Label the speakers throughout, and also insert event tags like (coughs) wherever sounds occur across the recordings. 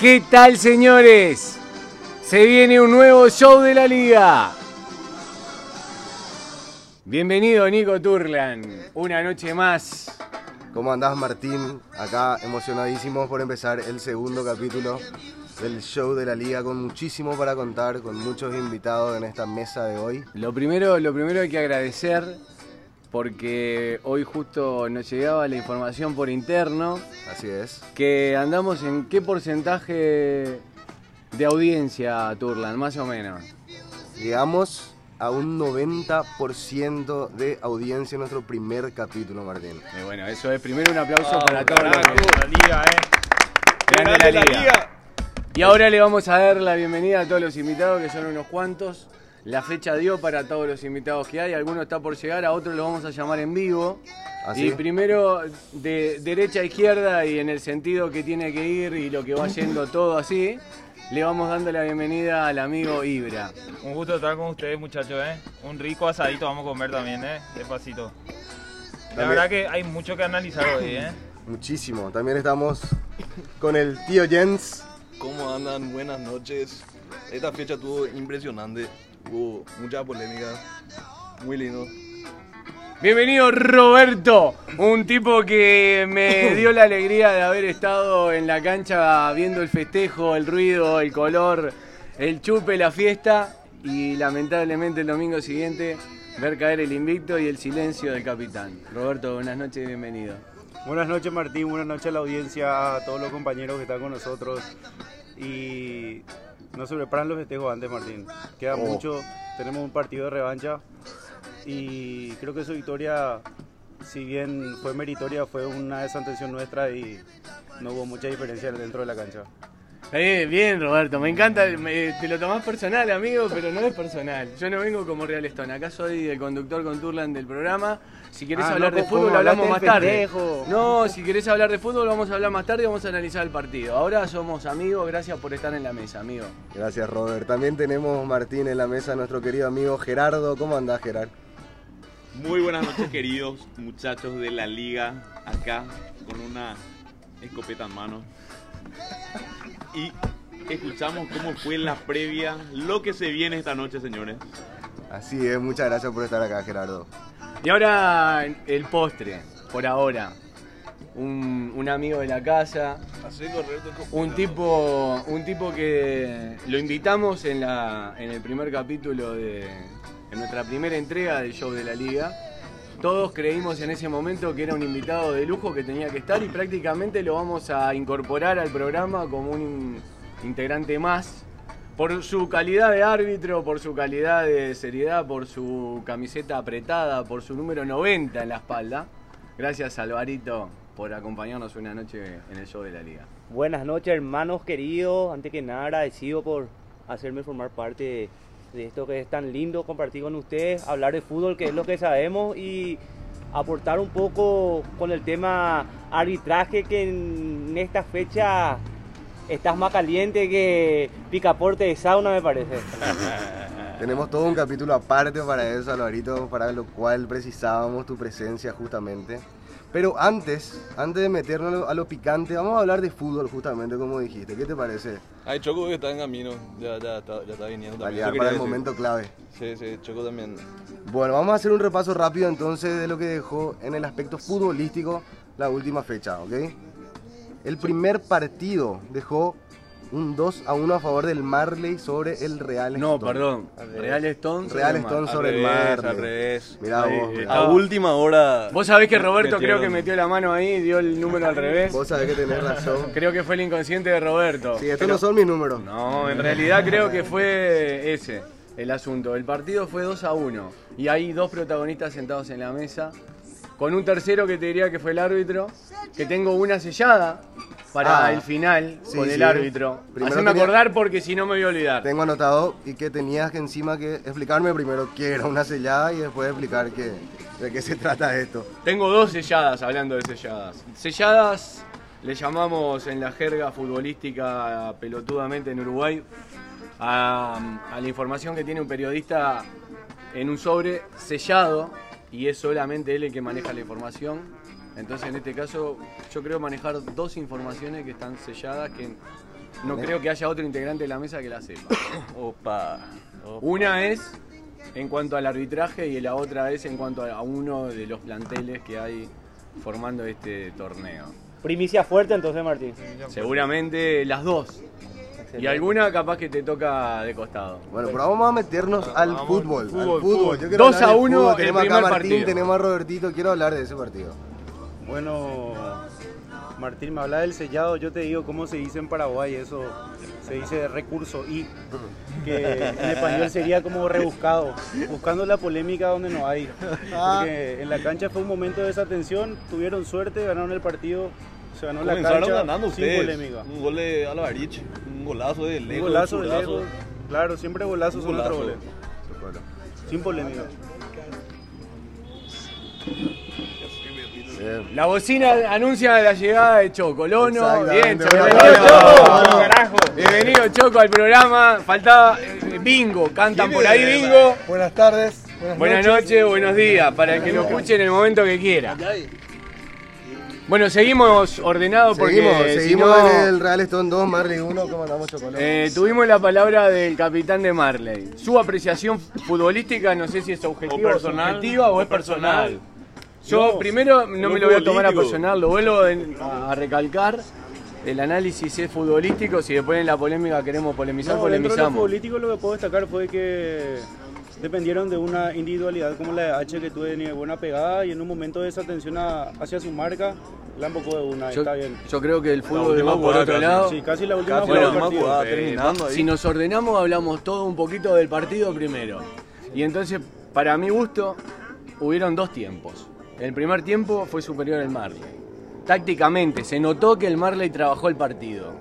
Speaker 1: ¿Qué tal, señores? Se viene un nuevo show de la liga. Bienvenido, Nico Turlan. Una noche más.
Speaker 2: ¿Cómo andás Martín? Acá emocionadísimos por empezar el segundo capítulo del show de la liga con muchísimo para contar, con muchos invitados en esta mesa de hoy.
Speaker 1: Lo primero, lo primero hay que agradecer porque hoy justo nos llegaba la información por interno
Speaker 2: Así es.
Speaker 1: que andamos en qué porcentaje de audiencia, Turlan, más o menos.
Speaker 2: Llegamos a un 90% de audiencia en nuestro primer capítulo, Martín.
Speaker 1: Eh, bueno, eso es primero un aplauso para todos.
Speaker 3: Bravo,
Speaker 1: los que-
Speaker 3: la liga, eh.
Speaker 1: Grande
Speaker 3: Grande
Speaker 1: la liga. Y ahora le vamos a dar la bienvenida a todos los invitados, que son unos cuantos. La fecha dio para todos los invitados que hay. Alguno está por llegar, a otro lo vamos a llamar en vivo.
Speaker 2: ¿Ah,
Speaker 1: y
Speaker 2: sí?
Speaker 1: primero de derecha a izquierda y en el sentido que tiene que ir y lo que va yendo todo así, le vamos dando la bienvenida al amigo Ibra.
Speaker 3: Un gusto estar con ustedes, muchachos, eh. Un rico asadito vamos a comer también, eh. Despacito. La
Speaker 2: También-
Speaker 3: verdad que hay mucho que analizar hoy,
Speaker 4: (coughs)
Speaker 3: eh.
Speaker 2: Muchísimo. También estamos con el tío Jens.
Speaker 5: ¿Cómo andan? Buenas noches. Esta fecha estuvo impresionante. Hubo mucha polémica. Muy lindo.
Speaker 1: Bienvenido Roberto, un tipo que me dio la alegría de haber estado en la cancha viendo el festejo, el ruido, el color, el chupe, la fiesta y lamentablemente el domingo siguiente ver caer el invicto y el silencio del capitán. Roberto, buenas noches y bienvenido.
Speaker 6: Buenas noches Martín, buenas noches a la audiencia, a todos los compañeros que están con nosotros y no sobreparan los festejos antes Martín. Queda
Speaker 2: Oh.
Speaker 6: mucho, tenemos un partido de revancha y creo que su victoria, si bien fue meritoria, fue una desatención nuestra y no hubo mucha diferencia dentro de la cancha.
Speaker 1: Bien, Eh, bien Roberto, me encanta, me- te lo tomás personal amigo, pero no es personal. Yo no vengo como Real Stone, acá soy el conductor con Turlan del programa. Si querés
Speaker 6: Ah, no,
Speaker 1: hablar de
Speaker 6: ¿cómo
Speaker 1: fútbol hablamos más
Speaker 6: hablaste
Speaker 1: tarde.
Speaker 6: del festejo?
Speaker 1: No, si querés hablar de fútbol vamos a hablar más tarde, vamos a analizar el partido. Ahora somos amigos, gracias por estar en la mesa, amigo.
Speaker 2: Gracias, Robert. También tenemos Martín en la mesa, nuestro querido amigo Gerardo. ¿Cómo andás, Gerard?
Speaker 7: Muy buenas noches queridos muchachos de la liga, acá con una escopeta en mano. Y escuchamos cómo fue la previa, lo que se viene esta noche señores.
Speaker 2: Así es, muchas gracias por estar acá, Gerardo.
Speaker 1: Y ahora el postre, por ahora. Un, un amigo de la casa,
Speaker 5: Así correcto.
Speaker 1: un tipo, un tipo que lo invitamos en, la, en el primer capítulo de en nuestra primera entrega del show de la liga. Todos creímos en ese momento que era un invitado de lujo que tenía que estar y prácticamente lo vamos a incorporar al programa como un in- integrante más. Por su calidad de árbitro, por su calidad de seriedad, por su camiseta apretada, por su número 90 en la espalda. Gracias Alvarito por acompañarnos una noche en el show de la liga.
Speaker 8: Buenas noches, hermanos queridos. Antes que nada, agradecido por hacerme formar parte de, de esto que es tan lindo compartir con ustedes, hablar de fútbol, que es lo que sabemos, y aportar un poco con el tema arbitraje, que en esta fecha estás más caliente que picaporte de sauna, me parece.
Speaker 2: Tenemos todo un capítulo aparte para eso, Alvarito, para lo cual precisábamos tu presencia justamente. Pero antes, antes de meternos a lo, a lo picante, vamos a hablar de fútbol justamente, como dijiste. ¿Qué te parece?
Speaker 5: Ay, Choco que está en camino. Ya, ya, está, ya está viniendo también.
Speaker 2: Aliar
Speaker 5: Eso
Speaker 2: para el
Speaker 5: quería
Speaker 2: momento clave.
Speaker 5: decir. Sí, sí, Choco también.
Speaker 2: Bueno, vamos a hacer un repaso rápido entonces de lo que dejó en el aspecto futbolístico la última fecha, ¿ok? El primer partido dejó un 2 a 1 a favor del Marley sobre el Real
Speaker 1: No,
Speaker 2: Stone.
Speaker 1: perdón. Real Stone. sobre
Speaker 2: Real
Speaker 1: el mar.
Speaker 2: Stone sobre el Marley. Mirá vos,
Speaker 9: eh,
Speaker 2: mirá
Speaker 5: A última hora.
Speaker 1: Vos sabés que Roberto creo
Speaker 5: Metieron-
Speaker 1: que metió la mano ahí, dio el número al revés.
Speaker 2: Vos sabés
Speaker 1: (laughs)
Speaker 2: que tenés razón.
Speaker 1: Creo que fue el inconsciente de Roberto.
Speaker 2: Sí, estos no son mis números.
Speaker 1: No, en realidad creo que fue ese el asunto. El partido fue 2 a 1 y hay dos protagonistas sentados en la mesa con un tercero que te diría que fue el árbitro, que tengo una sellada para
Speaker 2: Ah,
Speaker 1: el final
Speaker 2: sí,
Speaker 1: con el
Speaker 2: sí.
Speaker 1: árbitro.
Speaker 2: Primero
Speaker 1: Haceme
Speaker 2: tenía-
Speaker 1: acordar porque si no me voy a olvidar.
Speaker 2: Tengo anotado y que tenías que encima que explicarme primero qué era una sellada y después explicar qué, de qué se (laughs) trata esto.
Speaker 1: Tengo dos selladas hablando de selladas. Selladas le llamamos en la jerga futbolística pelotudamente en Uruguay a, a la información que tiene un periodista en un sobre sellado y es solamente él el que maneja la información. Entonces en este caso yo creo manejar dos informaciones que están selladas que No creo que haya otro integrante de la mesa que la sepa.
Speaker 4: Opa.
Speaker 1: Una es en cuanto al arbitraje y la otra es en cuanto a uno de los planteles que hay formando este torneo.
Speaker 8: Primicia fuerte entonces, Martín.
Speaker 1: Seguramente las dos. Y alguna capaz que te toca de costado.
Speaker 2: Bueno, pero vamos a meternos al
Speaker 3: vamos,
Speaker 2: fútbol. al
Speaker 1: fútbol,
Speaker 2: fútbol.
Speaker 1: fútbol.
Speaker 2: Yo quiero
Speaker 1: Dos
Speaker 2: hablar
Speaker 1: a
Speaker 2: del
Speaker 1: uno
Speaker 2: fútbol.
Speaker 1: el
Speaker 2: Tenemos acá a
Speaker 1: primer
Speaker 2: Martín,
Speaker 1: partido.
Speaker 2: tenemos a Robertito. Quiero hablar de ese partido.
Speaker 6: Bueno, Martín, me habla del sellado. Yo te digo cómo se dice en Paraguay eso. Se dice recurso y que en español sería como rebuscado, buscando la polémica donde no hay. Porque en la cancha fue un momento de desatención, tuvieron suerte, ganaron el partido, se ganó la
Speaker 5: Comenzaron
Speaker 6: cancha
Speaker 5: ganando
Speaker 6: sin
Speaker 5: ustedes.
Speaker 6: polémica.
Speaker 5: Un gol de Alvarich, un golazo de
Speaker 6: Un
Speaker 5: Lego.
Speaker 6: golazo de
Speaker 5: zurdazo.
Speaker 6: lejos. Claro, siempre golazos
Speaker 5: Un
Speaker 6: son nuestros
Speaker 5: golazo.
Speaker 6: goles. Sin polémica.
Speaker 2: Bien.
Speaker 1: La bocina anuncia la llegada de Choco Lono.
Speaker 2: Exactamente.
Speaker 1: Bien, Choco.
Speaker 2: Bueno,
Speaker 1: Bienvenido,
Speaker 2: bueno,
Speaker 1: Choco.
Speaker 2: bueno.
Speaker 3: Carajo.
Speaker 1: Bienvenido, Choco, al programa. Faltaba eh, bingo. Cantan
Speaker 5: ¿Quién
Speaker 1: por ahí
Speaker 5: es?
Speaker 1: bingo.
Speaker 9: Buenas tardes.
Speaker 1: Buenas noches, buenos días. Para el que lo escuche en el momento que quiera. Bueno, seguimos ordenados porque
Speaker 2: Seguimos,
Speaker 1: si
Speaker 2: seguimos
Speaker 1: no,
Speaker 2: en el Real Stone 2, Marley 1, ¿cómo andamos chocolate?
Speaker 1: eh, tuvimos la palabra del capitán de Marley. Su apreciación futbolística, no sé si es objetiva o,
Speaker 7: personal,
Speaker 1: subjetiva o es personal. Yo
Speaker 5: No,
Speaker 1: primero no
Speaker 5: no
Speaker 1: me lo voy a tomar a
Speaker 5: futbolístico.
Speaker 1: personal, lo vuelvo en- a recalcar. El análisis es futbolístico, si después en la polémica queremos polemizar,
Speaker 6: No, dentro de lo
Speaker 1: polemizamos.
Speaker 6: político lo que puedo destacar fue que dependieron de una individualidad como la de H que tuvo de buena pegada y en un momento de desatención a- hacia su marca la embocó de una,
Speaker 1: Yo,
Speaker 6: está bien.
Speaker 1: yo creo que el fútbol
Speaker 5: última
Speaker 1: va por
Speaker 5: jugada
Speaker 1: otro
Speaker 5: casi,
Speaker 1: lado.
Speaker 6: Sí, casi la última
Speaker 4: Casi
Speaker 1: Bueno,
Speaker 4: la
Speaker 6: jugada del
Speaker 4: última
Speaker 6: partido.
Speaker 4: jugada,
Speaker 7: eh,
Speaker 4: terminando ahí.
Speaker 1: Si nos ordenamos, hablamos todo un poquito del partido primero. Y entonces, para mi gusto, hubieron dos tiempos. El primer tiempo fue superior al Marley. Tácticamente, se notó que el Marley trabajó el partido.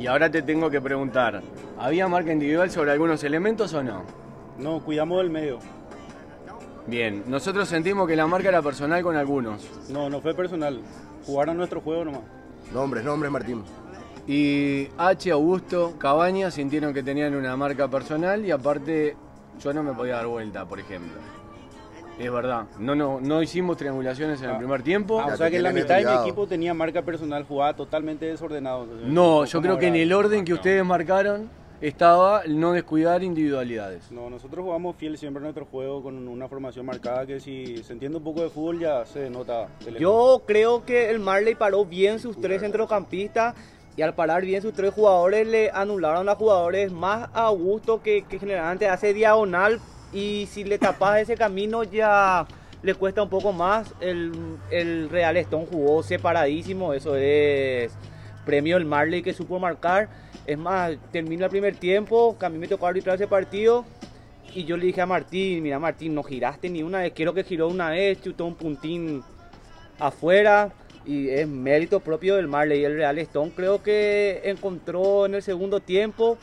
Speaker 1: Y ahora te tengo que preguntar, ¿había marca individual sobre algunos elementos o no?
Speaker 6: No, cuidamos del medio.
Speaker 1: Bien, nosotros sentimos que la marca era personal con algunos.
Speaker 6: No, no fue personal. Jugaron nuestro juego nomás.
Speaker 2: Nombres, nombres, Martín.
Speaker 1: Y H, Augusto, Cabaña sintieron que tenían una marca personal y aparte yo no me podía dar vuelta, por ejemplo. Es verdad, no, no, no hicimos triangulaciones en el
Speaker 6: Ah.
Speaker 1: primer tiempo.
Speaker 6: Ah,
Speaker 2: Ya
Speaker 6: o sea
Speaker 2: te
Speaker 6: que la
Speaker 2: tenés
Speaker 6: mitad de mi
Speaker 2: pegado.
Speaker 6: equipo tenía marca personal, jugaba totalmente desordenado.
Speaker 1: No,
Speaker 6: Fue
Speaker 1: yo
Speaker 6: como
Speaker 1: creo que en
Speaker 6: grave.
Speaker 1: el orden que ustedes marcaron estaba el no descuidar individualidades.
Speaker 6: No, nosotros jugamos fiel siempre a nuestro juego con una formación marcada que si se entiende un poco de fútbol ya se nota.
Speaker 8: Yo creo que el Marley paró bien sus tres centrocampistas y al parar bien sus tres jugadores le anularon a jugadores más a gusto que, que generalmente hace diagonal y si le tapas ese camino ya le cuesta un poco más. El, el Real Stone jugó separadísimo, eso es premio el Marley que supo marcar. Es más, termina el primer tiempo, que a mí me tocó arbitrar ese partido. Y yo le dije a Martín, mira Martín, no giraste ni una vez, quiero que giró una vez, chutó un puntín afuera y es mérito propio del Marley. Y el Real Stone creo que encontró en el segundo tiempo,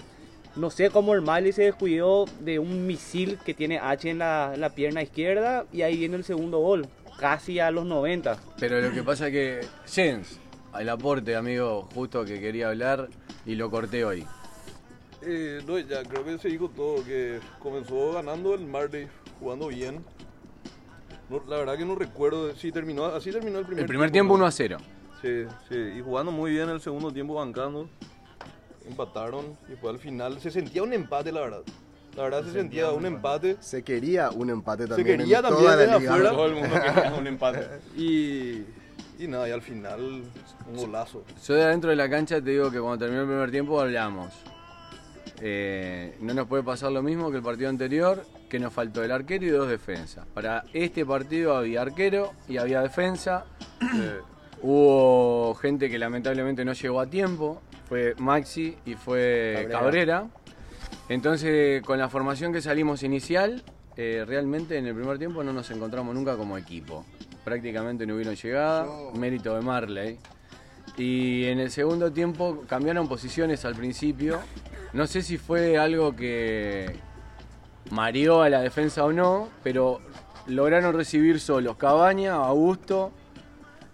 Speaker 8: no sé cómo el Marley se descuidó de un misil que tiene H en la, en la pierna izquierda y ahí viene el segundo gol, casi a los 90.
Speaker 1: Pero lo que pasa que, Jens, al aporte, amigo, justo que quería hablar y lo corté hoy.
Speaker 5: Eh, no, ya creo que se dijo todo, que comenzó ganando el Marley, jugando bien. No, la verdad que no recuerdo si terminó, así terminó el primer
Speaker 1: El primer tiempo
Speaker 5: ¿no?
Speaker 1: 1 a 0.
Speaker 5: Sí, sí, y jugando muy bien el segundo tiempo bancando. Empataron y fue al final. Se sentía un empate, la verdad. La verdad se, sentía, un empate.
Speaker 2: Se quería un empate también.
Speaker 5: quería
Speaker 2: en
Speaker 5: también
Speaker 2: toda la
Speaker 5: desde
Speaker 2: liga.
Speaker 5: afuera.
Speaker 7: Todo el mundo quería un empate.
Speaker 5: (laughs) Y, y nada, y al final un golazo.
Speaker 1: Yo de adentro de la cancha te digo que cuando terminó el primer tiempo hablamos. Eh, no nos puede pasar lo mismo que el partido anterior, que nos faltó el arquero y dos defensas. Para este partido había arquero y había defensa. Eh, Hubo gente que lamentablemente no llegó a tiempo. Fue Maxi y fue Cabrera. Entonces, con la formación que salimos inicial, eh, realmente en el primer tiempo no nos encontramos nunca como equipo. Prácticamente no hubieron llegada, mérito de Marley. Y en el segundo tiempo cambiaron posiciones al principio. No sé si fue algo que mareó a la defensa o no, pero lograron recibir solos Cabaña, Augusto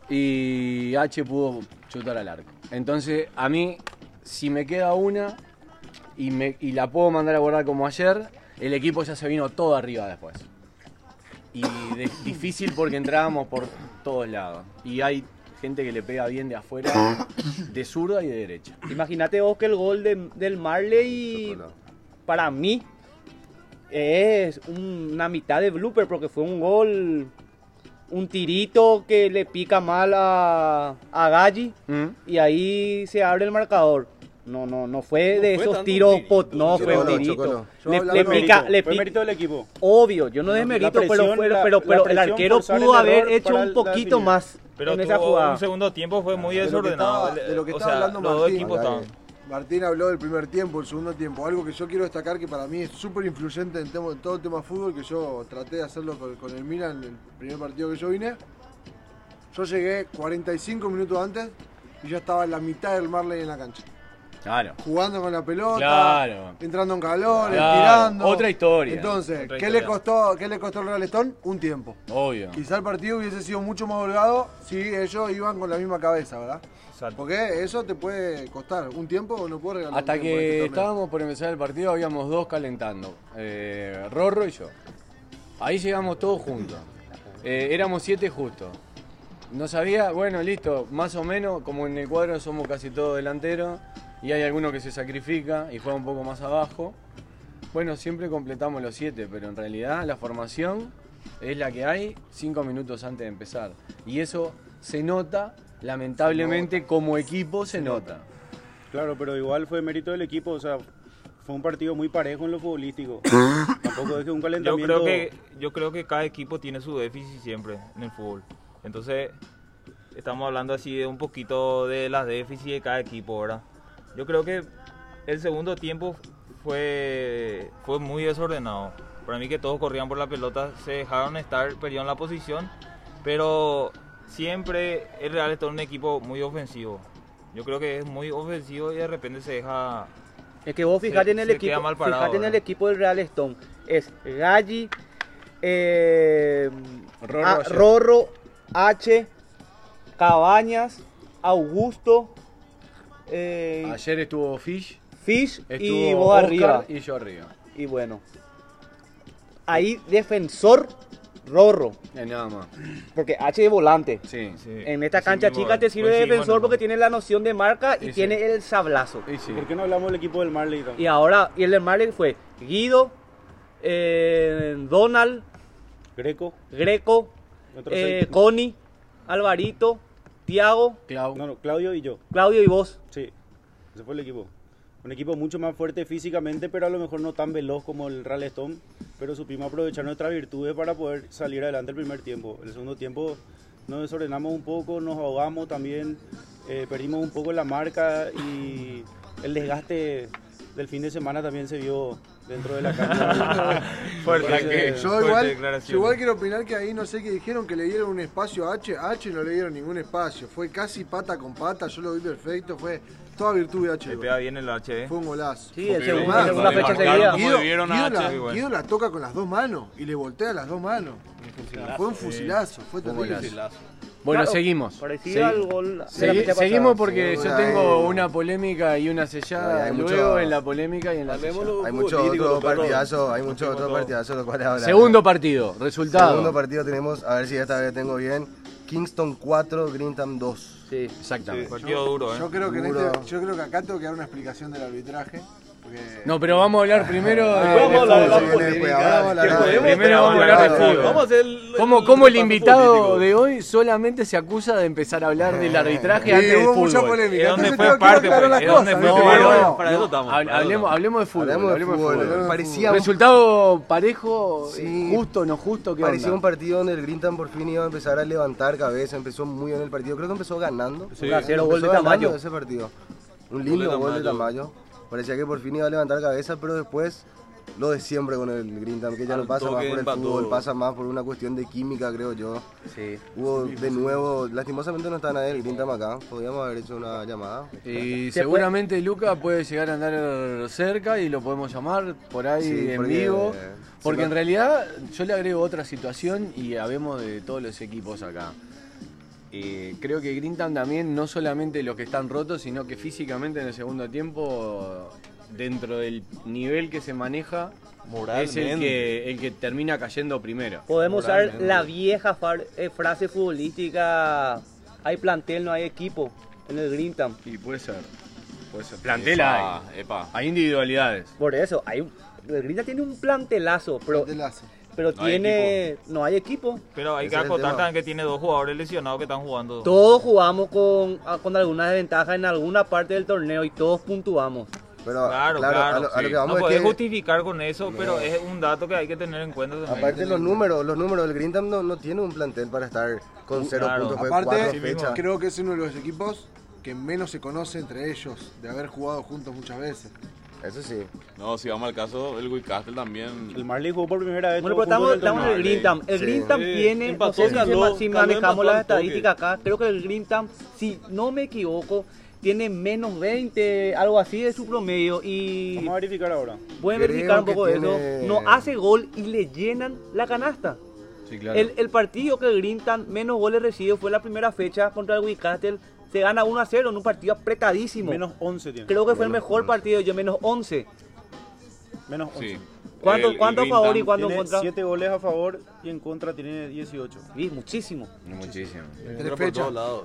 Speaker 1: y H pudo chutar al arco. Entonces, a mí, si me queda una y, me- y la puedo mandar a guardar como ayer, el equipo ya se vino todo arriba después. Y de- difícil porque entrábamos por todos lados. Y hay gente que le pega bien de afuera, de zurda y de derecha.
Speaker 8: Imagínate vos que el gol de- del Marley
Speaker 2: Chocolate.
Speaker 8: para mí es un- una mitad de blooper porque fue un gol, un tirito que le pica mal a, a Galli y ahí se abre el marcador. No, no, no fue
Speaker 5: No
Speaker 8: de
Speaker 5: fue
Speaker 8: esos
Speaker 5: tanto
Speaker 8: tiros
Speaker 5: tirito.
Speaker 8: pot, no fue un
Speaker 2: Chocolo,
Speaker 8: tirito.
Speaker 2: chocolo.
Speaker 6: Yo
Speaker 8: Le,
Speaker 6: hablaba
Speaker 8: le
Speaker 6: de
Speaker 8: pica,
Speaker 6: mérito,
Speaker 8: le
Speaker 6: fue
Speaker 8: pica-
Speaker 6: mérito del equipo.
Speaker 8: Obvio, yo no desmerito,
Speaker 6: La
Speaker 8: pero,
Speaker 6: presión,
Speaker 8: pero,
Speaker 6: la-
Speaker 8: pero,
Speaker 6: la
Speaker 8: pero el
Speaker 6: presión
Speaker 8: arquero
Speaker 6: forzar el
Speaker 8: pudo haber
Speaker 6: error
Speaker 8: hecho
Speaker 6: para
Speaker 8: un
Speaker 6: la
Speaker 8: poquito
Speaker 6: definición.
Speaker 8: más
Speaker 3: Pero
Speaker 8: en
Speaker 3: tuvo
Speaker 8: esa jugada.
Speaker 3: un segundo tiempo fue muy
Speaker 4: De lo que
Speaker 3: desordenado.
Speaker 4: estaba- de lo que
Speaker 3: o
Speaker 4: estaba
Speaker 3: sea,
Speaker 4: hablando
Speaker 3: los dos
Speaker 4: Martín.
Speaker 3: equipos
Speaker 2: Acá,
Speaker 3: estaban.
Speaker 4: Martín habló del primer tiempo, el segundo tiempo. Algo que yo quiero destacar que para mí es súper influyente en, temo- en todo el tema fútbol, que yo traté de hacerlo con, con el Milan en el primer partido que yo vine. Yo llegué 45 minutos antes y ya estaba en la mitad del Marley en la cancha.
Speaker 1: Claro.
Speaker 4: Jugando con la pelota,
Speaker 1: Claro.
Speaker 4: entrando en calor,
Speaker 1: Claro,
Speaker 4: tirando.
Speaker 1: otra historia.
Speaker 4: Entonces,
Speaker 3: Otra
Speaker 4: ¿qué,
Speaker 3: historia.
Speaker 4: Le costó, ¿qué le costó al Real Stone? Un tiempo.
Speaker 1: Obvio.
Speaker 4: Quizá el partido hubiese sido mucho más holgado si ellos iban con la misma cabeza, ¿verdad?
Speaker 3: Exacto.
Speaker 4: Porque eso te puede costar un tiempo no puedo regalar.
Speaker 1: Hasta
Speaker 4: un tiempo en
Speaker 1: que
Speaker 4: este torneo.
Speaker 1: estábamos por empezar el partido, habíamos dos calentando, eh, Rorro y yo. Ahí llegamos todos juntos. Eh, éramos siete justo. No sabía, bueno, listo, más o menos, como en el cuadro somos casi todos delanteros y hay alguno que se sacrifica y juega un poco más abajo. Bueno, siempre completamos los siete, pero en realidad la formación es la que hay cinco minutos antes de empezar. Y eso se nota, lamentablemente, como equipo se nota.
Speaker 6: Claro, pero igual fue mérito del equipo, o sea, fue un partido muy parejo en lo futbolístico. Tampoco es que un
Speaker 3: Yo
Speaker 6: calentamiento.
Speaker 3: creo que yo creo que cada equipo tiene su déficit siempre en el fútbol. Entonces, estamos hablando así de un poquito de las déficits de cada equipo, ¿verdad? Yo creo que el segundo tiempo fue fue muy desordenado. Para mí que todos corrían por la pelota, se dejaron estar, perdieron la posición, pero siempre el Real está un equipo muy ofensivo. Yo creo que es muy ofensivo y de repente se deja
Speaker 8: Es que vos fijate
Speaker 3: Se-
Speaker 8: en el
Speaker 3: se
Speaker 8: equipo,
Speaker 3: queda mal parado,
Speaker 8: fijate en el
Speaker 3: ¿verdad?
Speaker 8: equipo del Real Stone. Es Galli, eh,
Speaker 1: Rorro
Speaker 8: ah,
Speaker 1: ayer.
Speaker 8: Rorro, H, Cabañas, Augusto, eh,
Speaker 1: Ayer estuvo Fish.
Speaker 8: Fish
Speaker 1: Estuvo
Speaker 8: y vos
Speaker 1: Oscar
Speaker 8: arriba.
Speaker 1: Y yo arriba.
Speaker 8: Y bueno, ahí defensor Rorro,
Speaker 1: Eh, nada más.
Speaker 8: porque H de volante.
Speaker 1: Sí.
Speaker 3: Sí,
Speaker 8: En esta
Speaker 3: así
Speaker 8: cancha
Speaker 3: mismo,
Speaker 8: chica te sirve de
Speaker 3: coincidimos
Speaker 8: defensor
Speaker 3: en
Speaker 8: porque
Speaker 3: eso.
Speaker 8: tiene la noción de marca y
Speaker 1: Sí, sí.
Speaker 8: tiene el sablazo.
Speaker 1: Y sí.
Speaker 6: ¿Por qué no hablamos del equipo del Marley? Tom?
Speaker 8: Y ahora, y el del Marley fue Guido, eh, Donald,
Speaker 6: Greco.
Speaker 8: Greco,
Speaker 6: Otro
Speaker 8: eh,
Speaker 6: seis.
Speaker 8: Connie, Alvarito, Tiago,
Speaker 1: Clau.
Speaker 6: No, no, Claudio y yo.
Speaker 8: Claudio y vos.
Speaker 6: Sí, ese fue el equipo. Un equipo mucho más fuerte físicamente, pero a lo mejor no tan veloz como el Real Stone. Pero supimos aprovechar nuestras virtudes para poder salir adelante el primer tiempo. El segundo tiempo nos desordenamos un poco, nos ahogamos también, eh, perdimos un poco la marca y el desgaste del fin de semana también se vio dentro de la
Speaker 1: (laughs)
Speaker 8: (laughs)
Speaker 6: cancha.
Speaker 3: Fuerte,
Speaker 6: que-
Speaker 4: Yo
Speaker 3: fuerte
Speaker 4: igual,
Speaker 3: declaración.
Speaker 4: yo igual quiero opinar que ahí no sé qué dijeron que le dieron un espacio a H. A H no le dieron ningún espacio. Fue casi pata con pata, yo lo vi perfecto. Fue toda virtud de H.
Speaker 3: Le
Speaker 4: igual.
Speaker 3: pega bien el ¿eh? HD.
Speaker 4: Fue un golazo.
Speaker 8: Sí, el
Speaker 7: Porque
Speaker 8: segundo,
Speaker 7: le-
Speaker 8: la segunda
Speaker 7: le
Speaker 8: fecha
Speaker 7: marcaron
Speaker 8: seguida.
Speaker 7: como-
Speaker 4: Guido,
Speaker 7: vivieron a
Speaker 4: Guido
Speaker 7: H,
Speaker 4: la,
Speaker 3: igual.
Speaker 4: Guido la toca con las dos manos y le voltea las dos manos. Fue un fusilazo, fue terrible.
Speaker 1: Bueno,
Speaker 8: Claro,
Speaker 1: seguimos.
Speaker 8: Parecido
Speaker 1: Segui-
Speaker 8: al gol. de la
Speaker 1: Segui-
Speaker 8: fecha pasada.
Speaker 1: seguimos porque
Speaker 4: Sí,
Speaker 1: yo
Speaker 4: bueno.
Speaker 1: tengo una polémica y una sellada.
Speaker 2: Hay mucho-
Speaker 1: luego en la polémica y en la sellada.
Speaker 5: Hablemos
Speaker 2: Hay muchos otros partidazos, hay muchos otros partidazos los cuales hablar.
Speaker 1: Segundo partido, resultado.
Speaker 2: Segundo partido tenemos, a ver si esta vez tengo bien, Kingston 4, Greenham 2.
Speaker 8: Sí.
Speaker 1: Exactamente.
Speaker 3: Partido duro, ¿eh?
Speaker 4: Yo creo, que en
Speaker 2: Duro.
Speaker 4: este- yo creo que acá tengo que dar una explicación del arbitraje. porque-
Speaker 1: No, pero vamos a hablar primero de.
Speaker 2: Ah,
Speaker 8: Vamos a hablar de la
Speaker 1: de-
Speaker 2: Viene después, ahora vamos a hablar de-
Speaker 1: podemos? Primero vamos a hablar de fútbol.
Speaker 5: Vamos a hacer el-
Speaker 1: ¿Cómo, cómo el
Speaker 5: repaso
Speaker 1: invitado
Speaker 5: político.
Speaker 1: de hoy solamente se acusa de empezar a hablar del arbitraje antes
Speaker 4: Y
Speaker 1: del
Speaker 4: hubo mucha
Speaker 1: fútbol?
Speaker 4: polémica.
Speaker 3: ¿De dónde
Speaker 4: Entonces
Speaker 3: fue
Speaker 4: tengo que dar
Speaker 3: parte,
Speaker 4: claro
Speaker 3: pues?
Speaker 4: las
Speaker 3: ¿De dónde
Speaker 4: cosas,
Speaker 3: fue
Speaker 4: ¿viste?
Speaker 3: parte?
Speaker 4: Bueno,
Speaker 1: no,
Speaker 7: para eso estamos,
Speaker 1: hable-
Speaker 7: para eso
Speaker 1: hablemos, hablemos de fútbol.
Speaker 2: Hablemos de
Speaker 1: hablemos de
Speaker 2: fútbol,
Speaker 1: fútbol.
Speaker 2: hablemos de
Speaker 1: Parecía un- Resultado parejo, eh,
Speaker 2: Sí.
Speaker 1: justo, no justo, ¿qué
Speaker 2: Parecía
Speaker 1: onda?
Speaker 2: un partido donde el Greenham por fin iba a empezar a levantar cabeza, empezó muy bien el partido, creo que empezó ganando.
Speaker 5: Sí.
Speaker 8: Un a cero, gol de
Speaker 2: Empezó ganando
Speaker 8: Tamayo.
Speaker 2: Ese partido. Un lindo
Speaker 5: de
Speaker 2: gol de
Speaker 5: Tamayo.
Speaker 2: Tamayo. Parecía que por fin iba a levantar cabeza, pero después lo de siempre con el Greenham, que ya
Speaker 5: Al
Speaker 2: no pasa más
Speaker 5: toque
Speaker 2: por el
Speaker 5: empató.
Speaker 2: fútbol, pasa más por una cuestión de química, creo yo. Hubo de nuevo, lastimosamente no está nadie del Greenham acá, podríamos haber hecho una llamada.
Speaker 1: Y
Speaker 8: Se
Speaker 1: seguramente Luca puede llegar a andar cerca y lo podemos llamar por ahí
Speaker 2: Sí,
Speaker 1: en
Speaker 2: porque,
Speaker 1: vivo.
Speaker 2: eh,
Speaker 1: Porque
Speaker 2: se
Speaker 1: en
Speaker 2: va-
Speaker 1: realidad yo le agrego otra situación y habemos de todos los equipos acá. Eh, creo que Grintan también, no solamente los que están rotos, sino que físicamente en el segundo tiempo, dentro del nivel que se maneja, es el que, el que termina cayendo primero.
Speaker 8: Podemos usar la vieja far- eh, frase futbolística hay plantel, no hay equipo en el Grintam.
Speaker 1: Y puede ser. Puede ser.
Speaker 7: Epa, Ah, epa.
Speaker 1: Hay individualidades.
Speaker 8: Por eso, hay un- el Grintam tiene un plantelazo, pero,
Speaker 4: Plantelazo.
Speaker 8: pero
Speaker 7: No hay
Speaker 8: tiene no hay equipo.
Speaker 3: Pero hay
Speaker 2: Ese
Speaker 3: que
Speaker 2: es el
Speaker 3: acotar
Speaker 2: tema.
Speaker 3: también que tiene dos jugadores lesionados que están jugando.
Speaker 8: Todos jugamos con, a- con alguna desventaja en alguna parte del torneo y todos puntuamos.
Speaker 2: Pero
Speaker 3: Claro, claro.
Speaker 2: a, lo, a lo
Speaker 7: sí.
Speaker 2: que vamos
Speaker 3: no
Speaker 2: es
Speaker 3: pues, podés
Speaker 2: que...
Speaker 3: justificar con eso, pero es un dato que hay que tener en cuenta también.
Speaker 2: Aparte los números, los números, el Grindam no, no tiene un plantel para estar
Speaker 5: Uh,
Speaker 2: con cero
Speaker 3: claro.
Speaker 2: puntos, fue cuatro
Speaker 4: Aparte,
Speaker 2: fechas.
Speaker 4: creo que es uno de los equipos que menos se conoce entre ellos, de haber jugado juntos muchas veces.
Speaker 2: Eso sí.
Speaker 7: No, si vamos al caso, el Wicastle también.
Speaker 6: El Marley jugó por primera vez.
Speaker 8: Bueno,
Speaker 6: todo
Speaker 8: pero estamos,
Speaker 6: fútbol del
Speaker 8: estamos en el
Speaker 7: torneo.
Speaker 8: Green Tam. El
Speaker 2: Sí.
Speaker 8: Green Tam
Speaker 5: Sí,
Speaker 8: tiene,
Speaker 5: empató,
Speaker 8: no sé si
Speaker 5: Caló,
Speaker 8: ma- si,
Speaker 5: Caló
Speaker 8: manejamos
Speaker 5: empató
Speaker 8: las
Speaker 5: al toque.
Speaker 8: estadísticas acá, creo que el Green Tam, si no me equivoco, tiene menos 20, algo así de su promedio
Speaker 6: torneo. Vamos
Speaker 8: y
Speaker 6: a verificar ahora.
Speaker 8: pueden
Speaker 2: Creo
Speaker 8: verificar un
Speaker 2: que
Speaker 8: poco
Speaker 2: tiene-
Speaker 8: eso. No hace gol y le llenan la canasta.
Speaker 1: Sí, claro.
Speaker 8: El, el partido que el Green Tam menos goles recibió fue la primera fecha contra el Wicastle. Se gana 1 a 0 en un partido apretadísimo.
Speaker 6: Menos 11 tiene.
Speaker 8: creo que fue el mejor partido, yo menos 11.
Speaker 6: Menos 11.
Speaker 7: Sí.
Speaker 8: ¿Cuánto-
Speaker 7: El- el
Speaker 8: cuánto a
Speaker 7: Grindam-
Speaker 8: favor y cuánto-
Speaker 6: Tiene
Speaker 8: contra-
Speaker 6: 7 goles a favor y en contra tiene 18.
Speaker 8: Y muchísimo.
Speaker 1: Muchísimo.
Speaker 4: Entre
Speaker 5: Entra por
Speaker 4: fechas.
Speaker 5: todos lados.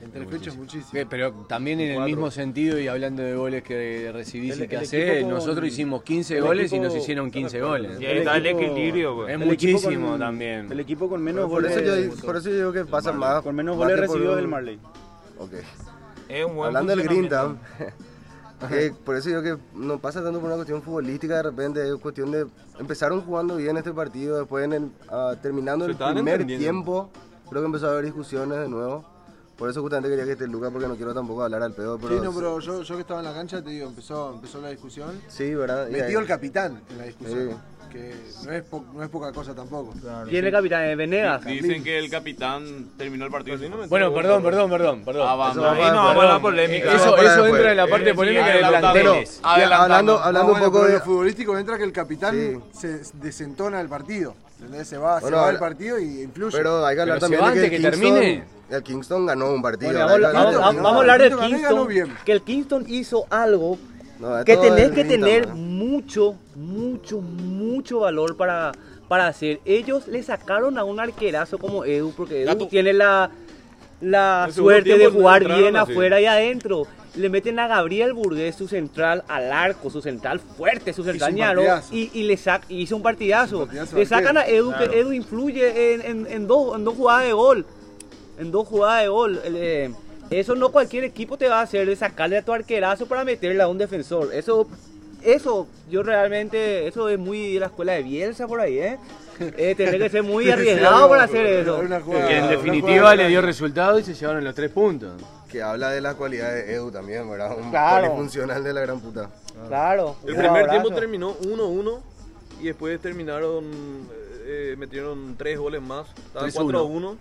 Speaker 4: Entre fechas muchísimo.
Speaker 1: Sí, Pero también en el mismo sentido y hablando de goles que recibís
Speaker 6: El-
Speaker 1: y que
Speaker 6: el
Speaker 1: hacés,
Speaker 6: equipo con-
Speaker 1: nosotros hicimos 15
Speaker 6: el
Speaker 1: goles y
Speaker 6: equipo-
Speaker 1: nos hicieron 15 goles.
Speaker 3: Y ahí está el equilibrio, güey.
Speaker 1: Es
Speaker 6: El equipo
Speaker 1: muchísimo
Speaker 6: con-
Speaker 1: también.
Speaker 6: El equipo con menos
Speaker 2: Pero Por
Speaker 6: goles.
Speaker 2: eso, yo, por eso yo digo que pasa más.
Speaker 6: Con menos
Speaker 2: más
Speaker 6: goles
Speaker 2: que por
Speaker 6: recibidos
Speaker 2: un-
Speaker 6: del Marley.
Speaker 2: Ok.
Speaker 3: Es un buen
Speaker 2: Hablando del Grindam,
Speaker 3: funcionamiento.
Speaker 2: que por eso digo que no pasa tanto por una cuestión futbolística de repente, es cuestión de empezaron jugando bien este partido, después en el, ah, terminando
Speaker 5: Se
Speaker 2: el
Speaker 5: estaban
Speaker 2: primer
Speaker 5: entendiendo.
Speaker 2: tiempo, creo que empezó a haber discusiones de nuevo. Por eso justamente quería que esté Lucas porque no quiero tampoco hablar al pedo, pero
Speaker 4: Sí, no, pero yo, yo que estaba en la cancha, te digo, empezó, empezó la discusión.
Speaker 2: sí, verdad. Y
Speaker 4: Metió
Speaker 2: ahí-
Speaker 4: el capitán en la discusión.
Speaker 2: Sí.
Speaker 4: Que no es, po- no es poca cosa tampoco.
Speaker 8: Tiene el capitán de Venegas.
Speaker 7: Dicen que el capitán terminó el partido.
Speaker 5: Pues
Speaker 7: sin-
Speaker 1: Bueno, perdón, perdón, perdón, perdón.
Speaker 7: Ah, vamos.
Speaker 2: va
Speaker 3: Ahí
Speaker 2: para después.
Speaker 3: no, vamos a la polémica.
Speaker 2: Eso
Speaker 1: Eso,
Speaker 2: para
Speaker 1: eso
Speaker 2: después.
Speaker 1: entra en la parte polémica de
Speaker 2: Pero,
Speaker 1: planteles.
Speaker 2: ya, hablando, hablando
Speaker 4: Ah, bueno,
Speaker 2: un poco
Speaker 4: pero
Speaker 2: de,
Speaker 4: lo futbolístico entra que el capitán
Speaker 2: Sí.
Speaker 4: se desentona del partido. ¿entendés? Se va,
Speaker 2: Bueno,
Speaker 4: se va
Speaker 2: ahora-
Speaker 4: del partido y influye.
Speaker 2: Pero hay que hablar
Speaker 1: Pero
Speaker 2: también
Speaker 1: se va
Speaker 2: de que,
Speaker 1: antes
Speaker 2: el
Speaker 1: que
Speaker 2: Kingston,
Speaker 1: termine.
Speaker 2: el Kingston ganó un partido.
Speaker 8: Bueno,
Speaker 2: hay
Speaker 8: vamos,
Speaker 2: que hablar
Speaker 8: vamos-
Speaker 2: de-
Speaker 8: vamos-
Speaker 4: no,
Speaker 8: vamos a hablar del
Speaker 4: ganó bien.
Speaker 8: Kingston. Que el Kingston hizo algo
Speaker 2: No,
Speaker 8: que
Speaker 2: esto es
Speaker 8: tenés que
Speaker 2: Grintam,
Speaker 8: tener
Speaker 2: ¿no?
Speaker 8: mucho, mucho, mucho valor para, para hacer. Ellos le sacaron a un arquerazo como Edu, porque Edu
Speaker 7: Gato.
Speaker 8: tiene la, la
Speaker 5: El segundo
Speaker 8: suerte de
Speaker 5: tiempo
Speaker 8: jugar
Speaker 5: entraron
Speaker 8: bien
Speaker 5: así.
Speaker 8: afuera y adentro. Le meten a Gabriel Burgués su central al arco, su central fuerte, su central
Speaker 4: un
Speaker 8: ñaro,
Speaker 4: partidazo.
Speaker 8: y, y le sac- y hizo un partidazo.
Speaker 4: partidazo,
Speaker 8: le sacan a
Speaker 4: Gabriel.
Speaker 8: Edu, que Edu influye en, en- en dos, en dos jugadas de gol en dos jugadas de gol. El, eh, eso no cualquier equipo te va a hacer, de sacarle a tu arquerazo para meterle a un defensor. Eso, eso, yo realmente, eso es muy de la escuela de Bielsa por ahí, ¿eh? Eh, tener que
Speaker 5: (laughs)
Speaker 8: ser muy arriesgado para hacer eso.
Speaker 4: Una jugada-
Speaker 1: Que en
Speaker 4: una
Speaker 1: definitiva
Speaker 4: jugada-
Speaker 1: le dio resultado y se llevaron los tres puntos.
Speaker 2: Que habla de las cualidades de Edu también, ¿verdad? Un
Speaker 8: Claro.
Speaker 2: polifuncional de la gran puta.
Speaker 8: Claro.
Speaker 5: El
Speaker 8: un
Speaker 5: primer tiempo
Speaker 8: abrazo.
Speaker 5: terminó 1-1 y después terminaron, eh, metieron tres goles más. Estaban
Speaker 1: 3-1.
Speaker 5: 4-1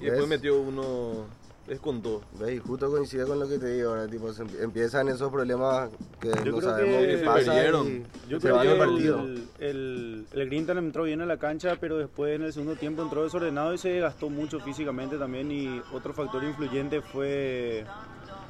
Speaker 5: y después
Speaker 2: ¿Ves?
Speaker 5: metió uno, descontó.
Speaker 2: Ve, y justo coincide con lo que te digo ahora, tipo, se empie- empiezan esos problemas que
Speaker 6: creo
Speaker 2: no
Speaker 6: que
Speaker 2: sabemos qué
Speaker 6: se
Speaker 2: pasa.
Speaker 5: perdieron.
Speaker 2: y
Speaker 6: Yo
Speaker 2: se
Speaker 6: creo
Speaker 2: van
Speaker 6: que
Speaker 2: del partido.
Speaker 6: el, el, el Grintan entró bien a la cancha, pero después en el segundo tiempo entró desordenado y se gastó mucho físicamente también. Y otro factor influyente fue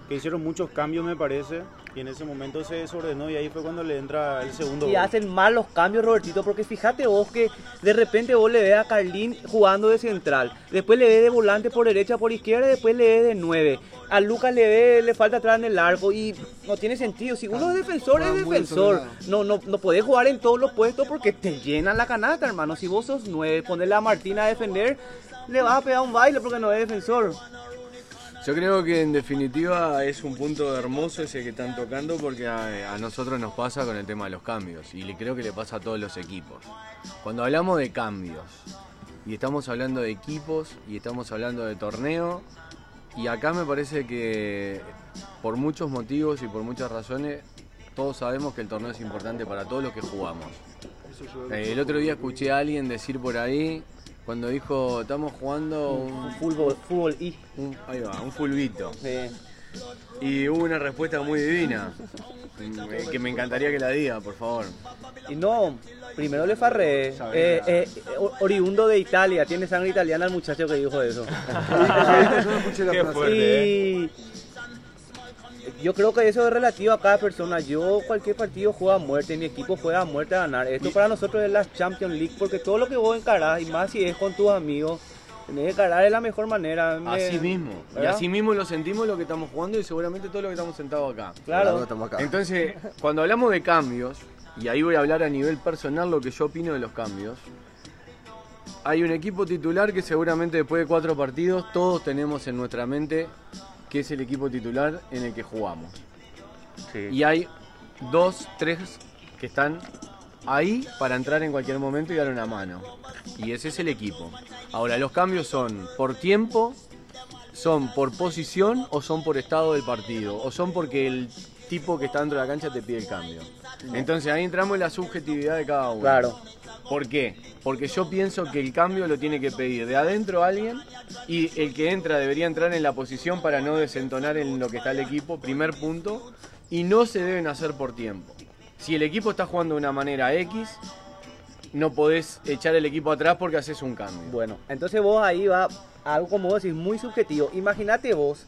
Speaker 6: que hicieron muchos cambios, me parece, y en ese momento se desordenó y ahí fue cuando le entra el segundo
Speaker 8: Y
Speaker 6: gol.
Speaker 8: hacen mal los cambios, Robertito, porque fíjate vos que de repente vos le ves a Carlín jugando de central, después le ves de volante por derecha, por izquierda, y después le ves de nueve. A Lucas le ve, le falta atrás en el arco y no tiene sentido. Si uno es defensor, es
Speaker 4: juega muy
Speaker 8: defensor.
Speaker 4: desordenado.
Speaker 8: No, no, no podés jugar en todos los puestos porque te llenan la canasta, hermano. Si vos sos nueve, ponerle a Martina a defender, le vas a pegar un baile porque no es defensor.
Speaker 1: Yo creo que en definitiva es un punto hermoso ese que están tocando porque a, a nosotros nos pasa con el tema de los cambios y le- creo que le pasa a todos los equipos. Cuando hablamos de cambios y estamos hablando de equipos y estamos hablando de torneo y acá me parece que por muchos motivos y por muchas razones todos sabemos que el torneo es importante para todos los que jugamos. Eh, el otro día escuché a alguien decir por ahí cuando dijo estamos jugando un,
Speaker 8: Fútbol, fútbol y.
Speaker 1: un- ahí va, un fulbito.
Speaker 8: eh,
Speaker 1: Y hubo una respuesta muy divina. eh, Que me encantaría que la diga, por favor.
Speaker 8: Y no, primero le farré.
Speaker 1: Sabe
Speaker 8: eh, eh, o- oriundo de Italia, tiene sangre italiana el muchacho que dijo eso.
Speaker 4: Yo no escuché la
Speaker 3: Qué
Speaker 4: frase.
Speaker 3: fuerte, ¿eh?
Speaker 8: y yo creo que eso es relativo a cada persona. Yo, cualquier partido juega a muerte, mi equipo juega a muerte a ganar. Esto para nosotros es la Champions League, porque todo lo que vos encarás, y más si es con tus amigos, Tenés que encarar de la mejor manera. me-
Speaker 1: Así mismo. Y
Speaker 8: ¿verdad?
Speaker 1: así mismo lo sentimos lo que estamos jugando y seguramente todo lo que estamos sentados acá.
Speaker 2: Ahora
Speaker 8: Claro.
Speaker 2: estamos acá.
Speaker 1: Entonces, cuando hablamos de cambios, y ahí voy a hablar a nivel personal lo que yo opino de los cambios, hay un equipo titular que seguramente después de cuatro partidos todos tenemos en nuestra mente que es el equipo titular en el que jugamos. Y hay dos, tres que están ahí para entrar en cualquier momento y dar una mano. Y ese es el equipo. Ahora, los cambios son por tiempo, son por posición o son por estado del partido o son porque el tipo que está dentro de la cancha te pide el cambio. Entonces ahí entramos en la subjetividad de cada uno.
Speaker 8: Claro.
Speaker 1: ¿Por qué? Porque yo pienso que el cambio lo tiene que pedir de adentro alguien y el que entra debería entrar en la posición para no desentonar en lo que está el equipo, primer punto, y no se deben hacer por tiempo. Si el equipo está jugando de una manera X, no podés echar el equipo atrás porque haces un cambio.
Speaker 8: Bueno, entonces vos ahí va algo como vos decís, muy subjetivo. Imagínate vos,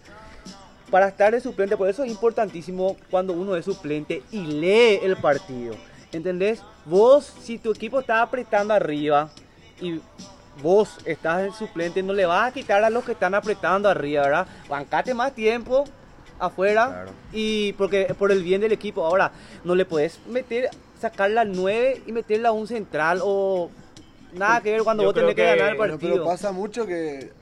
Speaker 8: para estar de suplente, por eso es importantísimo cuando uno es suplente y lee el partido. ¿Entendés? Vos, si tu equipo está apretando arriba y vos estás el suplente, no le vas a quitar a los que están apretando arriba, ¿verdad? Bancate más tiempo afuera y porque por el bien del equipo. Ahora, no le podés meter, sacar la 9 y meterla a un central o nada que ver cuando
Speaker 3: Yo
Speaker 8: vos tenés que,
Speaker 3: creo que-
Speaker 8: ganar el
Speaker 4: Bueno,
Speaker 8: partido.
Speaker 4: pero pasa mucho que,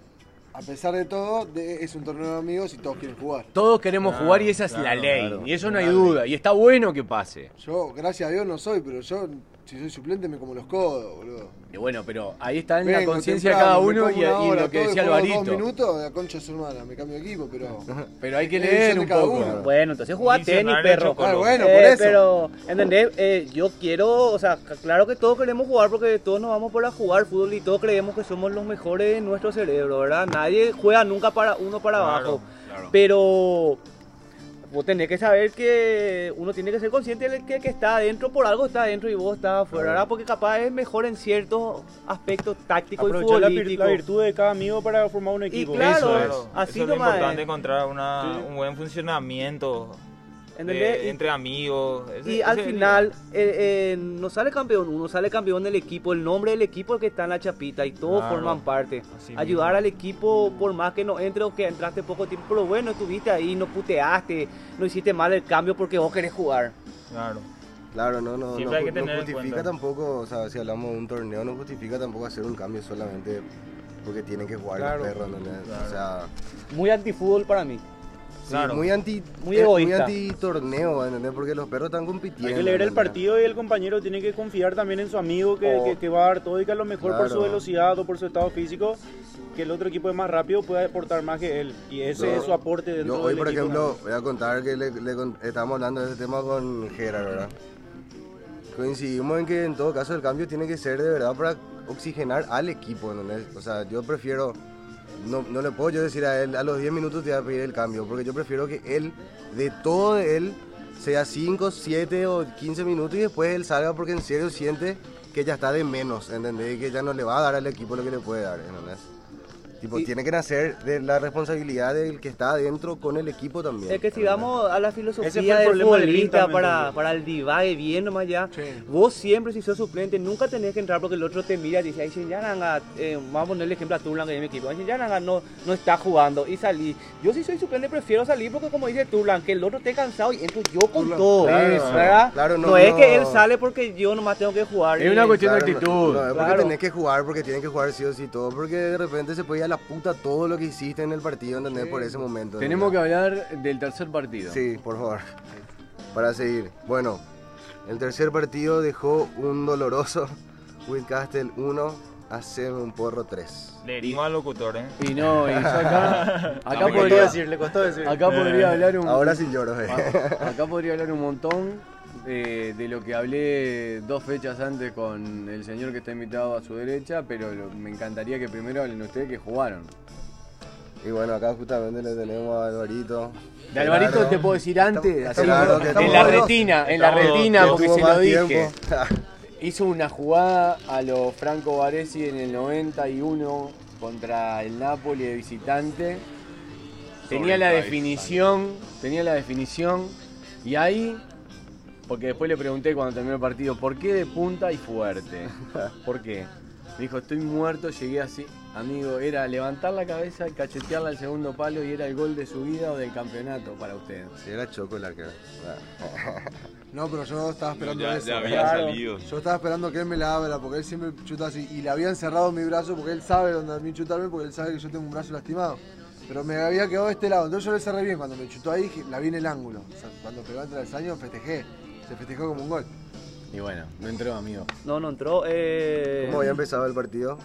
Speaker 4: a pesar de todo, de- es un torneo de amigos y todos quieren jugar.
Speaker 1: Todos queremos
Speaker 3: Claro,
Speaker 1: jugar y esa es
Speaker 3: claro,
Speaker 1: la ley.
Speaker 3: claro.
Speaker 1: y eso no hay duda. Y está bueno que pase.
Speaker 4: Yo, gracias a Dios, no soy, pero yo, si soy suplente, me como los codos, boludo.
Speaker 1: Y bueno, pero ahí está en la
Speaker 4: Vengo
Speaker 1: conciencia de
Speaker 4: temprano,
Speaker 1: cada
Speaker 4: me
Speaker 1: uno
Speaker 4: como
Speaker 1: y,
Speaker 4: una
Speaker 1: y
Speaker 4: hora,
Speaker 1: lo que
Speaker 4: todo,
Speaker 1: decía
Speaker 4: juego dos
Speaker 1: Alvarito.
Speaker 4: minutos, la concha de su hermana, me cambio de equipo, pero...
Speaker 1: Pero hay que
Speaker 4: Es
Speaker 1: leer
Speaker 4: decisión
Speaker 1: un
Speaker 4: de cada
Speaker 1: poco.
Speaker 4: uno.
Speaker 8: Bueno, entonces juega tenis,
Speaker 3: Diccionario
Speaker 8: perro.
Speaker 3: Chocolate.
Speaker 4: Ah, bueno,
Speaker 8: Eh,
Speaker 4: por eso.
Speaker 8: Pero, ¿entendés? Eh, yo quiero, o sea, c- claro que todos queremos jugar porque todos nos vamos para jugar fútbol y todos creemos que somos los mejores de nuestro cerebro, ¿verdad? Nadie juega nunca para uno para
Speaker 3: Claro,
Speaker 8: abajo.
Speaker 3: claro.
Speaker 8: Pero vos tenés que saber que uno tiene que ser consciente de que el que está adentro por algo está adentro y vos estás afuera, ¿verdad? Porque capaz es mejor en ciertos aspectos tácticos y
Speaker 6: Aprovechar la, vir- la
Speaker 8: futbolísticos.
Speaker 6: virtud de cada amigo para formar un equipo.
Speaker 8: claro,
Speaker 3: Eso es.
Speaker 8: Claro. así
Speaker 3: Eso es lo
Speaker 8: nomás,
Speaker 3: importante
Speaker 8: eh.
Speaker 3: encontrar una- un buen funcionamiento
Speaker 8: ¿Entendés?
Speaker 3: de-
Speaker 8: Y-
Speaker 3: Eh, entre amigos. Ese-
Speaker 8: Y al
Speaker 3: ese es el-
Speaker 8: final eh, eh, no sale campeón uno, sale campeón del equipo, el nombre del equipo es el que está en la chapita y todos
Speaker 3: Claro,
Speaker 8: forman parte.
Speaker 3: así
Speaker 8: Ayudar
Speaker 3: mismo.
Speaker 8: al equipo por más que no entre o que entraste poco tiempo, pero bueno, estuviste ahí, no puteaste, no hiciste mal el cambio porque vos querés jugar.
Speaker 3: Claro.
Speaker 2: Claro, no, no, no,
Speaker 3: Siempre hay que
Speaker 2: ju- no
Speaker 3: tener en
Speaker 2: justifica
Speaker 3: cuenta.
Speaker 2: tampoco, o sea, si hablamos de un torneo, no justifica tampoco hacer un cambio solamente porque tienen que jugar
Speaker 6: Claro.
Speaker 2: los perros, ¿no? O sea,
Speaker 8: Muy antifútbol para mí.
Speaker 2: sí,
Speaker 3: Claro.
Speaker 2: muy anti
Speaker 8: Muy
Speaker 2: eh,
Speaker 8: egoísta.
Speaker 2: anti torneo, ¿entendés? Porque los perros están compitiendo.
Speaker 6: Hay que leer el
Speaker 2: ¿entendés?
Speaker 6: partido y el compañero tiene que confiar también en su amigo que, que- que va a dar todo y que a lo mejor por su
Speaker 2: Oh. Claro.
Speaker 6: velocidad o por su estado físico, que el otro equipo es más rápido, puede aportar más que él. Y ese
Speaker 2: Yo-
Speaker 6: es su aporte dentro
Speaker 2: Yo hoy,
Speaker 6: del
Speaker 2: por
Speaker 6: equipo
Speaker 2: ejemplo,
Speaker 6: también.
Speaker 2: voy a contar que le, le con- estábamos hablando de este tema con Gerard, ¿verdad? Coincidimos en que en todo caso el cambio tiene que ser de verdad para oxigenar al equipo, ¿entendés? O sea, yo prefiero, no, no le puedo yo decir a él, a los 10 minutos te voy a pedir el cambio, porque yo prefiero que él, de todo de él, sea 5, 7 o 15 minutos y después él salga porque en serio siente que ya está de menos, ¿entendés? Y que ya no le va a dar al equipo lo que le puede dar, ¿entendés? Tipo, tiene que nacer de la responsabilidad del que está adentro con el equipo también.
Speaker 8: Es que si
Speaker 2: ¿entendés?
Speaker 8: vamos a la
Speaker 6: Ese fue el
Speaker 8: filosofía del
Speaker 6: problema del Inter
Speaker 8: futbolista
Speaker 6: también,
Speaker 8: para,
Speaker 6: también.
Speaker 8: para el divague bien nomás ya, vos siempre si sos suplente nunca tenés que entrar porque el otro te mira y dice, ay, Shinyananga, eh, vamos a ponerle ejemplo a Turlan que es mi equipo, ay, Shinyananga no, no está jugando y salí. Yo si soy suplente prefiero salir porque como dice Turlan, que el otro esté cansado y entro yo con
Speaker 2: Turlan,
Speaker 8: todo,
Speaker 2: claro,
Speaker 8: ¿verdad?
Speaker 2: claro, no,
Speaker 8: no, es
Speaker 2: no.
Speaker 8: que él sale porque yo nomás tengo que jugar.
Speaker 1: Es
Speaker 8: y-
Speaker 1: una cuestión de
Speaker 2: Claro, no-
Speaker 1: actitud.
Speaker 2: no, es porque
Speaker 8: Claro.
Speaker 2: tenés que jugar, porque tienen que jugar sí o sí todo, porque de repente se puede ir a la puta todo lo que hiciste en el partido, ¿entendés? Por ese momento.
Speaker 1: Tenemos que
Speaker 2: ¿entendés?
Speaker 1: hablar del tercer partido.
Speaker 2: Sí, por favor. Para seguir. Bueno, el tercer partido dejó un doloroso Whitcastle 1 a Seven un porro 3.
Speaker 3: Le herimos al locutor, ¿eh?
Speaker 1: Y no, y yo acá, acá
Speaker 7: me
Speaker 1: podría,
Speaker 6: le costó decir.
Speaker 1: acá podría hablar un
Speaker 2: Ahora sin lloros, eh.
Speaker 1: Ah, Acá podría hablar un montón eh, de lo que hablé dos fechas antes con el señor que está invitado a su derecha, pero lo- me encantaría que primero hablen ustedes que jugaron.
Speaker 2: Y bueno, acá justamente le tenemos a Alvarito.
Speaker 1: De Alvarito
Speaker 2: Claro.
Speaker 1: te puedo decir antes,
Speaker 2: Estamos-
Speaker 1: así,
Speaker 2: claro que
Speaker 1: en
Speaker 2: estamos
Speaker 1: la
Speaker 2: dos.
Speaker 1: retina, en la
Speaker 3: Estamos dos,
Speaker 1: retina,
Speaker 3: que
Speaker 1: porque
Speaker 2: tuvo
Speaker 1: se lo
Speaker 2: más
Speaker 1: dije.
Speaker 2: tiempo.
Speaker 1: Hizo una jugada a lo Franco Baresi en el 91 contra el Napoli de visitante. Tenía la definición, tenía la definición. Y ahí, porque después le pregunté cuando terminó el (laughs) partido, ¿por qué de punta y fuerte? ¿Por qué? Me dijo, estoy muerto, llegué así, amigo, era levantar la cabeza y cachetearla al segundo palo y era el gol de su vida o del campeonato para usted.
Speaker 2: Si era Choco el arquero.
Speaker 4: No, pero yo estaba esperando
Speaker 7: ya,
Speaker 4: eso.
Speaker 7: ya había salido.
Speaker 4: Yo estaba esperando que él me la abra porque él siempre chuta así. Y le habían cerrado mi brazo porque él sabe dónde a mí chutarme porque él sabe que yo tengo un brazo lastimado. Pero me había quedado de este lado. Entonces yo le cerré bien. Cuando me chutó ahí, dije, la vi en el ángulo. O sea, cuando pegó entre el año, festejé. Se festejó como un gol.
Speaker 1: Y bueno, no entró, amigo.
Speaker 8: No, no entró. eh,
Speaker 2: ¿Cómo había empezado el partido?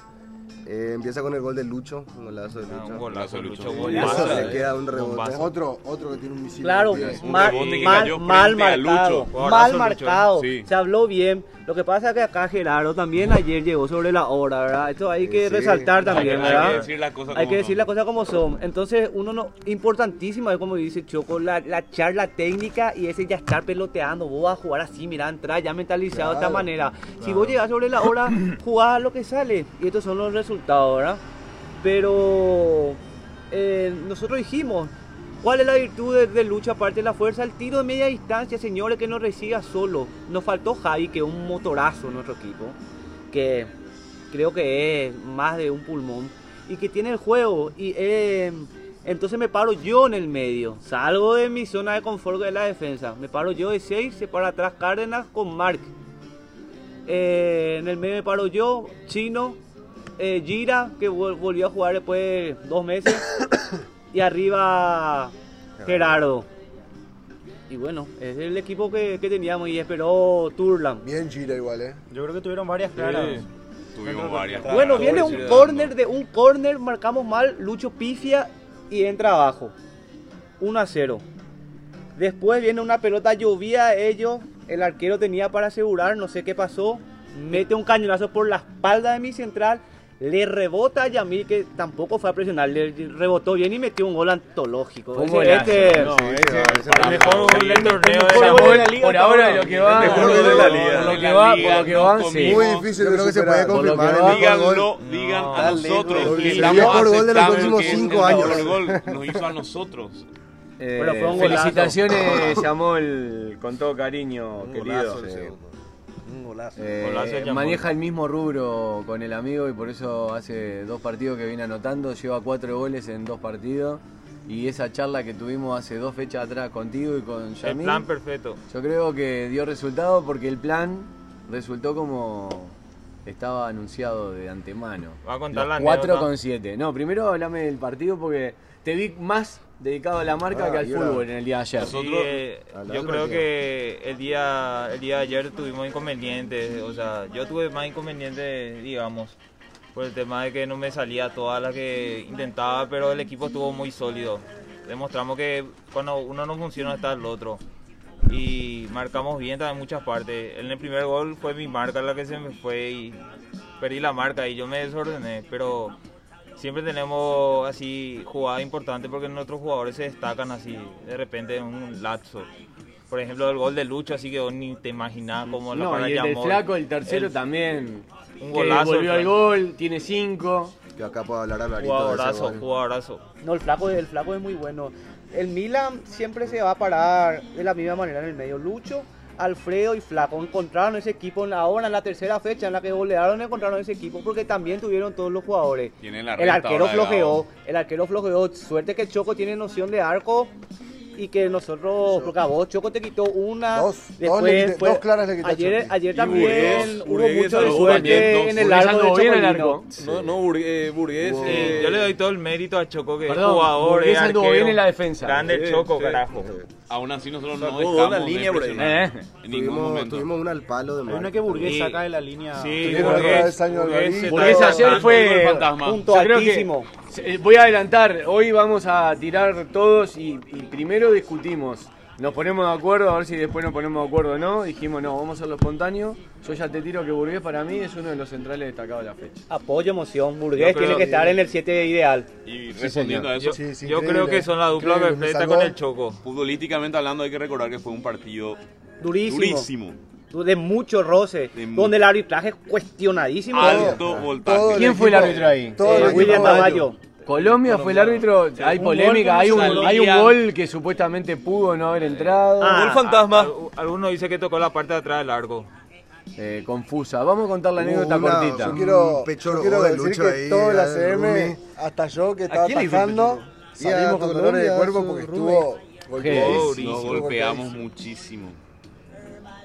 Speaker 2: Eh, empieza con el gol de Lucho, un golazo de
Speaker 3: Ah,
Speaker 2: Lucho.
Speaker 3: un golazo, Lucho.
Speaker 7: Sí,
Speaker 3: golazo.
Speaker 2: le queda un rebote.
Speaker 3: Bombazo.
Speaker 4: Otro, otro que tiene un misil.
Speaker 8: Claro,
Speaker 4: Tiene-
Speaker 7: un
Speaker 8: mal,
Speaker 7: rebote que
Speaker 8: mal,
Speaker 7: cayó
Speaker 8: mal
Speaker 7: frente a
Speaker 8: marcado,
Speaker 7: Lucho.
Speaker 8: mal
Speaker 3: Abrazo,
Speaker 8: marcado.
Speaker 7: Lucho. Sí.
Speaker 8: Se habló bien. Lo que pasa es que acá Gerardo también ayer llegó sobre la hora, ¿verdad? Esto hay que
Speaker 2: Sí.
Speaker 8: resaltar
Speaker 7: Hay que-
Speaker 8: también,
Speaker 7: hay que
Speaker 8: ¿verdad?
Speaker 7: decir las cosas
Speaker 8: Hay
Speaker 7: como
Speaker 8: que decir
Speaker 7: son.
Speaker 8: las cosas como son. Entonces, uno no, importantísimo es como dice Choco, la, la charla técnica y ese ya estar peloteando. Vos vas a jugar así, mira, entrar ya mentalizado de esta
Speaker 4: Claro,
Speaker 8: manera. Si vos llegás sobre la hora, jugás a lo que sale. Y estos son los resultados, ¿verdad? Pero eh, nosotros dijimos, ¿cuál es la virtud de, de lucha aparte de la fuerza? El tiro de media distancia, señores, que no reciba solo. Nos faltó Javi, que es un motorazo en nuestro equipo, que creo que es más de un pulmón y que tiene el juego. Y eh, entonces me paro yo en el medio, salgo de mi zona de confort de la defensa, me paro yo de 6, se para atrás Cárdenas con Mark. Eh, en el medio me paro yo, Chino, eh, Gira, que vol- volvió a jugar después de dos meses, (coughs) y arriba Gerardo. Y bueno, es el equipo que, que teníamos y esperó Turlan.
Speaker 4: Bien gira igual, eh.
Speaker 6: Yo creo que tuvieron varias claras.
Speaker 7: Tuvimos varias.
Speaker 8: Bueno,
Speaker 7: paradas.
Speaker 8: viene un corner de un corner, marcamos mal, Lucho pifia y entra abajo. 1 a 0. Después viene una pelota llovía a ellos, el arquero tenía para asegurar, no sé qué pasó, mete un cañonazo por la espalda de mi central, le rebota a Yamil que tampoco fue a presionar, le rebotó bien y metió un gol antológico.
Speaker 1: Fue un
Speaker 8: Ese-
Speaker 1: golazo,
Speaker 8: este-
Speaker 1: no,
Speaker 2: Sí, se va, se va.
Speaker 3: El mejor gol del torneo de
Speaker 1: Mejor gol de la
Speaker 3: Samuel.
Speaker 1: liga, por ahora de lo que va,
Speaker 7: El mejor
Speaker 1: por
Speaker 7: gol de la liga.
Speaker 1: lo
Speaker 7: De
Speaker 1: que
Speaker 7: la
Speaker 1: va,
Speaker 7: liga
Speaker 1: por lo que
Speaker 7: no
Speaker 1: van, sí.
Speaker 7: comimos.
Speaker 2: Muy difícil, yo creo que se puede
Speaker 4: superar.
Speaker 1: Por lo
Speaker 2: confirmar.
Speaker 1: que
Speaker 2: el
Speaker 1: va,
Speaker 2: mejor
Speaker 7: Díganlo,
Speaker 2: gol.
Speaker 7: digan a
Speaker 1: tan lejos,
Speaker 7: nosotros.
Speaker 2: porque
Speaker 7: que
Speaker 2: el
Speaker 7: estamos
Speaker 2: mejor gol de los
Speaker 7: aceptando Ah, que
Speaker 2: últimos
Speaker 7: es
Speaker 2: cinco
Speaker 7: el mejor
Speaker 2: años.
Speaker 7: gol nos hizo a nosotros.
Speaker 1: Eh,
Speaker 8: Bueno, fue un golazo. (laughs)
Speaker 1: felicitaciones, Yamol, con todo cariño, querido.
Speaker 2: Sí.
Speaker 9: Un golazo.
Speaker 1: Eh,
Speaker 3: Golazo de Yamol.
Speaker 1: maneja el mismo rubro con el amigo y por eso hace dos partidos que viene anotando, lleva cuatro goles en dos partidos. Y esa charla que tuvimos hace dos fechas atrás contigo y con
Speaker 3: El
Speaker 1: Yamil,
Speaker 3: plan perfecto.
Speaker 1: yo creo que dio resultado porque el plan resultó como estaba anunciado de antemano.
Speaker 3: Va a contar
Speaker 1: Los
Speaker 3: la
Speaker 1: cuatro
Speaker 3: anécdota.
Speaker 1: con siete. No, primero hablame del partido porque te vi más dedicado a la marca
Speaker 2: Ah,
Speaker 1: que al
Speaker 2: y ahora-
Speaker 1: fútbol en el día de ayer.
Speaker 3: Sí,
Speaker 7: Nosotros-
Speaker 3: eh,
Speaker 2: Adelante,
Speaker 3: yo creo
Speaker 2: Martín.
Speaker 3: que el día, el día de ayer tuvimos inconvenientes, o sea, yo tuve más inconvenientes, digamos, por el tema de que no me salía toda la que intentaba, pero el equipo estuvo muy sólido. Demostramos que cuando uno no funciona está el otro. Y marcamos bien también en muchas partes. En el primer gol fue mi marca la que se me fue y perdí la marca y yo me desordené, pero Siempre tenemos así jugada importante porque nuestros jugadores se destacan así de repente en un lapso. Por ejemplo, el gol de Lucho, así que vos ni te imaginás cómo la
Speaker 1: No,
Speaker 3: para
Speaker 1: y el del
Speaker 3: Yamol.
Speaker 1: flaco, el tercero
Speaker 3: El-
Speaker 1: también.
Speaker 3: un
Speaker 1: Que
Speaker 3: golazo,
Speaker 1: Volvió al
Speaker 3: Fran.
Speaker 1: gol, tiene cinco.
Speaker 2: Yo acá puedo hablar a Larito de ese
Speaker 3: Jugadorazo,
Speaker 2: gol.
Speaker 3: jugadorazo.
Speaker 8: No, el flaco, el flaco es muy bueno. El Milan siempre se va a parar de la misma manera en el medio. Lucho, Alfredo y Flaco encontraron ese equipo en la- ahora, en la tercera fecha en la que golearon, encontraron ese equipo porque también tuvieron todos los jugadores.
Speaker 7: Tienen la
Speaker 8: el
Speaker 7: recta
Speaker 8: arquero
Speaker 7: ahora de lado.
Speaker 8: flojeó, el arquero flojeó. Suerte que Choco tiene noción de arco y que nosotros, porque a vos Choco te quitó una,
Speaker 4: Dos, dos le quité- dos claras le quité a
Speaker 8: ayer,
Speaker 4: Choco.
Speaker 8: ayer
Speaker 7: Y
Speaker 8: también
Speaker 7: Burgués,
Speaker 8: hubo
Speaker 7: Burgués
Speaker 8: mucho de
Speaker 7: anduvo
Speaker 8: suerte
Speaker 7: también, dos.
Speaker 8: en el
Speaker 1: Burgués
Speaker 8: arco
Speaker 1: anduvo
Speaker 8: de
Speaker 1: bien en el
Speaker 8: Chocolino.
Speaker 1: arco.
Speaker 5: No, no, Burgués. Burgués
Speaker 3: Sí,
Speaker 5: eh,
Speaker 3: yo le doy todo el mérito a Choco que
Speaker 1: Perdón,
Speaker 3: es jugador,
Speaker 1: Burgués
Speaker 3: es
Speaker 1: anduvo
Speaker 3: arquero.
Speaker 1: bien en la defensa.
Speaker 3: Grande el
Speaker 5: Sí,
Speaker 3: Choco,
Speaker 5: sí.
Speaker 3: carajo.
Speaker 7: Aún así nosotros
Speaker 5: Sacó
Speaker 7: no
Speaker 5: dos la
Speaker 7: estamos de
Speaker 5: línea por ahí.
Speaker 1: Eh,
Speaker 7: impresionar en ningún
Speaker 2: Tuvimos,
Speaker 7: momento.
Speaker 2: tuvimos una al palo de
Speaker 6: Hay una
Speaker 2: Marco.
Speaker 6: que Burgués
Speaker 3: Y-
Speaker 6: saca de la línea.
Speaker 3: Sí,
Speaker 4: Tuvimos otra vez
Speaker 3: Burgués,
Speaker 4: año
Speaker 3: Burgués,
Speaker 4: Alvarito.
Speaker 3: se
Speaker 1: Burgués
Speaker 3: está
Speaker 1: ayer
Speaker 7: Tanto
Speaker 1: fue
Speaker 7: el fantasma.
Speaker 8: Punto
Speaker 1: Yo creo
Speaker 8: altísimo.
Speaker 1: que- se- eh, voy a adelantar, hoy vamos a tirar todos y, y primero discutimos. Nos ponemos de acuerdo, a ver si después nos ponemos de acuerdo o no. Dijimos, no, vamos a hacerlo espontáneo. Yo ya te tiro que Burgués para mí es uno de los centrales destacados de la fecha.
Speaker 8: Apoyo, emoción. Burgués
Speaker 3: Yo creo
Speaker 8: tiene que
Speaker 3: que-
Speaker 8: estar en el 7 ideal.
Speaker 7: Y respondiendo a eso,
Speaker 3: Yo,
Speaker 4: Sí, sí,
Speaker 3: yo
Speaker 4: increíble.
Speaker 3: creo que son la dupla
Speaker 4: Increíble, me
Speaker 3: perfecta
Speaker 4: sacó.
Speaker 3: con el Choco.
Speaker 7: futbolísticamente hablando, hay que recordar que fue un partido
Speaker 8: Durísimo.
Speaker 7: durísimo.
Speaker 8: De mucho roce.
Speaker 7: De mu-
Speaker 8: donde el arbitraje es cuestionadísimo. Ah.
Speaker 7: Alto
Speaker 4: Todo el
Speaker 7: voltaje.
Speaker 1: ¿Quién fue el
Speaker 4: equipo-
Speaker 1: árbitro ahí?
Speaker 4: todo
Speaker 8: Eh,
Speaker 4: el equipo
Speaker 8: William
Speaker 4: ganó.
Speaker 8: Navallo.
Speaker 1: Colombia fue el árbitro, hay
Speaker 3: Un
Speaker 1: polémica,
Speaker 3: gol
Speaker 1: hay un,
Speaker 7: salía.
Speaker 1: hay un gol que supuestamente pudo no haber entrado.
Speaker 8: Ah,
Speaker 9: Gol fantasma.
Speaker 3: Algunos dicen que tocó la parte de atrás del largo.
Speaker 1: eh, confusa. Vamos a contar la
Speaker 2: Hubo
Speaker 1: anécdota
Speaker 2: una-
Speaker 1: cortita.
Speaker 2: un
Speaker 4: Uh, Yo quiero,
Speaker 2: pechoro
Speaker 4: yo quiero
Speaker 2: de
Speaker 4: decir
Speaker 2: Lucho
Speaker 4: que
Speaker 2: ahí,
Speaker 4: todo el
Speaker 2: a ver,
Speaker 4: ACM,
Speaker 2: Rumi.
Speaker 4: hasta yo que estaba
Speaker 1: quién le hizo el
Speaker 4: atajando,
Speaker 1: pechero?
Speaker 4: salimos
Speaker 1: Salimos
Speaker 4: con
Speaker 1: con
Speaker 4: dolores de
Speaker 1: Colombia,
Speaker 4: cuerpo
Speaker 1: su
Speaker 4: porque
Speaker 1: Rumi.
Speaker 4: estuvo
Speaker 1: Durísimo,
Speaker 7: Nos
Speaker 4: golpeadísimo.
Speaker 7: golpeamos muchísimo.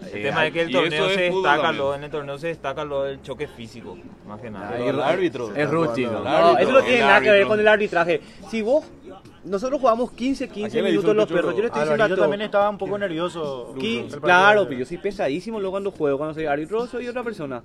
Speaker 3: El tema es que el torneo se destaca, lo, en el torneo se destaca lo del choque físico, más que nada.
Speaker 1: Ahí
Speaker 5: el árbitro.
Speaker 1: Es rústico.
Speaker 5: Está
Speaker 8: No, eso no
Speaker 7: árbitro, el
Speaker 8: tiene nada que ver
Speaker 7: árbitro.
Speaker 8: con el arbitraje. Si vos, nosotros jugamos 15, 15
Speaker 5: quién le
Speaker 8: minutos
Speaker 5: hizo el
Speaker 8: los perros. Yo le estoy diciendo a
Speaker 6: yo
Speaker 8: todos,
Speaker 6: también estaba un poco nervioso.
Speaker 8: qui-
Speaker 6: Lucho.
Speaker 8: Claro, pero yo soy pesadísimo luego cuando juego, cuando soy árbitro soy otra persona.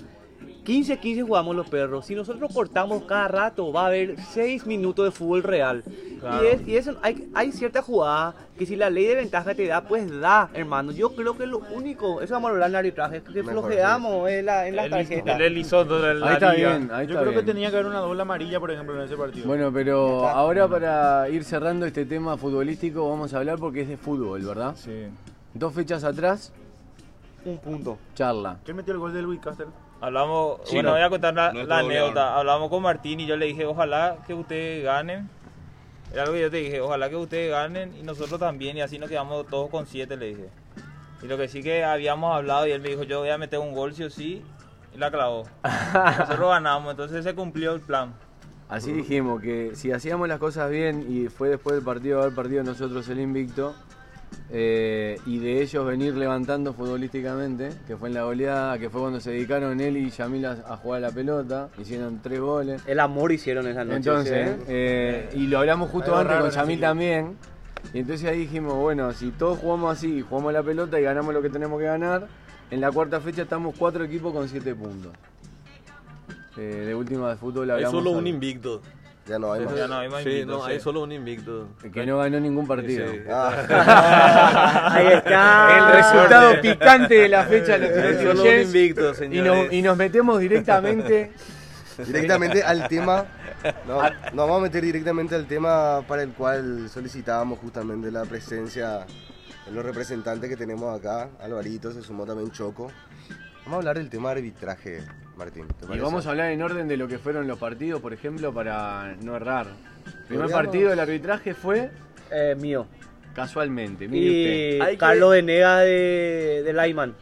Speaker 8: 15, 15 jugamos los perros. Si nosotros cortamos cada rato, va a haber 6 minutos de fútbol real.
Speaker 3: Claro.
Speaker 8: Y, es- y eso, hay, hay cierta jugada que si la ley de ventaja te da, pues da, hermano. Yo creo que lo único, eso vamos a hablar en el arbitraje, es que
Speaker 2: Mejor,
Speaker 8: flojeamos en la, en las
Speaker 3: Él-
Speaker 8: tarjetas.
Speaker 3: él deslizó toda la
Speaker 1: Ahí está
Speaker 3: liga.
Speaker 1: bien, ahí
Speaker 6: Yo
Speaker 1: está
Speaker 6: creo que
Speaker 1: bien.
Speaker 6: tenía que haber una doble amarilla, por ejemplo, en ese partido.
Speaker 1: Bueno, pero ahora para ir cerrando este tema futbolístico vamos a hablar porque es de fútbol, ¿verdad?
Speaker 6: Sí.
Speaker 1: Dos fechas atrás,
Speaker 8: Un punto.
Speaker 1: charla.
Speaker 6: ¿Quién metió el gol de Luis Caster?
Speaker 3: Hablamos,
Speaker 7: Sí,
Speaker 3: bueno,
Speaker 7: no.
Speaker 3: voy a contar la,
Speaker 7: Nuestro
Speaker 3: la
Speaker 7: goleador.
Speaker 3: anécdota. Hablamos con Martín y yo le dije, ojalá que ustedes ganen. Era lo que yo te dije, ojalá que ustedes ganen y nosotros también, y así nos quedamos todos con siete, le dije. Y lo que sí que habíamos hablado, y él me dijo, yo voy a meter un gol sí o sí, y la clavó. Nosotros ganamos, entonces se cumplió el plan.
Speaker 1: Así dijimos que si hacíamos las cosas bien y fue después del partido haber perdido nosotros el invicto eh, y de ellos venir levantando futbolísticamente, que fue en la goleada, que fue cuando se dedicaron él y Yamil a, a jugar a la pelota, hicieron tres goles.
Speaker 8: El amor hicieron esa noche.
Speaker 1: Entonces,
Speaker 8: ¿eh?
Speaker 1: eh, y lo hablamos justo
Speaker 6: Algo
Speaker 1: antes
Speaker 6: raro
Speaker 1: con
Speaker 6: en el
Speaker 1: Yamil
Speaker 6: equipo.
Speaker 1: también. Y entonces ahí dijimos, bueno, si todos jugamos así, jugamos la pelota y ganamos lo que tenemos que ganar, en la cuarta fecha estamos cuatro equipos con siete puntos. Eh, de última de fútbol
Speaker 5: Hay
Speaker 1: hablamos.
Speaker 5: solo un
Speaker 1: algo.
Speaker 5: invicto.
Speaker 2: Ya no hay más.
Speaker 3: Ya no hay más
Speaker 5: Sí,
Speaker 3: invictos,
Speaker 5: no, hay
Speaker 3: sí.
Speaker 5: solo un invicto.
Speaker 1: Que no ganó ningún partido.
Speaker 5: Sí.
Speaker 2: Ah.
Speaker 8: Ahí
Speaker 1: (laughs)
Speaker 8: está.
Speaker 1: El
Speaker 5: (laughs)
Speaker 1: resultado picante de la fecha lo tiró
Speaker 5: Hay solo un
Speaker 1: Timoyes,
Speaker 5: invicto,
Speaker 1: y nos,
Speaker 5: señores.
Speaker 1: y nos
Speaker 5: (laughs)
Speaker 1: metemos directamente.
Speaker 2: Directamente al tema. No, nos vamos a meter directamente al tema para el cual solicitábamos justamente la presencia de los representantes que tenemos acá. Alvarito, se sumó también Choco. Vamos a hablar del tema arbitraje, Martín. ¿te
Speaker 1: Y
Speaker 2: parece?
Speaker 1: vamos a hablar en orden de lo que fueron los partidos, por ejemplo, para no errar. Primer
Speaker 2: Podríamos-
Speaker 1: partido, el arbitraje fue
Speaker 8: Eh, mío.
Speaker 1: casualmente. Mire usted.
Speaker 8: Y
Speaker 5: Hay que-
Speaker 8: Carlos Venegas de, de Lyman.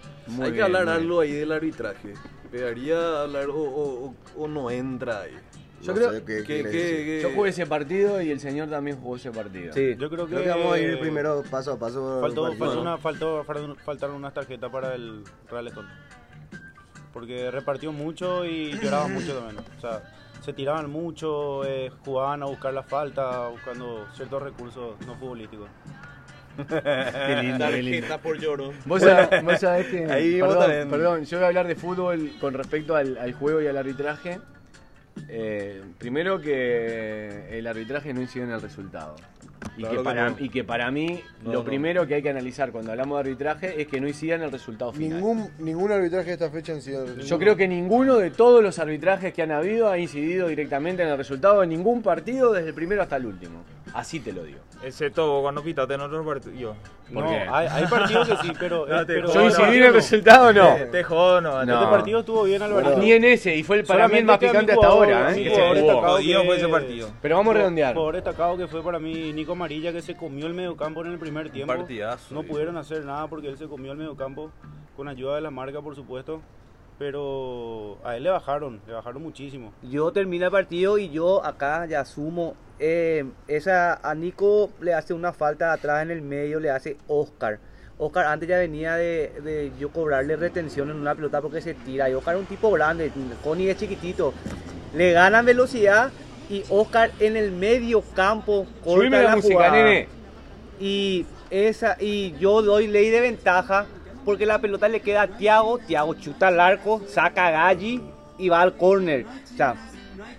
Speaker 5: Hay
Speaker 1: Muy
Speaker 5: que
Speaker 1: bien,
Speaker 5: hablar
Speaker 1: muy bien.
Speaker 5: algo ahí del arbitraje. Pegaría hablar o, o- o- o no entra ahí.
Speaker 1: Yo
Speaker 2: No
Speaker 1: creo
Speaker 2: sé qué
Speaker 5: Que-
Speaker 2: quieres
Speaker 5: que-
Speaker 2: decir.
Speaker 5: que-
Speaker 1: Yo jugué ese partido y el señor también jugó ese partido.
Speaker 8: Sí.
Speaker 6: Yo creo que.
Speaker 2: Creo que vamos a ir primero paso a paso.
Speaker 6: Faltó,
Speaker 2: partido.
Speaker 6: faltó una- faltó- faltaron- faltaron unas tarjetas para el Real Escon. Porque repartió mucho y lloraban mucho también. O sea, se tiraban mucho, eh, jugaban a buscar la falta, buscando ciertos recursos no futbolísticos.
Speaker 1: Qué lindo, qué lindo.
Speaker 7: Ah, Tarjeta por lloro.
Speaker 1: Vos sabés, vos sabés que.
Speaker 5: Ahí vos
Speaker 1: perdón,
Speaker 5: también.
Speaker 1: perdón, yo voy a hablar de fútbol con respecto al, al juego y al arbitraje. Eh, primero que el arbitraje no incide en el resultado. Y,
Speaker 5: Claro
Speaker 1: que
Speaker 5: que
Speaker 1: para,
Speaker 5: no.
Speaker 1: y que para mí
Speaker 5: No,
Speaker 1: lo
Speaker 5: no.
Speaker 1: primero que hay que analizar cuando hablamos de arbitraje es que no incida en el resultado final.
Speaker 4: Ningún, ningún arbitraje de esta fecha han sido. ninguno.
Speaker 1: Yo creo que ninguno de todos los arbitrajes que han habido ha incidido directamente en el resultado de ningún partido desde el primero hasta el último. Así te lo digo.
Speaker 3: Excepto vos cuando pitaste en otro partido.
Speaker 1: ¿Por
Speaker 6: no, ah,
Speaker 1: qué?
Speaker 6: hay, hay partidos que
Speaker 1: (laughs)
Speaker 6: sí, pero.
Speaker 3: No, te
Speaker 6: pero
Speaker 3: jodas. Yo
Speaker 6: este
Speaker 3: incidí
Speaker 6: partido no.
Speaker 1: resultado no.
Speaker 3: Te jodo, no.
Speaker 1: Eh, No.
Speaker 6: Este partido estuvo bien, Alvarito.
Speaker 1: Ni en ese, y fue el, para mí el más
Speaker 6: Solamente que a mi
Speaker 1: picante hasta
Speaker 6: jugador-
Speaker 1: ahora.
Speaker 6: a mi
Speaker 1: ¿eh? Que se
Speaker 6: jugador
Speaker 1: jugó.
Speaker 6: destacado
Speaker 3: Jodido
Speaker 6: que-
Speaker 3: fue ese partido.
Speaker 1: Pero vamos a
Speaker 6: Por-
Speaker 1: redondear.
Speaker 6: Por destacado que fue para mí Nico Amarilla que se comió el mediocampo en el primer tiempo.
Speaker 5: partidazo,
Speaker 6: No
Speaker 5: eh.
Speaker 6: pudieron hacer nada porque él se comió el mediocampo con ayuda de la marca, por supuesto. Pero a él le bajaron, le bajaron muchísimo.
Speaker 8: Yo termino el partido y yo acá ya sumo. eh, esa, a Nico le hace una falta atrás en el medio, le hace Oscar. Oscar antes ya venía de, de yo cobrarle retención en una pelota porque se tira. Y Oscar es un tipo grande, Connie es chiquitito. Le ganan velocidad y Oscar en el medio campo corta
Speaker 1: Subime la, música,
Speaker 8: jugada.
Speaker 1: nene.
Speaker 8: y esa y yo doy ley de ventaja porque la pelota le queda a Tiago, Tiago chuta al arco, saca a Galli y va al córner. O sea,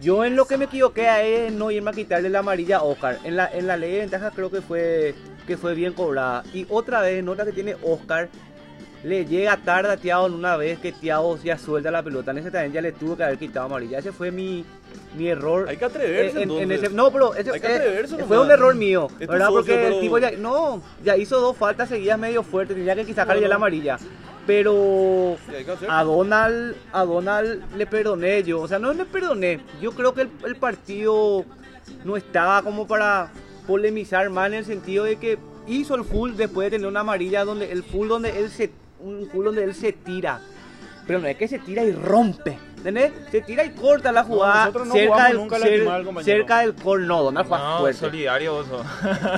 Speaker 8: yo en lo que me equivoqué a él es no irme a quitarle la amarilla a Oscar. En la, en la ley de ventaja creo que fue, que fue bien cobrada. Y otra vez, nota que tiene Oscar, le llega tarde a Tiago en una vez que Tiago ya suelta la pelota. En ese también ya le tuvo que haber quitado amarilla. Ese fue mi, mi error.
Speaker 5: Hay que atreverse,
Speaker 8: Eh, en- en
Speaker 5: entonces.
Speaker 8: ese- no, pero ese-
Speaker 5: Hay que
Speaker 8: eh,
Speaker 5: atreverse
Speaker 8: fue
Speaker 5: nomás.
Speaker 8: un error mío.
Speaker 5: Es tu
Speaker 8: ¿verdad?
Speaker 5: socio,
Speaker 8: Porque
Speaker 5: pero-
Speaker 8: el tipo ya, no, ya hizo dos faltas seguidas medio fuerte, tenía que sacar ya la amarilla. Pero
Speaker 5: Sí, hay que hacer.
Speaker 8: a Donald, a Donald le perdoné yo, o sea, no le perdoné. Yo creo que el, el partido no estaba como para polemizar más en el sentido de que hizo el full después de tener una amarilla donde el full donde él se un full donde él se tira. Pero no es que se tira y rompe. ¿Entendés? Se tira y corta la jugada
Speaker 6: nosotros no
Speaker 8: cerca,
Speaker 6: jugamos
Speaker 8: del,
Speaker 6: nunca a
Speaker 8: cer-
Speaker 6: lastimar al compañero.
Speaker 8: cerca del gol. No, Donald juega
Speaker 3: No,
Speaker 8: fuerte.
Speaker 3: solidario vos
Speaker 9: (laughs)
Speaker 3: sos.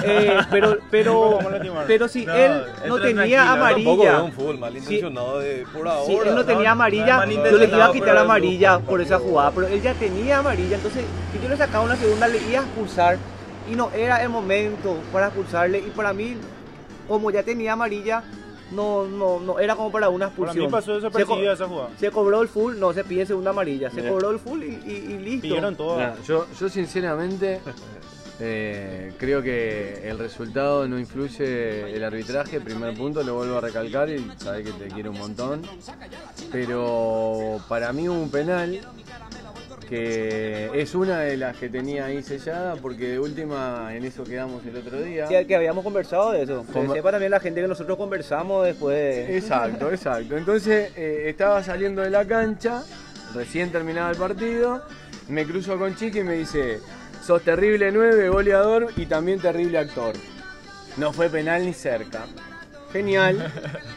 Speaker 8: Eh,
Speaker 6: (laughs)
Speaker 8: pero, pero,
Speaker 6: vamos a lastimar.
Speaker 8: pero si
Speaker 3: No,
Speaker 8: él no
Speaker 3: entra
Speaker 8: tenía
Speaker 3: tranquilo,
Speaker 5: Tampoco veo
Speaker 8: amarilla,
Speaker 5: un fútbol malintencionado de por ahora.
Speaker 8: si él no
Speaker 5: ¿no?
Speaker 8: tenía amarilla,
Speaker 3: malintencionado,
Speaker 8: yo le iba a quitar
Speaker 3: pero
Speaker 8: amarilla
Speaker 3: es
Speaker 8: por esa jugada, pero él ya tenía amarilla, entonces si yo le sacaba una segunda le iba a expulsar y no era el momento para expulsarle y para mí, como ya tenía amarilla, no, no, no era como para una
Speaker 6: Para
Speaker 8: expulsión.
Speaker 6: mí pasó
Speaker 8: Se co-
Speaker 6: desapercibida esa jugada.
Speaker 8: se cobró el full, no se pide segunda amarilla, se
Speaker 1: Mira.
Speaker 8: cobró el full y, y- y listo.
Speaker 6: Pidieron todo.
Speaker 1: Nah, yo, yo sinceramente eh, creo que el resultado no influye el arbitraje, primer punto, lo vuelvo a recalcar y sabes que te quiero un montón. Pero para mí hubo un penal que es una de las que tenía ahí sellada porque de última en eso quedamos el otro día.
Speaker 8: Que, que habíamos conversado de eso. Que
Speaker 1: Conver-
Speaker 8: sepa también la gente que nosotros conversamos después. de-
Speaker 1: Exacto, exacto. Entonces eh, estaba saliendo de la cancha, recién terminaba el partido, me cruzo con Chiqui y me dice, sos terrible 9, goleador y también terrible actor. No fue penal ni cerca. Genial.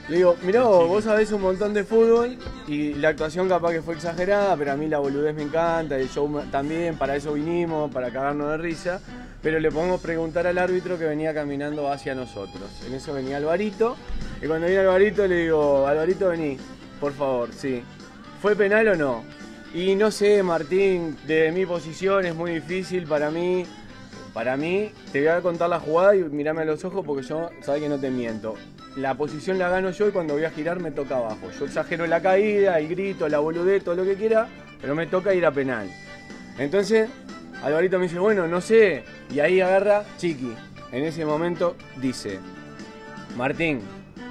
Speaker 1: Le digo, mirá vos, vos sabés un montón de fútbol y la actuación capaz que fue exagerada, pero a mí la boludez me encanta, el show me- también, para eso vinimos, para cagarnos de risa. Pero le podemos preguntar al árbitro que venía caminando hacia nosotros. En eso venía Alvarito. Y cuando viene Alvarito le digo, Alvarito vení, por favor, sí. ¿Fue penal o no? Y no sé, Martín, de mi posición es muy difícil para mí. Para mí, te voy a contar la jugada y mirame a los ojos porque yo, sabes que no te miento. La posición la gano yo y cuando voy a girar me toca abajo. Yo exagero la caída, el grito, la boludez, todo lo que quiera, pero me toca ir a penal. Entonces, Alvarito me dice, bueno, no sé. Y ahí agarra Chiqui. En ese momento dice, Martín,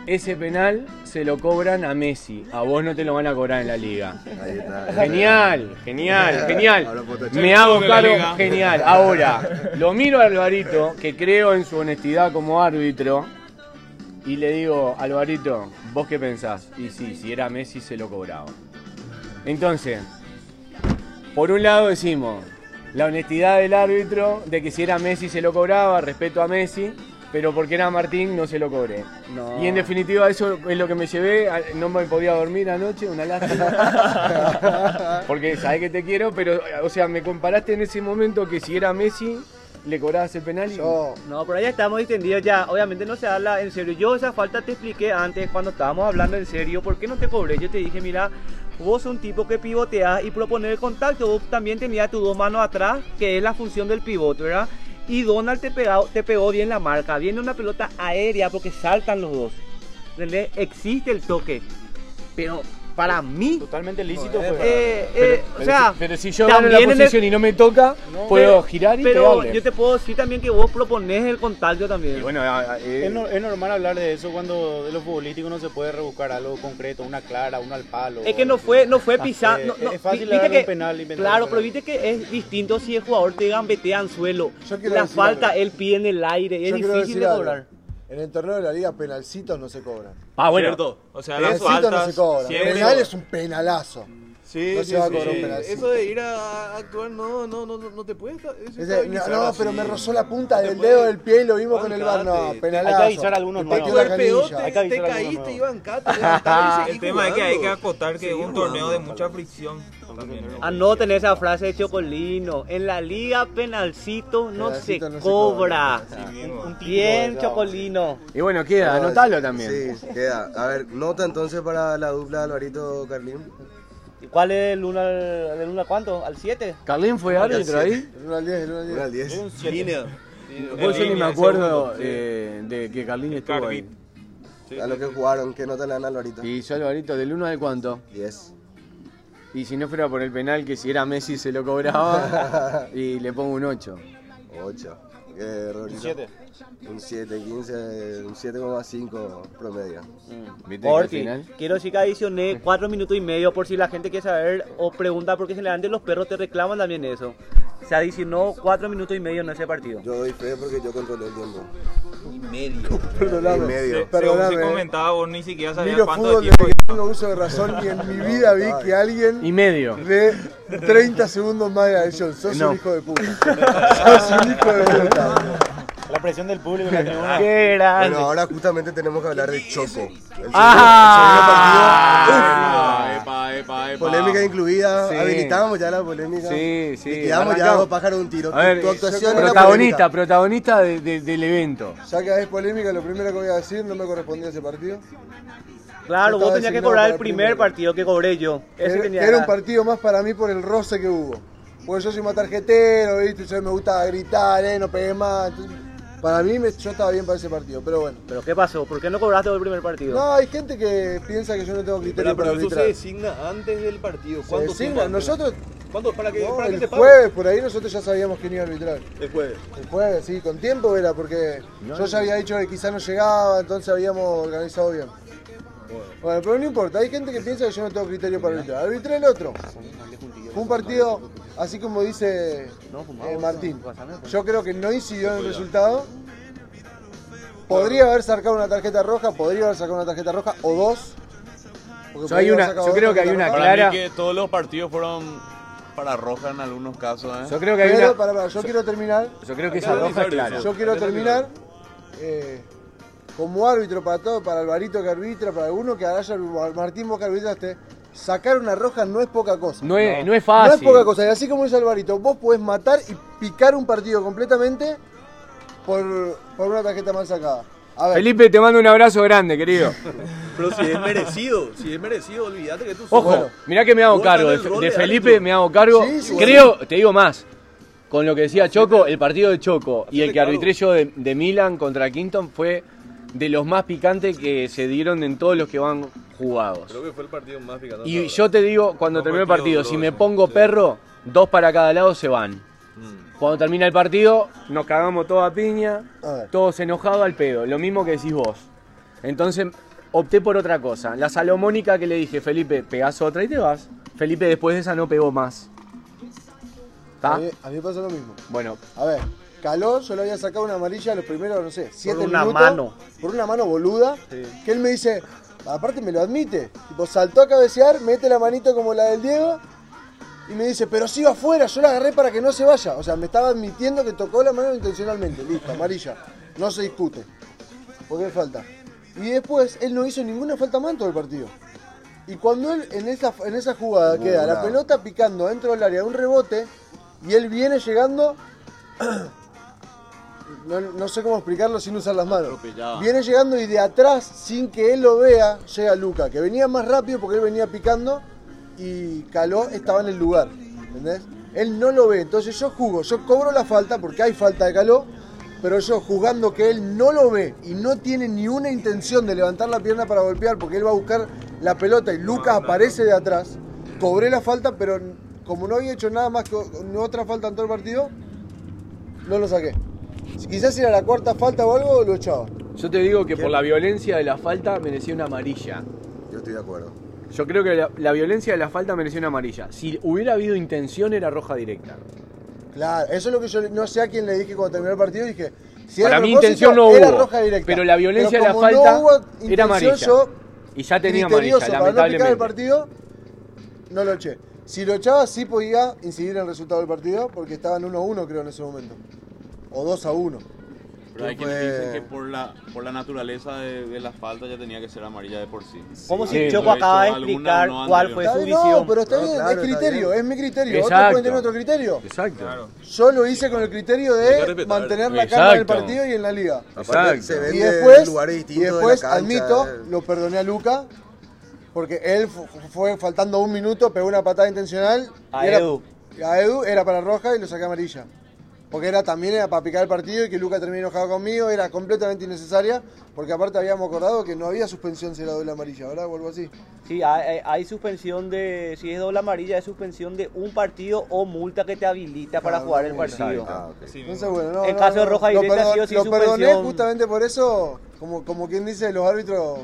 Speaker 1: ese penal se lo cobran a Messi. A vos no te lo van a cobrar en la liga.
Speaker 2: Ahí está.
Speaker 1: Genial, genial, genial.
Speaker 2: Ahora puedo tachar.
Speaker 1: Me hago
Speaker 7: de la
Speaker 1: cargo,
Speaker 7: liga.
Speaker 1: genial. Ahora, lo miro a Alvarito, que creo en su honestidad como árbitro, y le digo, Alvarito, ¿vos qué pensás? Y sí, si era Messi se lo cobraba. Entonces, por un lado decimos, la honestidad del árbitro, de que si era Messi se lo cobraba, respeto a Messi, pero porque era Martín no se lo cobré.
Speaker 2: No.
Speaker 1: Y en definitiva eso es lo que me llevé, a- no me podía dormir anoche, una lástima. porque sabes que te quiero, pero, o sea, me comparaste en ese momento que si era Messi, le cobrabas el penal y...
Speaker 4: Yo,
Speaker 8: No, por ahí estamos distendidos ya. Obviamente no se habla en serio. Yo esa falta te expliqué antes cuando estábamos hablando en serio. ¿Por qué no te cobré? Yo te dije, mira, vos sos un tipo que pivoteas y proponer el contacto. Vos también tenías tus dos manos atrás, que es la función del pivote, ¿verdad? Y Donald te pegó, te pegó bien la marca. Viene una pelota aérea porque saltan los dos. ¿Entendés? Existe el toque. Pero para mí...
Speaker 6: Totalmente lícito
Speaker 8: eh,
Speaker 6: fue.
Speaker 8: eh, o
Speaker 1: Pero
Speaker 8: sea,
Speaker 1: si- pero si yo gano la
Speaker 8: también en el-
Speaker 1: posición y no me toca, puedo girar y
Speaker 8: pero
Speaker 1: pegarle.
Speaker 8: yo te puedo decir también que vos propones el contacto también.
Speaker 1: Y bueno,
Speaker 8: ah,
Speaker 1: a- a- eh,
Speaker 6: Es, no- es normal hablar de eso cuando de los futbolísticos no se puede rebuscar algo concreto, una clara, una al palo.
Speaker 8: Es que no fue, no fue
Speaker 6: Ah,
Speaker 8: pisar.
Speaker 6: eh,
Speaker 8: no- no,
Speaker 6: es fácil
Speaker 8: vi-
Speaker 6: darle
Speaker 8: viste
Speaker 6: un
Speaker 8: que,
Speaker 6: penal, inventar un
Speaker 8: Claro,
Speaker 6: penal.
Speaker 8: pero viste que es distinto si el jugador te gambetea en suelo.
Speaker 4: Yo quiero
Speaker 8: La
Speaker 4: decir
Speaker 8: falta
Speaker 4: algo.
Speaker 8: él pide en el aire. y Es
Speaker 4: yo quiero
Speaker 8: difícil
Speaker 4: decir
Speaker 8: de
Speaker 4: algo.
Speaker 8: cobrar.
Speaker 4: En el torneo de la liga, penalcitos no se cobran.
Speaker 1: Ah, bueno.
Speaker 7: Cierto.
Speaker 3: O sea, las
Speaker 4: Penalcitos no
Speaker 3: faltas
Speaker 4: se cobran.
Speaker 3: siempre-
Speaker 4: Penal es un penalazo.
Speaker 5: Sí,
Speaker 4: No se
Speaker 5: sí,
Speaker 4: va a
Speaker 5: sí.
Speaker 4: cobrar un penal, sí.
Speaker 5: Eso de ir a a actuar, no, no, no, no no te puedes. eso
Speaker 4: Es
Speaker 5: está
Speaker 4: de- no,
Speaker 5: guisar
Speaker 4: no,
Speaker 5: así.
Speaker 4: pero me rozó la punta
Speaker 5: No te
Speaker 4: del
Speaker 5: puedes-
Speaker 4: dedo del pie y lo vimos con el bar. No,
Speaker 5: Bancate.
Speaker 4: penalazo.
Speaker 6: Hay que avisar a algunos
Speaker 4: Te
Speaker 6: nuevos.
Speaker 4: pateó
Speaker 5: Tu
Speaker 4: la
Speaker 5: cuerpeo,
Speaker 4: canilla.
Speaker 5: te,
Speaker 6: Hay que
Speaker 5: te
Speaker 6: avisar algunos
Speaker 5: caíste,
Speaker 6: nuevos.
Speaker 5: Iván Cate. levantá y
Speaker 3: (laughs) El
Speaker 5: seguí
Speaker 3: tema es que hay que
Speaker 5: jugando.
Speaker 3: acotar que es
Speaker 5: Seguí
Speaker 3: un torneo
Speaker 5: jugando.
Speaker 3: de mucha fricción. también, ¿no?
Speaker 8: Anoten Ah, esa frase de Chocolino. En la liga penalcito no,
Speaker 4: Penalcito
Speaker 8: se,
Speaker 4: no se
Speaker 8: cobra.
Speaker 3: mismo.
Speaker 8: Un- Bien, Chocolino.
Speaker 1: Y bueno, queda, anotalo también.
Speaker 2: Sí, queda. A ver, nota entonces para la dupla Alvarito Carlín.
Speaker 8: ¿Y ¿Cuál es el 1 al del uno al cuánto? ¿Al 7?
Speaker 1: Carlín fue árbitro ahí.
Speaker 4: El uno al diez, el uno al diez.
Speaker 2: Una al 10.
Speaker 1: Pues yo ni me
Speaker 3: línea,
Speaker 1: acuerdo
Speaker 3: segundo,
Speaker 1: eh, de que Carlín estuvo ahí.
Speaker 3: Carlín.
Speaker 2: A lo que jugaron, ¿qué nota le dan a Alvarito?
Speaker 1: Y yo Alvarito, ¿del 1 de cuánto?
Speaker 2: 10.
Speaker 1: Y si no fuera por el penal, que si era Messi se lo cobraba, y le pongo un 8.
Speaker 2: 8. Un 7. Un 7, 15, un 7,5 promedio.
Speaker 1: ¿Viste que al
Speaker 8: Corti,
Speaker 1: final?
Speaker 8: quiero decir que adicioné cuatro minutos y medio por si la gente quiere saber o pregunta porque generalmente los perros te reclaman también eso. Se adicionó cuatro minutos y medio en ese partido.
Speaker 2: Yo doy fe porque yo controlé el tiempo.
Speaker 4: (laughs) Perdóname.
Speaker 2: Y medio.
Speaker 4: Se-
Speaker 3: Según se
Speaker 4: Perdóname.
Speaker 3: comentaba, vos ni siquiera sabías
Speaker 4: Miro
Speaker 3: cuánto
Speaker 4: fútbol
Speaker 3: tiempo.
Speaker 4: desde que tengo uso de razón y en mi vida vi que
Speaker 1: Y
Speaker 4: alguien
Speaker 1: medio.
Speaker 4: de 30 segundos más de adición. Sos
Speaker 1: No.
Speaker 4: un hijo de puta. Sos un hijo de puta.
Speaker 6: La presión del
Speaker 8: (laughs)
Speaker 6: público en la tribuna.
Speaker 8: ¡Qué grande!
Speaker 2: Bueno, ahora justamente tenemos que hablar de Choco. El segundo-
Speaker 8: Ah.
Speaker 2: el segundo partido.
Speaker 1: Ah.
Speaker 2: Uf.
Speaker 7: Epa, epa, epa, epa.
Speaker 2: Polémica incluida,
Speaker 1: Sí.
Speaker 2: habilitamos ya la polémica.
Speaker 1: Sí, sí,
Speaker 2: Liquidamos ya
Speaker 1: arrancamos.
Speaker 2: dos pájaros de un tiro.
Speaker 1: A ver,
Speaker 2: tu actuación era
Speaker 1: protagonista,
Speaker 2: polémica.
Speaker 1: protagonista de- de- del evento.
Speaker 4: Ya que es polémica, lo primero que voy a decir, no me correspondía ese partido.
Speaker 8: Claro, vos tenías
Speaker 4: Estaba
Speaker 8: que
Speaker 4: designado
Speaker 8: cobrar
Speaker 4: para
Speaker 8: el primer
Speaker 4: primero.
Speaker 8: partido que cobré yo. Ese
Speaker 4: Era-
Speaker 8: tenía
Speaker 4: era un
Speaker 8: ganas.
Speaker 4: partido más para mí por el roce que hubo. Porque yo soy más tarjetero, ¿viste? Yo me gusta gritar, ¿eh? No pegué más. Entonces, para mí, me- yo estaba bien para ese partido, pero bueno.
Speaker 8: ¿Pero qué pasó? ¿Por qué no cobraste el primer partido?
Speaker 4: No, hay gente que piensa que yo no tengo criterio para arbitrar. Se
Speaker 9: designa antes del partido.
Speaker 4: designa. Nosotros,
Speaker 9: ¿Cuánto? ¿Para
Speaker 4: no, el
Speaker 9: te paguen?
Speaker 4: jueves por ahí, nosotros ya sabíamos quién iba a arbitrar.
Speaker 9: El jueves.
Speaker 4: El jueves, sí, con tiempo era, porque yo ya había dicho que quizá no llegaba, entonces habíamos organizado bien. Bueno, pero no importa, hay gente que piensa que yo no tengo criterio para arbitrar. Arbitré el otro. Fue un partido, así como dice eh, Martín. Yo creo que no incidió en el resultado. Podría haber sacado una tarjeta roja, podría haber sacado una tarjeta roja o dos. porque
Speaker 1: Yo hay
Speaker 4: podría haber
Speaker 1: una-
Speaker 4: sacado
Speaker 1: yo
Speaker 4: dos
Speaker 1: creo que hay
Speaker 4: tarjetas
Speaker 1: una
Speaker 4: rojas.
Speaker 7: Para
Speaker 1: Clara.
Speaker 7: mí que todos los partidos fueron para roja en algunos casos.
Speaker 1: Yo
Speaker 7: ¿eh?
Speaker 1: creo que hay
Speaker 4: Pero,
Speaker 1: una,
Speaker 4: pará, pará, yo quiero terminar.
Speaker 1: yo creo que esa roja es clara.
Speaker 4: Yo quiero terminar eh, como árbitro para todo, para Alvarito que arbitra, para alguno que haya Martín vos que arbitraste, sacar una roja no es poca cosa.
Speaker 1: No es, no es
Speaker 4: No es
Speaker 1: fácil.
Speaker 4: poca cosa. Y así como dice Alvarito, vos podés matar y picar un partido completamente por, por una tarjeta mal sacada. A ver,
Speaker 1: Felipe, te mando un abrazo grande, querido.
Speaker 9: Pero si
Speaker 7: (laughs)
Speaker 9: es merecido, si es merecido, olvídate que tú
Speaker 1: Ojo,
Speaker 9: Bueno,
Speaker 1: mirá que me hago
Speaker 9: vos
Speaker 1: cargo. De,
Speaker 9: tenés el rol
Speaker 1: de
Speaker 9: de
Speaker 1: Felipe
Speaker 9: árbitro.
Speaker 1: me hago cargo.
Speaker 4: Sí, sí,
Speaker 1: creo, te digo más. Con lo que decía Choco, el partido de Choco y el que
Speaker 9: cargo.
Speaker 1: arbitré yo de, de Milan contra Quinton fue de los más picantes que se dieron en todos los que van jugados.
Speaker 5: Creo que fue el partido más picante.
Speaker 1: Y yo te digo, cuando
Speaker 5: No,
Speaker 1: termina el partido,
Speaker 5: partido
Speaker 1: si
Speaker 5: duro,
Speaker 1: me
Speaker 5: eso,
Speaker 1: pongo
Speaker 5: sí.
Speaker 1: perro, dos para cada lado se van. Cuando termina el partido, nos cagamos toda piña,
Speaker 4: A ver.
Speaker 1: todos enojados al pedo, lo mismo que decís vos. Entonces opté por otra cosa. La salomónica que le dije, Felipe, pegás otra y te vas. Felipe después de esa no pegó más. ¿Está?
Speaker 4: a mí, a mí me pasa lo mismo.
Speaker 1: Bueno,
Speaker 4: A ver, Caló, yo le había sacado una amarilla los primeros, no sé, siete
Speaker 8: una
Speaker 4: minutos,
Speaker 8: mano.
Speaker 4: Por una mano boluda. Que él me dice, aparte me lo admite. Tipo, saltó a cabecear, mete la manito como la del Diego. Y me dice, pero si va afuera, yo la agarré para que no se vaya. O sea, me estaba admitiendo que tocó la mano intencionalmente. Listo, amarilla. No se discute. Porque es falta. Y después, él no hizo ninguna falta más en todo el partido. Y cuando él en esa, en esa jugada queda la
Speaker 2: bravo.
Speaker 4: pelota picando dentro del área de un rebote y él viene llegando. No, no sé cómo explicarlo sin usar las manos.
Speaker 7: Atropellado.
Speaker 4: Viene llegando y de atrás, sin que él lo vea, llega Luca, que venía más rápido porque él venía picando y Caló estaba en el lugar. ¿Entendés? Él no lo ve. Entonces yo jugo, yo cobro la falta porque hay falta de Caló, pero yo jugando que él no lo ve y no tiene ni una intención de levantar la pierna para golpear porque él va a buscar la pelota y Lucas aparece de atrás. Cobré la falta, pero como no había hecho nada más que o- otra falta en todo el partido, no lo saqué. Si quizás era la cuarta falta o algo, lo echaba.
Speaker 1: yo te digo que por la violencia de la falta merecía una amarilla.
Speaker 2: Yo estoy de acuerdo.
Speaker 1: Yo creo que la, la violencia de la falta merecía una amarilla. Si hubiera habido intención, era roja directa.
Speaker 4: Claro, eso es lo que yo no sé a quién le dije cuando terminó el partido. Dije, si era
Speaker 1: Para mí
Speaker 4: propósito,
Speaker 1: intención no
Speaker 4: era
Speaker 1: hubo,
Speaker 4: roja directa.
Speaker 1: pero la violencia de
Speaker 4: Pero
Speaker 1: la
Speaker 4: como no
Speaker 1: falta
Speaker 4: hubo
Speaker 1: era
Speaker 4: intención,
Speaker 1: amarilla.
Speaker 4: yo,
Speaker 1: Y ya tenía amarilla,
Speaker 4: criterioso, Para no picar el
Speaker 1: lamentablemente.
Speaker 4: partido, no lo eché. Si lo echaba, sí podía incidir en el resultado del partido, porque estaban 1-1 creo en ese momento. O 2-1.
Speaker 7: Pero hay
Speaker 2: Fue-
Speaker 7: quienes dicen que por la, por la naturaleza de, de la falta ya tenía que ser amarilla de por sí.
Speaker 8: Como
Speaker 1: Sí,
Speaker 8: si Choco
Speaker 7: lo he
Speaker 8: acaba de
Speaker 7: hecho alguna,
Speaker 8: explicar
Speaker 7: no
Speaker 8: cuál
Speaker 7: anterior.
Speaker 8: fue
Speaker 4: Está
Speaker 8: su
Speaker 4: bien, No,
Speaker 8: visión.
Speaker 4: pero está
Speaker 2: No,
Speaker 4: bien,
Speaker 2: claro,
Speaker 4: es
Speaker 2: está
Speaker 4: criterio,
Speaker 2: bien.
Speaker 4: es mi criterio. Otros
Speaker 1: Exacto.
Speaker 4: pueden tener otro criterio.
Speaker 1: Exacto.
Speaker 4: Yo lo hice con el criterio
Speaker 5: Hay que
Speaker 4: de
Speaker 5: respetar.
Speaker 4: mantener la calma en el
Speaker 1: Exacto.
Speaker 4: partido y en la liga.
Speaker 2: Aparte,
Speaker 1: Exacto.
Speaker 2: se
Speaker 4: Y
Speaker 2: vende en
Speaker 4: después,
Speaker 2: lugares
Speaker 4: y
Speaker 2: distintos de la
Speaker 4: después
Speaker 2: cancha,
Speaker 4: admito,
Speaker 2: eh.
Speaker 4: lo perdoné a Luca, porque él fu- fue faltando un minuto, pegó una patada intencional.
Speaker 8: A
Speaker 4: y era-
Speaker 8: Edu.
Speaker 4: A Edu era para roja y lo saqué amarilla. Porque era también era para picar el partido y que Luca termine enojado conmigo, era completamente innecesaria, porque aparte habíamos acordado que no había suspensión si era doble amarilla, ¿verdad? O algo así.
Speaker 8: Sí, hay, hay- hay suspensión de. Si es doble amarilla, es suspensión de un partido o multa que te habilita para
Speaker 4: Claro,
Speaker 8: jugar el
Speaker 4: sí,
Speaker 8: partido.
Speaker 2: Ah, ok.
Speaker 4: Entonces, bueno, no,
Speaker 8: En
Speaker 4: no,
Speaker 8: caso de
Speaker 4: no,
Speaker 8: roja
Speaker 4: lo
Speaker 8: directa,
Speaker 4: perdo-
Speaker 8: sí o sí
Speaker 4: Lo perdoné
Speaker 8: suspensión.
Speaker 4: justamente por eso, como, como quien dice, los árbitros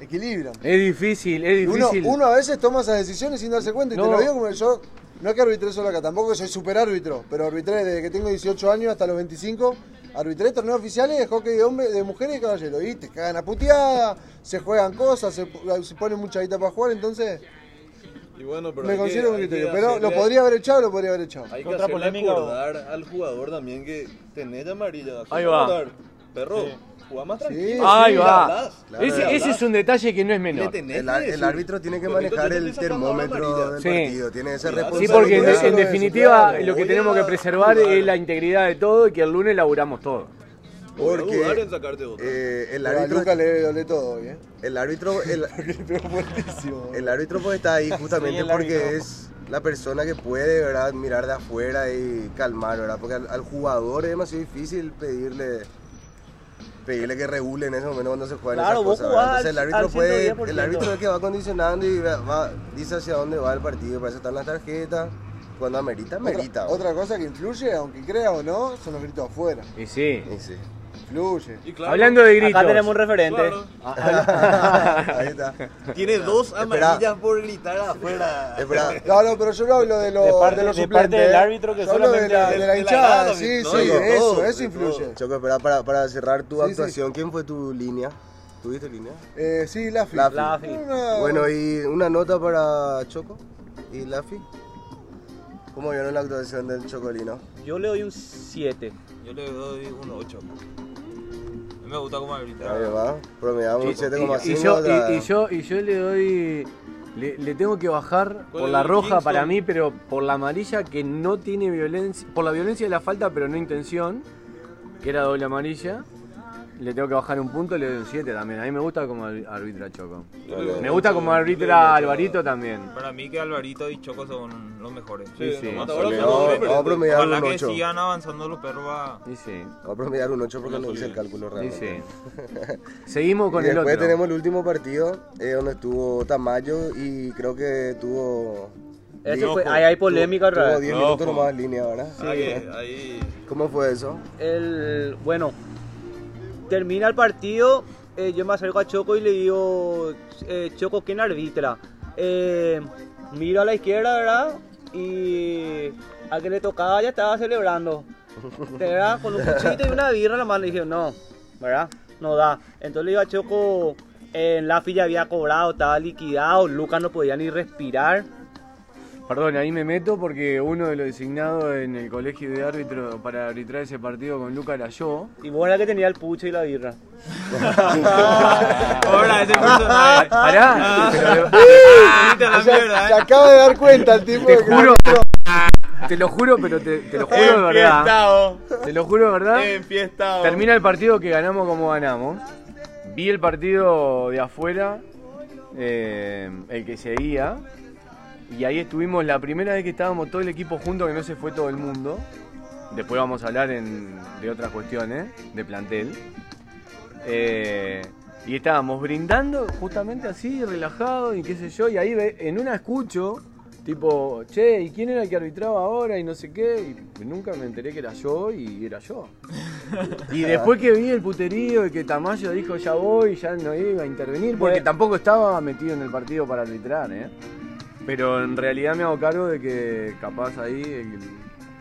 Speaker 4: equilibran.
Speaker 1: Es difícil, es
Speaker 4: Uno,
Speaker 1: difícil.
Speaker 4: uno a veces toma esas decisiones sin darse cuenta. Y
Speaker 1: No.
Speaker 4: te lo digo como yo. No es que arbitré solo acá, tampoco soy super árbitro, pero arbitré desde que tengo 18 años hasta los 25. Arbitré torneos oficiales de hockey de, hombre, de mujeres y caballeros. Y te cagan a puteada, se juegan cosas, se, se ponen mucha guita para jugar. Entonces,
Speaker 5: Y bueno, pero
Speaker 4: Me
Speaker 5: hay que-
Speaker 4: considero un
Speaker 5: hay que
Speaker 4: criterio, pero lo
Speaker 5: hacerle-
Speaker 4: podría haber echado, lo podría haber echado.
Speaker 5: Hay que
Speaker 4: Contra
Speaker 5: hacerle
Speaker 4: polémica,
Speaker 5: acordar al jugador también que tenés amarilla.
Speaker 1: Ahí va.
Speaker 5: Jugador, Perro, jugá más tranquilo.
Speaker 1: Ahí
Speaker 5: le
Speaker 1: va.
Speaker 5: hablás,
Speaker 1: Ese-
Speaker 5: le
Speaker 1: ese
Speaker 5: hablás.
Speaker 1: es un detalle que no es menor.
Speaker 5: Le tenés
Speaker 2: El, ar-
Speaker 5: que
Speaker 2: el
Speaker 5: decir,
Speaker 2: árbitro tiene que
Speaker 5: "Perrito, yo
Speaker 2: manejar
Speaker 5: te
Speaker 2: el
Speaker 5: estoy sacando la
Speaker 2: termómetro
Speaker 5: amarilla".
Speaker 2: del
Speaker 1: Sí.
Speaker 2: partido, tiene esa
Speaker 1: Sí,
Speaker 2: responsabilidad.
Speaker 1: porque en, en
Speaker 4: Claro, eso,
Speaker 1: definitiva
Speaker 4: claro.
Speaker 1: lo que
Speaker 5: Voy
Speaker 1: tenemos que
Speaker 5: a
Speaker 1: preservar
Speaker 5: jugar.
Speaker 1: es la integridad de todo y que el lunes laburamos todo.
Speaker 5: Voy a dudar en
Speaker 2: Porque
Speaker 5: sacarte otra.
Speaker 2: eh, el
Speaker 4: Pero a
Speaker 2: árbitro...
Speaker 4: Luca le duele todo hoy, ¿eh?
Speaker 2: El árbitro, el,
Speaker 4: Pero fuertísimo.
Speaker 2: el árbitro pues está ahí justamente
Speaker 3: Sí, el
Speaker 2: porque
Speaker 3: árbitro.
Speaker 2: es la persona que puede ¿verdad? mirar de afuera y calmar, ¿verdad? Porque al, al jugador es demasiado difícil pedirle pedirle que regule en ese momento cuando se juegan
Speaker 8: Claro,
Speaker 2: esas
Speaker 8: vos
Speaker 2: cosas.
Speaker 8: jugás
Speaker 2: ¿verdad? Entonces el
Speaker 8: al-
Speaker 2: árbitro
Speaker 8: al
Speaker 2: puede,
Speaker 8: 110%.
Speaker 2: el árbitro es el que va condicionando y va, va- dice hacia dónde va el partido, para eso están las tarjetas, cuando amerita, amerita.
Speaker 4: Otra,
Speaker 2: ¿verdad?
Speaker 4: otra cosa que influye, aunque creas o no, son los gritos afuera.
Speaker 1: Y sí.
Speaker 2: Y sí.
Speaker 4: Influye.
Speaker 5: Y claro,
Speaker 1: Hablando de gritos.
Speaker 8: Acá tenemos un referente.
Speaker 5: claro,
Speaker 2: (laughs)
Speaker 1: (laughs)
Speaker 2: ahí está.
Speaker 9: Tiene dos
Speaker 2: Espera.
Speaker 9: amarillas por gritar afuera.
Speaker 2: Espera.
Speaker 4: No, no, pero yo no hablo de, los
Speaker 8: De parte-
Speaker 4: de los
Speaker 8: de
Speaker 4: suplentes.
Speaker 8: parte del
Speaker 4: ¿eh?
Speaker 8: árbitro que
Speaker 4: Yo hablo de
Speaker 8: solamente-
Speaker 4: la, de
Speaker 9: de
Speaker 4: la
Speaker 9: la
Speaker 4: hinchada,
Speaker 9: grada,
Speaker 4: sí,
Speaker 9: no,
Speaker 4: sí,
Speaker 2: digo,
Speaker 4: eso,
Speaker 9: todo,
Speaker 4: eso
Speaker 9: de
Speaker 4: influye.
Speaker 2: Choco, espera, para, para cerrar tu
Speaker 4: Sí, sí.
Speaker 2: actuación, ¿quién fue tu línea? ¿Tuviste línea?
Speaker 4: Eh, sí, Lafi.
Speaker 2: Lafi.
Speaker 8: Lafi.
Speaker 1: Ah.
Speaker 4: Una-
Speaker 2: Bueno, y una nota para Choco y Lafi. ¿Cómo vieron la actuación del Chocolino?
Speaker 8: Yo le doy un 7.
Speaker 9: Yo le doy un 8. Me gusta cómo grita.
Speaker 2: Ahí va, promediamos un
Speaker 1: Y- y,
Speaker 2: 7,5.
Speaker 1: y yo,
Speaker 2: otra-
Speaker 1: y, y yo, y yo le doy. Le, le tengo que bajar por la
Speaker 9: el
Speaker 1: roja
Speaker 9: Kingston?
Speaker 1: para mí, pero por la amarilla que no tiene violencia. Por la violencia de la falta, pero no intención, que era doble amarilla. Le tengo que bajar un punto, le doy un 7 también. A mí me gusta como ar- arbitra Choco.
Speaker 2: Dale.
Speaker 1: Me gusta como arbitra Alvarito también.
Speaker 3: Para mí que Alvarito y Choco son los mejores.
Speaker 1: Sí, sí.
Speaker 5: nomás ahora
Speaker 2: Vamos
Speaker 5: son dos
Speaker 2: vamos a
Speaker 5: diferentes.
Speaker 2: promediar
Speaker 3: Ojalá
Speaker 2: un
Speaker 3: que
Speaker 2: 8.
Speaker 3: sigan avanzando los perros a...
Speaker 1: Y sí,
Speaker 2: Vamos a promediar un 8 porque
Speaker 7: Una
Speaker 2: no hice el
Speaker 7: solidez.
Speaker 2: cálculo
Speaker 1: y
Speaker 2: realmente.
Speaker 1: sí.
Speaker 2: (laughs)
Speaker 1: Seguimos con
Speaker 2: y
Speaker 1: el
Speaker 2: después
Speaker 1: otro.
Speaker 2: tenemos el último partido, eh, donde estuvo Tamayo y creo que tuvo.
Speaker 8: Ese
Speaker 2: diez-
Speaker 8: fue- ahí hay polémica
Speaker 2: tuvo-
Speaker 8: otra vez.
Speaker 2: Tuvo 10 minutos nomás en línea, ¿verdad?
Speaker 9: Ahí.
Speaker 2: ¿Cómo fue eso?
Speaker 8: el bueno termina el partido eh, yo me acerco a Choco y le digo eh, Choco quién arbitra Eh, miro a la izquierda verdad y al que le tocaba ya estaba celebrando ¿verdad? con un cuchito y una birra en la mano y dije no verdad no da entonces le digo a Choco eh, en la ya había cobrado estaba liquidado Lucas no podía ni respirar
Speaker 1: Perdón, ahí me meto porque uno de los designados en el colegio de árbitro para arbitrar ese partido con Luca era yo.
Speaker 8: y bueno que tenía el pucho y
Speaker 3: (laughs)
Speaker 8: la birra (laughs)
Speaker 3: Ahora ese
Speaker 8: Ah,
Speaker 3: personaje.
Speaker 1: Pará, pero-
Speaker 3: Grita la mierda,
Speaker 4: Se acaba de dar cuenta el tipo.
Speaker 1: Te
Speaker 4: de que-
Speaker 1: juro. Te lo juro, pero te, te lo juro de verdad.
Speaker 7: Enfiestado.
Speaker 1: Te lo juro de verdad.
Speaker 7: Enfiestado.
Speaker 1: Termina el partido que ganamos como ganamos. Vi el partido de afuera, eh, el que seguía. Y ahí estuvimos la primera vez que estábamos todo el equipo junto, que no se fue todo el mundo. Después vamos a hablar en- de otras cuestiones, de plantel. Eh, y estábamos brindando justamente así, relajado y qué sé yo. Y ahí ve- en una escucho, tipo, che, ¿y quién era el que arbitraba ahora? Y no sé qué. Y nunca me enteré que era yo y era yo. Y después que vi el puterío y que Tamayo dijo ya voy, ya no iba a intervenir, porque
Speaker 8: Bueno.
Speaker 1: tampoco estaba metido en el partido para arbitrar, ¿eh? Pero en realidad me hago cargo de que capaz ahí el,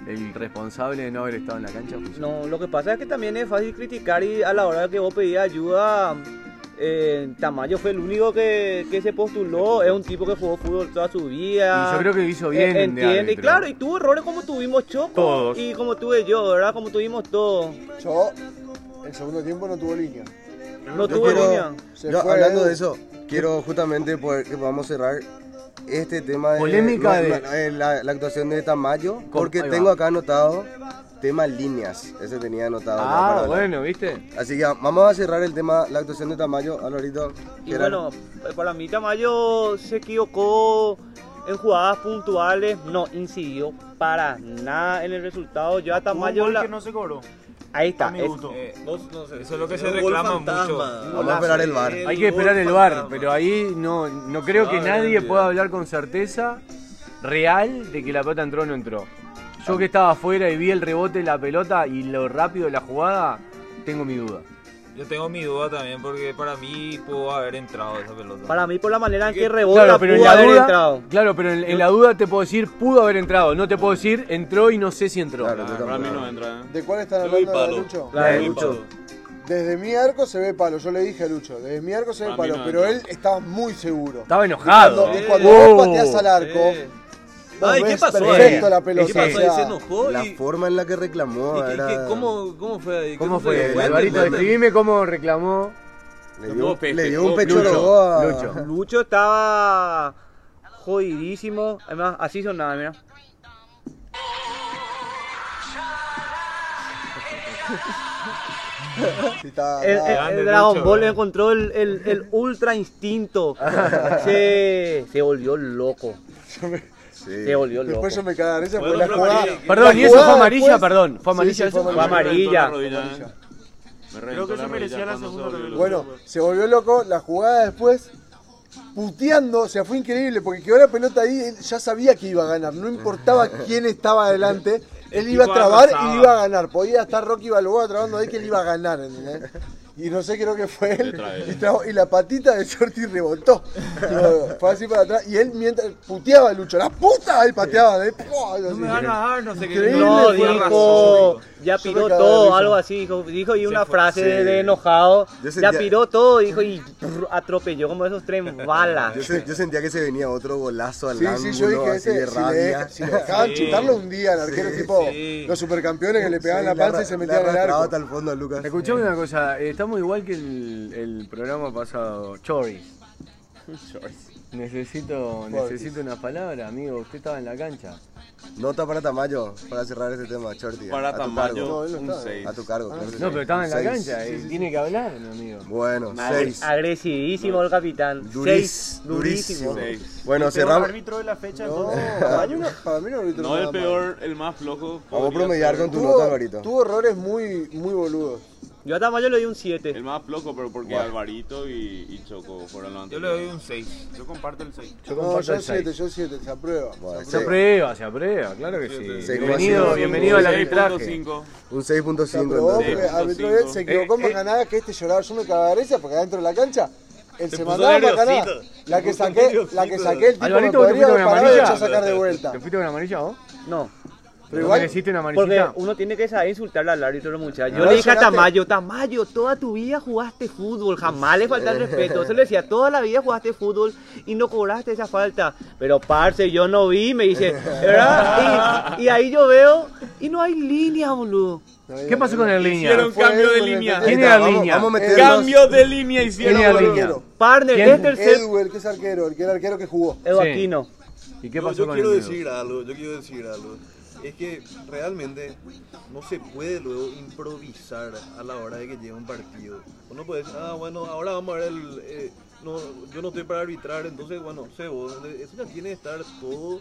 Speaker 1: el responsable de no haber estado en la cancha fui yo.
Speaker 8: No, lo que pasa es que también es fácil criticar y a la hora que vos pedís ayuda, eh, Tamayo fue el único que, que se postuló, es un tipo que jugó fútbol toda su vida. Eh,
Speaker 1: Y yo creo que hizo bien de
Speaker 8: entiende, y
Speaker 1: árbitro.
Speaker 8: claro, y tuvo errores como tuvimos Choco
Speaker 1: Todos.
Speaker 8: y como tuve yo, ¿verdad? Como tuvimos todos.
Speaker 4: Yo, el segundo tiempo no tuvo línea.
Speaker 8: No
Speaker 2: Yo
Speaker 8: tuve
Speaker 2: quiero-
Speaker 8: línea.
Speaker 4: Se
Speaker 2: yo,
Speaker 4: fue,
Speaker 2: hablando
Speaker 4: Edu.
Speaker 2: de eso, quiero justamente poder, que podamos cerrar este tema de,
Speaker 1: Polémica
Speaker 2: no,
Speaker 1: de-
Speaker 2: no, eh, la, la actuación de Tamayo, porque
Speaker 1: ahí
Speaker 2: tengo
Speaker 1: va.
Speaker 2: acá anotado tema líneas, ese tenía anotado. acá para
Speaker 1: Ah,
Speaker 2: hablar.
Speaker 1: bueno, ¿viste?
Speaker 2: Así que vamos a cerrar el tema, la actuación de Tamayo, Alvarito.
Speaker 8: Y bueno, eh, para mí Tamayo se equivocó en jugadas puntuales, no incidió para nada en el resultado. Yo a Tamayo la-
Speaker 10: no se cobró.
Speaker 8: Ahí está.
Speaker 10: a mi
Speaker 8: es-
Speaker 10: gusto.
Speaker 3: Eh,
Speaker 9: Vos no sé.
Speaker 3: Eso es lo que
Speaker 9: El
Speaker 3: se
Speaker 9: gol
Speaker 3: reclama
Speaker 9: fantasma.
Speaker 3: mucho.
Speaker 9: Un
Speaker 2: Vamos a
Speaker 9: golazo.
Speaker 2: esperar el VAR.
Speaker 1: Hay que esperar el bar,
Speaker 9: fantasma.
Speaker 1: pero ahí no, no creo que
Speaker 9: No,
Speaker 1: nadie
Speaker 9: no, no.
Speaker 1: pueda hablar con certeza real de que la pelota entró o no entró. Yo que estaba afuera y vi el rebote de la pelota y lo rápido de la jugada, tengo mi duda.
Speaker 3: Yo tengo mi duda también porque para mí pudo haber entrado esa pelota.
Speaker 8: Para mí, por la manera en que rebota,
Speaker 1: Claro, pero en
Speaker 8: pudo
Speaker 1: la
Speaker 8: haber
Speaker 1: duda,
Speaker 8: entrado.
Speaker 1: claro, pero en, en la duda te puedo decir pudo haber entrado, no te puedo decir entró y no sé si entró.
Speaker 2: Claro,
Speaker 7: Ah,
Speaker 2: yo
Speaker 7: para mí
Speaker 2: tampoco.
Speaker 7: no entra. ¿eh?
Speaker 4: ¿De cuál están
Speaker 9: Yo doy
Speaker 4: hablando,
Speaker 9: palo.
Speaker 4: Lucho?
Speaker 8: La de
Speaker 9: Lucho.
Speaker 8: Lucho.
Speaker 4: Desde mi arco se ve palo, yo le dije a Lucho, desde mi arco se ve
Speaker 7: Para mí
Speaker 4: palo,
Speaker 7: no,
Speaker 4: pero
Speaker 7: no.
Speaker 4: él estaba muy seguro.
Speaker 2: Estaba enojado.
Speaker 4: Y cuando, y cuando
Speaker 1: Oh.
Speaker 2: Eh.
Speaker 4: vos pateás al arco,
Speaker 9: Eh.
Speaker 4: vos
Speaker 9: Ay, ¿qué
Speaker 4: ves
Speaker 9: pasó?
Speaker 4: perfecto
Speaker 9: ahí?
Speaker 4: la pelota.
Speaker 9: ¿Qué pasó?
Speaker 4: o
Speaker 9: ahí?
Speaker 4: sea,
Speaker 9: se enojó
Speaker 2: La
Speaker 9: y...
Speaker 2: forma en la que reclamó
Speaker 9: y que-
Speaker 2: era-
Speaker 9: que- ¿cómo, ¿Cómo fue? ahí? ¿Qué
Speaker 2: ¿Cómo fue?
Speaker 9: Cuenten,
Speaker 1: Alvarito,
Speaker 9: cuenten.
Speaker 1: escribime cómo reclamó.
Speaker 2: Le
Speaker 7: No,
Speaker 2: dio,
Speaker 7: Pepe,
Speaker 2: le dio un
Speaker 7: no,
Speaker 2: pecho
Speaker 7: Lucho,
Speaker 2: robó a-
Speaker 1: Lucho.
Speaker 8: Lucho estaba jodidísimo. Además, así sonaba, mira.
Speaker 4: si está-
Speaker 1: Eh,
Speaker 8: El, el-
Speaker 4: nada.
Speaker 8: el Dragon Ball encontró el, el- el ultra instinto. se, se volvió loco.
Speaker 2: Sí.
Speaker 8: Se volvió loco.
Speaker 4: Después yo me cagué de risa porque
Speaker 9: Bueno,
Speaker 4: la
Speaker 9: pero
Speaker 4: jugada.
Speaker 9: amarilla,
Speaker 1: Perdón, ¿y
Speaker 4: la
Speaker 1: eso fue
Speaker 4: jugada
Speaker 1: amarilla?
Speaker 4: después-
Speaker 1: Perdón, ¿fue
Speaker 4: Sí,
Speaker 1: amarilla
Speaker 4: sí, fue
Speaker 1: eso?
Speaker 8: Fue amarilla.
Speaker 7: Creo que eso merecía la segunda.
Speaker 4: Bueno, se volvió loco, la jugada después, puteando, o sea, fue increíble, porque quedó la pelota ahí, él ya sabía que iba a ganar, no importaba quién estaba adelante, él iba a
Speaker 9: tipo
Speaker 4: trabar
Speaker 9: arrasaba.
Speaker 4: y iba a ganar, podía estar Rocky Balboa trabando ahí que él iba a ganar, ¿entendés? Y no sé, creo que fue él, y, trabó- y la patita de Shorty rebotó, Tipo, fue así para atrás, y él mientras puteaba a Lucho, la puta, él pateaba, de ¡pua!
Speaker 9: No
Speaker 4: así.
Speaker 9: me van a
Speaker 3: Ah,
Speaker 9: dar, no sé qué.
Speaker 4: Increíble,
Speaker 8: No,
Speaker 4: Él le fue
Speaker 8: dijo, ya
Speaker 4: Yo me
Speaker 8: piró
Speaker 4: cagaba de
Speaker 8: todo,
Speaker 4: risa.
Speaker 8: algo así. Dijo, dijo y una
Speaker 9: fue-
Speaker 8: frase de-
Speaker 2: sí.
Speaker 8: de enojado.
Speaker 2: Yo
Speaker 8: Ya
Speaker 2: sentía-
Speaker 8: piró todo, dijo, y (laughs) prr, atropelló como esos tres balas.
Speaker 2: (laughs) Yo, se- yo sentía que se venía otro golazo al
Speaker 4: Sí,
Speaker 2: ángulo,
Speaker 4: sí, yo dije
Speaker 2: así
Speaker 4: ese,
Speaker 2: de
Speaker 4: si le, deja-
Speaker 2: rabia.
Speaker 4: si le dejaban
Speaker 9: Sí.
Speaker 4: chutarlo un día al arquero,
Speaker 2: Sí,
Speaker 4: tipo
Speaker 9: sí.
Speaker 4: los
Speaker 2: (laughs)
Speaker 4: supercampeones que le pegaban
Speaker 2: Sí,
Speaker 4: la panza y se
Speaker 2: la
Speaker 4: metían al
Speaker 2: arrastraba
Speaker 4: arco.
Speaker 2: hasta el fondo a Lucas.
Speaker 1: Escuchame una cosa, eh, estamos igual que el, el programa pasado, Choris. Necesito, necesito una palabra, amigo. Usted estaba en la cancha.
Speaker 2: Nota para Tamayo, para cerrar este tema, Chorti. a
Speaker 7: Para
Speaker 2: tu
Speaker 7: Tamayo,
Speaker 4: No, él no
Speaker 7: un
Speaker 4: estaba.
Speaker 7: 6.
Speaker 2: cargo, A tu cargo. claro que
Speaker 1: No,
Speaker 2: sí.
Speaker 1: pero estaba en la
Speaker 2: Seis.
Speaker 1: cancha. eh, Tiene que hablar, mi amigo.
Speaker 2: Bueno, seis.
Speaker 7: ah,
Speaker 8: Agresivísimo el capitán.
Speaker 2: Duris-
Speaker 8: Seis, durísimo.
Speaker 2: Bueno, cerramos.
Speaker 6: de la fecha.
Speaker 4: No, para mí no, para mí no gritó
Speaker 7: No
Speaker 4: nada
Speaker 7: el
Speaker 4: mal.
Speaker 7: peor, el más flojo.
Speaker 2: Vamos a
Speaker 7: podría
Speaker 2: promediar
Speaker 7: ser
Speaker 2: con tu nota,
Speaker 4: Tuvo,
Speaker 2: Alvarito.
Speaker 4: tuvo errores muy, muy boludos.
Speaker 8: Yo a Tamayo le di un 7.
Speaker 7: El más flojo, pero porque Alvarito y, y Choco fueron los
Speaker 9: Yo le
Speaker 7: anteriores.
Speaker 9: doy un 6. Yo comparto el 6.
Speaker 1: Yo
Speaker 4: No,
Speaker 1: comparto
Speaker 4: yo
Speaker 1: el
Speaker 4: 7,
Speaker 1: seis.
Speaker 4: yo 7, se aprueba.
Speaker 2: Bueno,
Speaker 4: se
Speaker 1: Se
Speaker 2: Pues, sí.
Speaker 4: aprueba.
Speaker 1: aprueba, se aprueba, claro que sí.
Speaker 2: sí.
Speaker 1: Bienvenido, bienvenido al arbitraje.
Speaker 7: 6.5.
Speaker 2: Un
Speaker 4: Se
Speaker 2: 6.5
Speaker 4: aprobó
Speaker 2: entonces.
Speaker 4: porque
Speaker 7: entonces.
Speaker 4: arbitró él, se equivocó
Speaker 1: Eh,
Speaker 4: más
Speaker 1: eh.
Speaker 4: ganada que este lloraba. Yo me cagaba de risa porque adentro de la cancha él se,
Speaker 9: puso
Speaker 4: mandaba más ganada.
Speaker 9: nerviosito.
Speaker 4: La que
Speaker 9: puso
Speaker 4: saqué, la que
Speaker 9: nerviosito.
Speaker 4: saqué el tipo
Speaker 1: Alvarito,
Speaker 4: me
Speaker 1: ¿vos te
Speaker 4: podría
Speaker 1: fuiste
Speaker 4: haber
Speaker 1: con
Speaker 4: parado y
Speaker 1: amarilla?
Speaker 4: hecho sacar de
Speaker 1: (laughs)
Speaker 4: vuelta.
Speaker 1: ¿Te fuiste con amarilla vos?
Speaker 8: No.
Speaker 4: Pero
Speaker 1: ¿No
Speaker 4: igual-
Speaker 1: mereciste una
Speaker 8: Porque
Speaker 1: amarillita?
Speaker 8: uno tiene que saber insultarle al árbitro, los muchachos. Yo
Speaker 4: No,
Speaker 8: le dije a
Speaker 4: llegaste-
Speaker 8: Tamayo, Tamayo, toda tu vida jugaste fútbol, jamás le falta el respeto. Se le decía, toda la vida jugaste fútbol y no cobraste esa falta. Pero parce, yo no vi, me dice, ¿verdad? Y, y ahí yo veo, y no hay línea, boludo.
Speaker 1: ¿Qué pasó con el línea?
Speaker 7: Hicieron
Speaker 4: Fue
Speaker 7: cambio de
Speaker 4: él,
Speaker 7: línea.
Speaker 1: ¿Quién
Speaker 2: Ahí
Speaker 1: era
Speaker 2: está, vamos-
Speaker 1: línea?
Speaker 2: Vamos a meter
Speaker 7: Cambio de línea hicieron.
Speaker 1: Línea,
Speaker 4: el
Speaker 1: línea.
Speaker 4: arquero.
Speaker 8: Partner,
Speaker 1: ¿Quién?
Speaker 8: es tercer.
Speaker 4: Edu, el que es arquero, el que era arquero que jugó.
Speaker 8: Edu
Speaker 1: Sí.
Speaker 8: Aquino.
Speaker 1: ¿Y qué
Speaker 9: Yo,
Speaker 1: pasó
Speaker 9: yo
Speaker 1: con
Speaker 9: quiero
Speaker 1: el
Speaker 9: decir algo, yo quiero decir algo. Es que realmente no se puede luego improvisar a la hora de que llega un partido. Uno puede decir, ah, bueno, ahora vamos a ver el... eh, no, yo no estoy para arbitrar, entonces, bueno, sé vos. Eso ya tiene que estar todo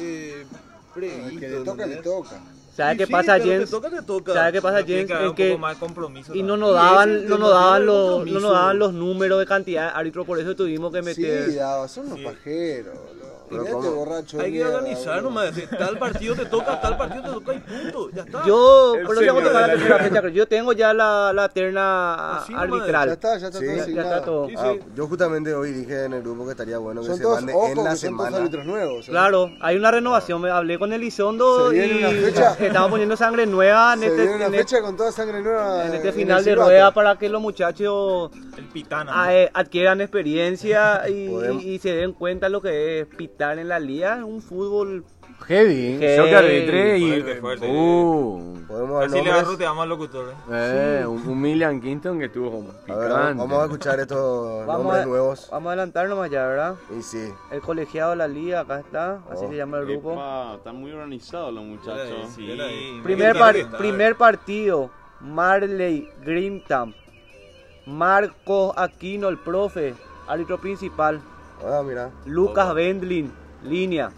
Speaker 9: eh, previsto.
Speaker 4: El que le toca, le
Speaker 9: ¿entendés?
Speaker 4: toca.
Speaker 8: ¿Sabes
Speaker 9: Y
Speaker 8: qué
Speaker 9: sí,
Speaker 8: pasa,
Speaker 9: pero
Speaker 8: Jens?
Speaker 9: Te toca, te toca.
Speaker 8: ¿Sabes qué pasa,
Speaker 9: Pero tiene
Speaker 8: Jens?
Speaker 9: que haber
Speaker 8: Es
Speaker 9: un
Speaker 8: que-
Speaker 9: poco más de compromiso,
Speaker 8: Y
Speaker 9: ¿no?
Speaker 8: no
Speaker 9: Y
Speaker 8: nos
Speaker 9: ese es
Speaker 8: daban,
Speaker 9: el
Speaker 8: no nos
Speaker 9: tema,
Speaker 8: daban
Speaker 9: el
Speaker 8: los, no
Speaker 9: compromiso.
Speaker 8: nos daban los números de cantidad de árbitros, por eso tuvimos que meter.
Speaker 4: Sí, daba, son unos pajeros, boludo.
Speaker 2: Pero
Speaker 4: Mirá
Speaker 2: ¿cómo?
Speaker 4: este borracho. de
Speaker 9: Hay que
Speaker 4: mierda,
Speaker 9: organizar
Speaker 4: boludo.
Speaker 9: nomás. de Tal partido te toca, tal partido te toca y punto. Ya está.
Speaker 8: Yo,
Speaker 7: El
Speaker 8: pero ya vamos a
Speaker 7: señor
Speaker 8: tocar la
Speaker 7: de la
Speaker 8: tercera
Speaker 7: liga.
Speaker 8: fecha, creo. yo tengo ya la, la terna
Speaker 9: Así nomás,
Speaker 4: Ya
Speaker 8: arbitral.
Speaker 4: está, ya está
Speaker 2: Sí.
Speaker 8: Ya,
Speaker 4: todo
Speaker 8: ya está
Speaker 4: asignado.
Speaker 8: todo.
Speaker 9: Sí,
Speaker 2: Ah,
Speaker 9: sí.
Speaker 2: yo justamente hoy dije en el grupo que estaría bueno que
Speaker 4: Son
Speaker 2: se
Speaker 4: todos
Speaker 2: mande
Speaker 4: ojos,
Speaker 2: en la
Speaker 4: que son todos
Speaker 2: semana.
Speaker 4: árbitros nuevos. eh. o sea.
Speaker 8: Claro, hay una renovación. Me hablé con Elizondo
Speaker 4: Se
Speaker 8: y
Speaker 4: viene una fecha.
Speaker 8: (laughs) estamos poniendo sangre nueva en
Speaker 4: Se
Speaker 8: este,
Speaker 4: viene una
Speaker 8: en
Speaker 4: fecha con toda sangre nueva.
Speaker 8: este- en este
Speaker 4: en el
Speaker 8: final de
Speaker 4: silbato.
Speaker 8: rueda para que los muchachos
Speaker 9: El pitana.
Speaker 8: ah, eh, adquieran experiencia y,
Speaker 2: Podemos.
Speaker 8: y- y se den cuenta lo que es pitar en la liga, un fútbol.
Speaker 1: Heavy,
Speaker 8: Heavy.
Speaker 1: yo que arbitré y.
Speaker 9: Fuerte, fuerte.
Speaker 1: Uh,
Speaker 2: Podemos dar
Speaker 9: Así le agarro,
Speaker 2: nombres.
Speaker 9: te llama al locutor. eh.
Speaker 1: eh, un, un Milan Kingston que estuvo
Speaker 2: A ver, vamos-
Speaker 1: picante.
Speaker 2: vamos a escuchar estos
Speaker 8: Vamos
Speaker 2: nombres
Speaker 8: a,
Speaker 2: nuevos.
Speaker 8: vamos a adelantar nomás ya, ¿verdad?
Speaker 2: Y sí,
Speaker 8: El colegiado de la liga, acá está, así
Speaker 2: Oh.
Speaker 8: se llama el grupo.
Speaker 7: Epa, están muy organizados los muchachos.
Speaker 9: Sí, sí.
Speaker 8: Primer,
Speaker 9: Sí,
Speaker 8: par-
Speaker 9: sí.
Speaker 8: primer partido, Marley Grimtam, Marcos Aquino, el profe, árbitro principal,
Speaker 2: ah, mira,
Speaker 8: Lucas Bendlin, línea,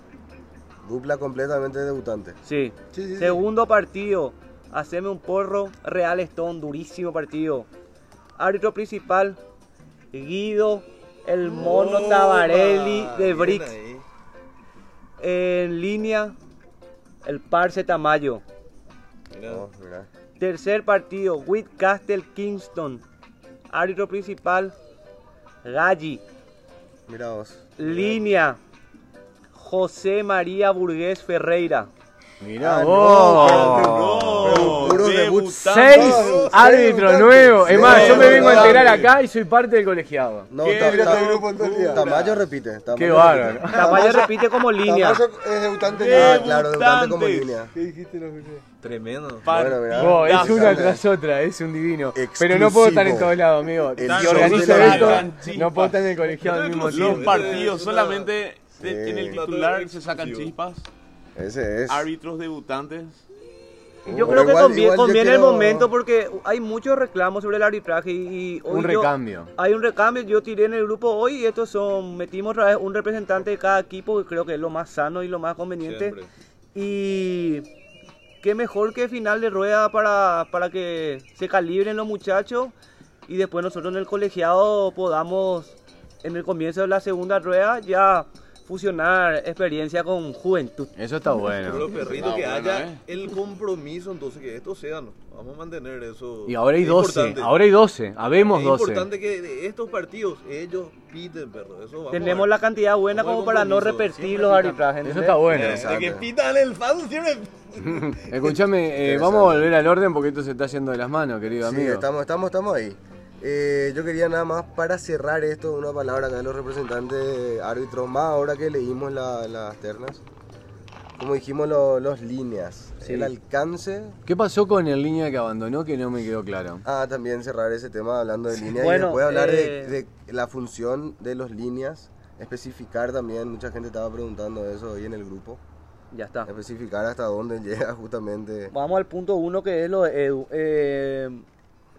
Speaker 2: dupla completamente debutante.
Speaker 8: sí.
Speaker 4: Sí, sí, sí.
Speaker 8: Segundo partido, haceme un porro, Real Stone, durísimo partido. Árbitro principal, Guido, el mono
Speaker 9: Opa,
Speaker 8: Tabarelli
Speaker 1: eh,
Speaker 8: de
Speaker 9: bien
Speaker 8: Brix.
Speaker 9: ahí.
Speaker 8: En línea, el Parce Tamayo.
Speaker 9: Mira,
Speaker 2: Oh, mira.
Speaker 8: Tercer partido, Whitcastle Kingston. Árbitro principal, Galli.
Speaker 2: Mira vos.
Speaker 8: Línea, José María Burgués Ferreira.
Speaker 1: Mirá
Speaker 4: Ah,
Speaker 1: vos.
Speaker 7: No,
Speaker 4: Puro debut.
Speaker 7: Oh, debutando.
Speaker 1: Seis
Speaker 4: Seis
Speaker 1: árbitros
Speaker 4: votantes.
Speaker 1: nuevos. Es más,
Speaker 4: Seis
Speaker 1: yo me vengo a
Speaker 4: votantes.
Speaker 1: enterar acá y soy parte del colegiado.
Speaker 2: No,
Speaker 7: Qué
Speaker 2: Ta-
Speaker 4: Mira
Speaker 2: Ta-
Speaker 4: este grupo en todo el día.
Speaker 2: Tamayo repite. Tamayo
Speaker 1: Qué
Speaker 2: repite.
Speaker 1: bárbaro.
Speaker 8: Tapaya repite como línea.
Speaker 4: Tamayo es debutante.
Speaker 2: Ah,
Speaker 4: en la-
Speaker 2: claro, debutante como
Speaker 7: Debutantes.
Speaker 2: línea.
Speaker 4: ¿Qué dijiste? No escuché.
Speaker 9: Tremendo.
Speaker 2: Bueno, mirá.
Speaker 1: Vos, es
Speaker 7: Dale.
Speaker 1: una tras otra, es un divino. Pero no
Speaker 2: Exclusivo.
Speaker 1: puedo estar en todos lados, amigo.
Speaker 2: El
Speaker 1: si
Speaker 7: show
Speaker 1: organizo
Speaker 7: de la gran
Speaker 1: esto,
Speaker 7: chispa.
Speaker 1: no puedo estar en el colegiado al mismo
Speaker 7: Los
Speaker 1: tiempo.
Speaker 7: partidos solamente
Speaker 2: Sí.
Speaker 7: de- en el titular se sacan chispas.
Speaker 2: Ese es.
Speaker 7: Árbitros debutantes.
Speaker 8: Y Yo
Speaker 2: Pero
Speaker 8: creo que
Speaker 2: igual-
Speaker 8: convie-
Speaker 2: igual yo
Speaker 8: conviene
Speaker 2: quiero-
Speaker 8: el momento porque hay muchos reclamos sobre el arbitraje y, y hoy
Speaker 1: Un
Speaker 8: yo-
Speaker 1: recambio.
Speaker 8: hay un recambio, yo tiré en el grupo hoy y estos son, metimos otra vez un representante de cada equipo que creo que es lo más sano y lo más conveniente.
Speaker 9: Siempre.
Speaker 8: Y qué mejor que final de rueda para, para que se calibren los muchachos y después nosotros en el colegiado podamos, en el comienzo de la segunda rueda, ya fusionar experiencia con juventud.
Speaker 1: Eso está
Speaker 9: Pero
Speaker 1: bueno.
Speaker 9: perrito
Speaker 7: Ah,
Speaker 9: que
Speaker 7: bueno,
Speaker 9: haya
Speaker 7: eh.
Speaker 9: el compromiso, entonces que estos sean. Vamos a mantener eso.
Speaker 1: Y ahora hay
Speaker 9: Es
Speaker 1: 12,
Speaker 9: importante.
Speaker 1: ahora hay 12, habemos
Speaker 9: es
Speaker 1: 12.
Speaker 9: importante que de estos partidos ellos piten, perro. Eso vamos a
Speaker 8: Tenemos
Speaker 9: ver.
Speaker 8: la cantidad buena
Speaker 9: Vamos
Speaker 8: como
Speaker 9: al
Speaker 8: para no
Speaker 9: compromiso,
Speaker 8: repetir
Speaker 9: siempre
Speaker 8: los
Speaker 9: pitan.
Speaker 8: arbitrajes.
Speaker 1: Eso
Speaker 8: ¿entendés?
Speaker 1: está bueno.
Speaker 9: Eh, que pitan el fan siempre.
Speaker 1: Escuchame, eh, vamos a volver al orden porque esto se está yendo de las manos, querido
Speaker 2: Sí,
Speaker 1: amigo.
Speaker 2: estamos, estamos, estamos ahí. Eh, yo quería nada más para cerrar esto, una palabra acá de los representantes árbitros, más ahora que leímos la- las ternas. Como dijimos, lo- los líneas. El alcance.
Speaker 1: ¿Qué pasó con el línea que abandonó que no me quedó claro?
Speaker 2: Ah, también cerrar ese tema hablando de líneas.
Speaker 8: bueno,
Speaker 2: y después hablar
Speaker 8: eh,
Speaker 2: de, de la función de los líneas. Especificar también, mucha gente estaba preguntando eso hoy en el grupo.
Speaker 8: Ya está.
Speaker 2: Especificar hasta dónde (laughs) llega justamente.
Speaker 8: Vamos al punto uno que es lo de Edu. Eh,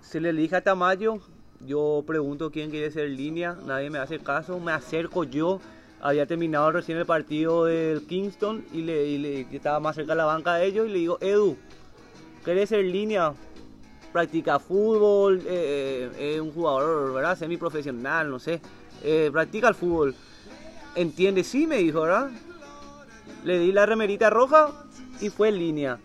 Speaker 8: se le elige a Tamayo. Yo pregunto quién quiere ser línea. Nadie me hace caso. Me acerco yo. Había terminado recién el partido del Kingston y le, y le- yo estaba más cerca de la banca de ellos y le digo, Edu, ¿querés ser línea? Practica fútbol, eh, eh, es un jugador, ¿verdad? Semiprofesional, no sé. Eh, practica el fútbol. Entiende, sí, me dijo, ¿verdad? Le di la remerita roja y fue en línea.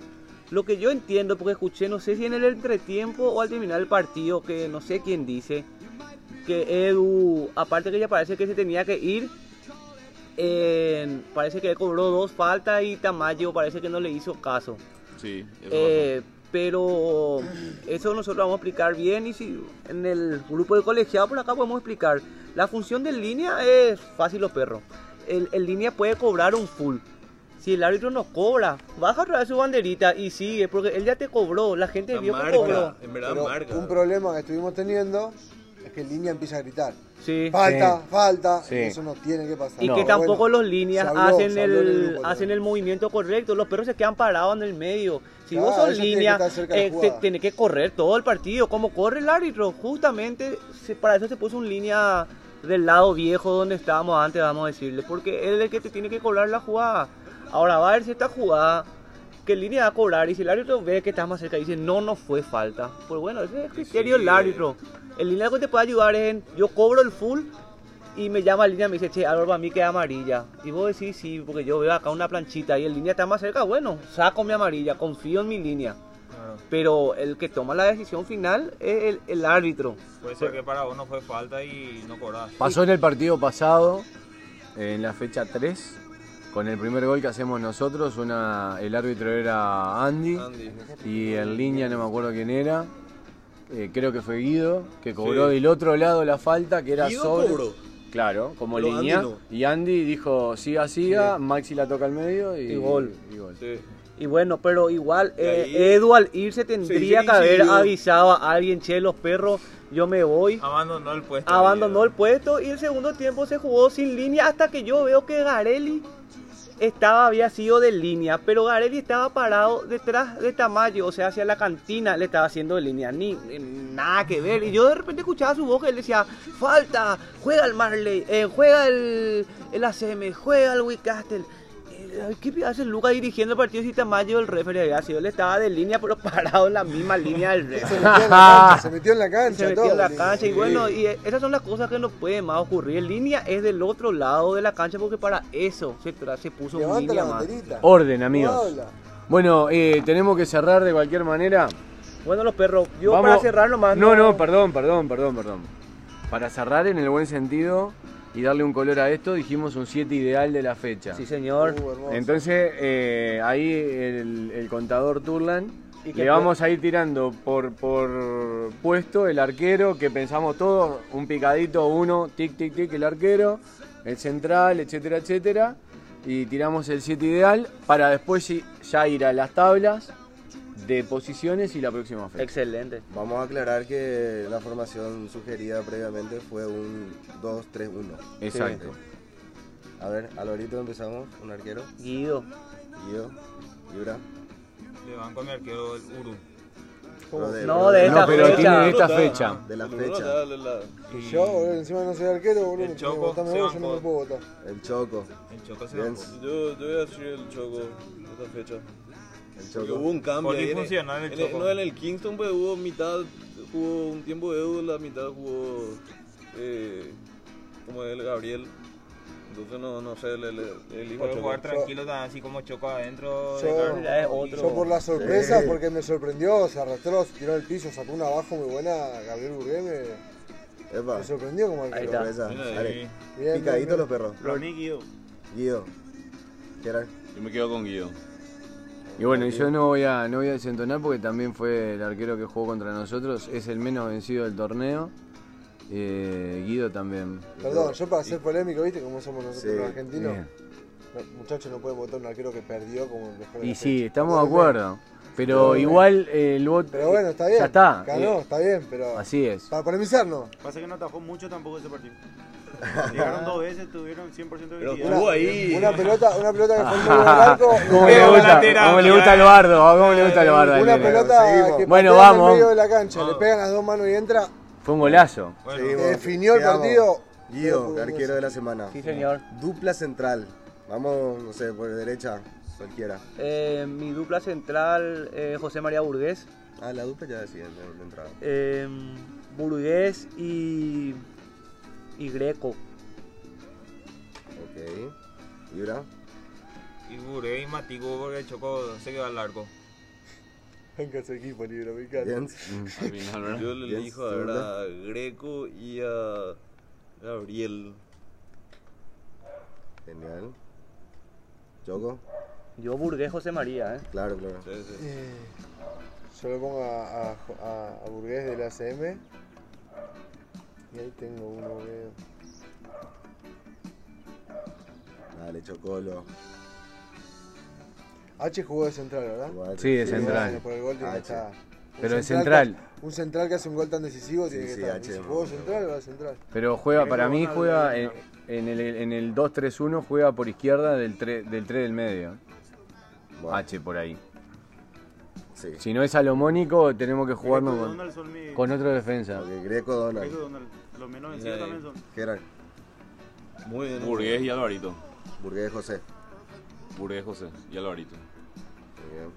Speaker 8: Lo que yo entiendo, porque escuché, no sé si en el entretiempo o al terminar el partido, que no sé quién dice, que Edu, aparte que ya parece que se tenía que ir, en- parece que cobró dos faltas y Tamayo parece que no le hizo caso.
Speaker 7: Sí, eso
Speaker 8: Eh, pero eso nosotros vamos a explicar bien y si en el grupo de colegiado por acá podemos explicar. La función de línea es fácil los perros. El, el línea puede cobrar un full. Si el árbitro no cobra, baja otra vez su banderita y sigue, porque él ya te cobró, la gente
Speaker 9: La
Speaker 8: vio que cobró.
Speaker 9: marca, en verdad
Speaker 4: Pero
Speaker 9: marca.
Speaker 4: un problema que estuvimos teniendo es que el línea empieza a gritar.
Speaker 8: Sí.
Speaker 4: Falta,
Speaker 1: Sí.
Speaker 4: falta.
Speaker 1: Sí.
Speaker 4: y Eso no tiene que pasar.
Speaker 8: Y
Speaker 1: No.
Speaker 8: que
Speaker 4: Pero
Speaker 8: tampoco
Speaker 4: bueno,
Speaker 8: los líneas
Speaker 4: se habló,
Speaker 8: hacen,
Speaker 4: se habló en
Speaker 8: el,
Speaker 4: grupo también.
Speaker 8: hacen el movimiento correcto. Los perros se quedan parados en el medio. Si
Speaker 4: Claro,
Speaker 8: vos sos
Speaker 4: ellos tienen que
Speaker 8: línea,
Speaker 4: estar cerca de la
Speaker 8: eh, te-
Speaker 4: jugada.
Speaker 8: tenés que correr todo el partido. Como corre el árbitro, justamente se- para eso se puso un línea del lado viejo donde estábamos antes, vamos a decirle. Porque él es el que te tiene que cobrar la jugada. Ahora va a ver si esta jugada que línea va a cobrar y si el árbitro ve que estás más cerca y dice no, no fue falta. Pues bueno, ese es el criterio del árbitro. El línea que te puede ayudar es en yo cobro el full y me llama el línea y me dice, che, Álvaro, para mí queda amarilla. Y vos decís, sí, porque yo veo acá una planchita y el línea está más cerca. Bueno, saco mi amarilla, confío en mi línea.
Speaker 3: Ah,
Speaker 8: Pero el que toma la decisión final es el, el árbitro.
Speaker 3: Puede ser que para vos no fue falta y no cobrás.
Speaker 1: Pasó en el partido pasado, en la fecha 3, con el primer gol que hacemos nosotros, una, el árbitro era Andy, y en línea no me acuerdo quién era, eh, creo que fue Guido, que cobró
Speaker 9: Sí.
Speaker 1: del otro lado la falta, que era
Speaker 9: Guido
Speaker 1: sobre...
Speaker 9: cobró.
Speaker 1: Claro, como
Speaker 9: Pero
Speaker 1: línea.
Speaker 9: Andy
Speaker 1: Y Andy dijo, siga, siga, Maxi la toca al medio y,
Speaker 8: Y gol.
Speaker 1: y gol.
Speaker 9: Sí.
Speaker 8: Y bueno, pero igual,
Speaker 9: Y ahí-
Speaker 8: eh, Edu al irse
Speaker 9: Se dice
Speaker 8: tendría
Speaker 9: que
Speaker 8: que haber
Speaker 9: incidió.
Speaker 8: avisado a alguien, che, los perros, yo me voy.
Speaker 3: Abandonó el puesto.
Speaker 8: abandonó el puesto y el segundo tiempo se jugó sin línea hasta que yo veo que Garelli estaba, había sido de línea, pero Garelli estaba parado detrás de Tamayo, o sea, hacia la cantina le estaba haciendo de línea, ni eh, nada que ver. Y yo de repente escuchaba su voz que él decía, falta, juega el Marley, eh, juega el, el ACM, juega el Wicastle. Ay, ¿Qué hace Luca dirigiendo el partido si Tamayo el referee había sido? Él estaba de línea pero (laughs) parado en la misma línea del referee.
Speaker 4: Se metió en
Speaker 8: (laughs)
Speaker 4: la cancha. Se metió en la cancha.
Speaker 8: Se metió en la
Speaker 4: todo.
Speaker 8: cancha y
Speaker 4: Sí.
Speaker 8: bueno, y eh, esas son las cosas que no pueden más ocurrir. En línea es del otro lado de la cancha porque para eso se, tra- se puso un
Speaker 4: Levanta
Speaker 8: línea
Speaker 4: la
Speaker 8: más. Oh,
Speaker 4: banderita.
Speaker 1: Orden, amigos.
Speaker 4: Habla.
Speaker 1: Bueno, eh, tenemos que cerrar de cualquier manera.
Speaker 8: Bueno, los perros, yo
Speaker 1: Vamos-
Speaker 8: para cerrar nomás.
Speaker 1: No, no, perdón, perdón, perdón, perdón. Para cerrar en el buen sentido, y darle un color a esto, dijimos un 7 ideal de la fecha.
Speaker 8: Sí, señor.
Speaker 4: Uh,
Speaker 1: Entonces, eh, ahí el, el contador Turlan.
Speaker 8: ¿Y
Speaker 1: Le
Speaker 8: qué fue?
Speaker 1: vamos a ir tirando por, por puesto el arquero, que pensamos todo, un picadito, uno, tic, tic, tic, el arquero, el central, etcétera, etcétera. Y tiramos el 7 ideal para después sí, ya ir a las tablas de posiciones y la próxima fecha.
Speaker 8: Excelente.
Speaker 2: Vamos a aclarar que la formación sugerida previamente fue un 2-3-1.
Speaker 1: Exacto.
Speaker 2: A ver, Alvarito empezamos, un arquero,
Speaker 8: Guido.
Speaker 2: Guido, Libra.
Speaker 3: Le van con mi arquero el Uru.
Speaker 8: Uh, No, de esta
Speaker 1: No, pero
Speaker 8: fecha.
Speaker 1: tiene esta fecha.
Speaker 2: De la
Speaker 9: (laughs) No,
Speaker 2: fecha,
Speaker 9: la- la- la-
Speaker 3: Y
Speaker 4: Yo, boludo, encima no soy arquero, boludo.
Speaker 3: El
Speaker 4: me-
Speaker 3: Choco,
Speaker 4: votame
Speaker 3: se
Speaker 4: vos, yo
Speaker 3: bancó.
Speaker 4: no me puedo votar.
Speaker 2: el Choco,
Speaker 3: El Choco se
Speaker 2: Bien.
Speaker 3: va por-
Speaker 9: Yo, yo voy a decir el Choco esta fecha.
Speaker 2: el
Speaker 9: Porque
Speaker 2: Choco.
Speaker 9: hubo un cambio.
Speaker 3: Porque
Speaker 9: ahí en-
Speaker 3: funciona en el
Speaker 9: en
Speaker 3: Choco.
Speaker 9: no, en el Kingston pues, hubo mitad, jugó un tiempo Edu, la mitad jugó eh, como el Gabriel. Entonces no, no sé, le, le, elijo
Speaker 3: Puede
Speaker 9: Choco.
Speaker 3: jugar tranquilo, tan así como Choco adentro. de Garden.
Speaker 8: ya es
Speaker 4: Yo,
Speaker 8: otro.
Speaker 4: yo por la sorpresa,
Speaker 2: Sí.
Speaker 4: porque me sorprendió, se arrastró, se tiró al piso, sacó una abajo muy buena, Gabriel Burgué me,
Speaker 2: Epa,
Speaker 4: me sorprendió como arquero.
Speaker 8: Ahí está.
Speaker 2: sorpresa.
Speaker 7: Mira
Speaker 2: Dale.
Speaker 3: ahí.
Speaker 4: Bien, bien,
Speaker 2: Picaditos
Speaker 4: bien.
Speaker 2: los perros.
Speaker 7: Ronnie Guido.
Speaker 2: Guido, Gerard.
Speaker 7: Yo me quedo con Guido.
Speaker 1: Y bueno, yo no voy a no voy a desentonar porque también fue el arquero que jugó contra nosotros, es el menos vencido del torneo. Eh, Guido también.
Speaker 4: Perdón, yo para ser polémico, ¿viste cómo somos nosotros
Speaker 2: Sí,
Speaker 4: los argentinos?
Speaker 1: Bien.
Speaker 4: No, Muchachos no pueden votar un arquero que perdió como el mejor de
Speaker 1: Y
Speaker 4: la
Speaker 1: sí,
Speaker 4: fecha.
Speaker 1: estamos de
Speaker 4: Totalmente.
Speaker 1: acuerdo. Pero
Speaker 4: Totalmente.
Speaker 1: igual eh, el voto.
Speaker 4: Pero bueno, está bien.
Speaker 1: Ya está.
Speaker 4: Ganó,
Speaker 1: Eh,
Speaker 4: está bien, pero.
Speaker 1: Así es.
Speaker 4: Para polemizar, no.
Speaker 10: Pasa que no atajó mucho tampoco ese partido. Llegaron dos veces, tuvieron 100% de
Speaker 7: Pero
Speaker 10: habilidad.
Speaker 7: Estuvo
Speaker 9: eh.
Speaker 4: Una,
Speaker 7: ahí.
Speaker 4: una pelota, una pelota que fue el medio del arco.
Speaker 1: (laughs) ¿Cómo le
Speaker 3: Veo la
Speaker 1: gusta,
Speaker 3: terapia,
Speaker 1: cómo le gusta
Speaker 3: eh.
Speaker 1: el bardo? ah, ¿Cómo le gusta el bardo? al
Speaker 4: Una
Speaker 1: nene?
Speaker 4: pelota que
Speaker 2: Seguimos.
Speaker 1: Bueno,
Speaker 4: patea en
Speaker 1: vamos.
Speaker 4: el medio de la cancha, le pegan las dos manos y entra,
Speaker 1: Fue un golazo.
Speaker 3: Bueno,
Speaker 2: Seguimos.
Speaker 4: definió el
Speaker 2: Quedamos.
Speaker 4: partido. pues,
Speaker 2: Guido, arquero de la semana.
Speaker 8: Sí, señor.
Speaker 2: Dupla central. Vamos, no sé, por derecha, cualquiera.
Speaker 8: Eh, mi dupla central, eh, José María Burgués.
Speaker 2: Ah, la dupla ya decía de de entrada.
Speaker 8: Eh, Burgués y, y Greco.
Speaker 2: Ok. Libra.
Speaker 3: Y Bure y Matigo porque el Choco se quedó al largo.
Speaker 4: Venga su equipo libre, me encanta.
Speaker 2: Bien.
Speaker 7: Al final, ¿verdad?
Speaker 9: Yo le
Speaker 2: Bien,
Speaker 9: elijo ahora a Greco y a Gabriel.
Speaker 2: Genial. Choco.
Speaker 8: Yo Burgués José María, ¿eh?
Speaker 2: Claro, claro.
Speaker 9: Sí, sí.
Speaker 4: Eh, Yo lo pongo a, a, a- a Burgués del ACM. Y ahí tengo uno, boludo.
Speaker 2: Dale, Chocolo.
Speaker 4: H jugó de central, ¿verdad?
Speaker 2: Guate.
Speaker 1: Sí, de
Speaker 4: Sí,
Speaker 1: central.
Speaker 4: Por el gol tiene
Speaker 2: H.
Speaker 4: que estar. Un
Speaker 1: Pero de
Speaker 4: que-
Speaker 1: central.
Speaker 4: un central que hace un gol tan decisivo tiene
Speaker 2: Sí,
Speaker 4: que
Speaker 2: sí,
Speaker 4: estar.
Speaker 2: H,
Speaker 4: Y si
Speaker 2: no,
Speaker 4: jugó
Speaker 2: no.
Speaker 4: central, va a central.
Speaker 1: Pero juega, para mí, juega en, en el, en el 2-3-1, juega por izquierda del 3 del, 3 del medio.
Speaker 2: Guate.
Speaker 1: H por ahí.
Speaker 2: Sí.
Speaker 1: Si no es salomónico, tenemos que jugarnos
Speaker 10: Greco y
Speaker 1: con,
Speaker 10: Donald son mi-
Speaker 1: con otro defensa.
Speaker 2: Ok, Greco
Speaker 10: Greco y
Speaker 2: Donald.
Speaker 10: Donald. Los menos vencidos
Speaker 7: Ahí.
Speaker 10: también son.
Speaker 2: Gerard.
Speaker 9: Muy bien.
Speaker 7: Burgués y Alvarito.
Speaker 2: Burgués José.
Speaker 7: Burgués José y Alvarito.
Speaker 2: Muy bien.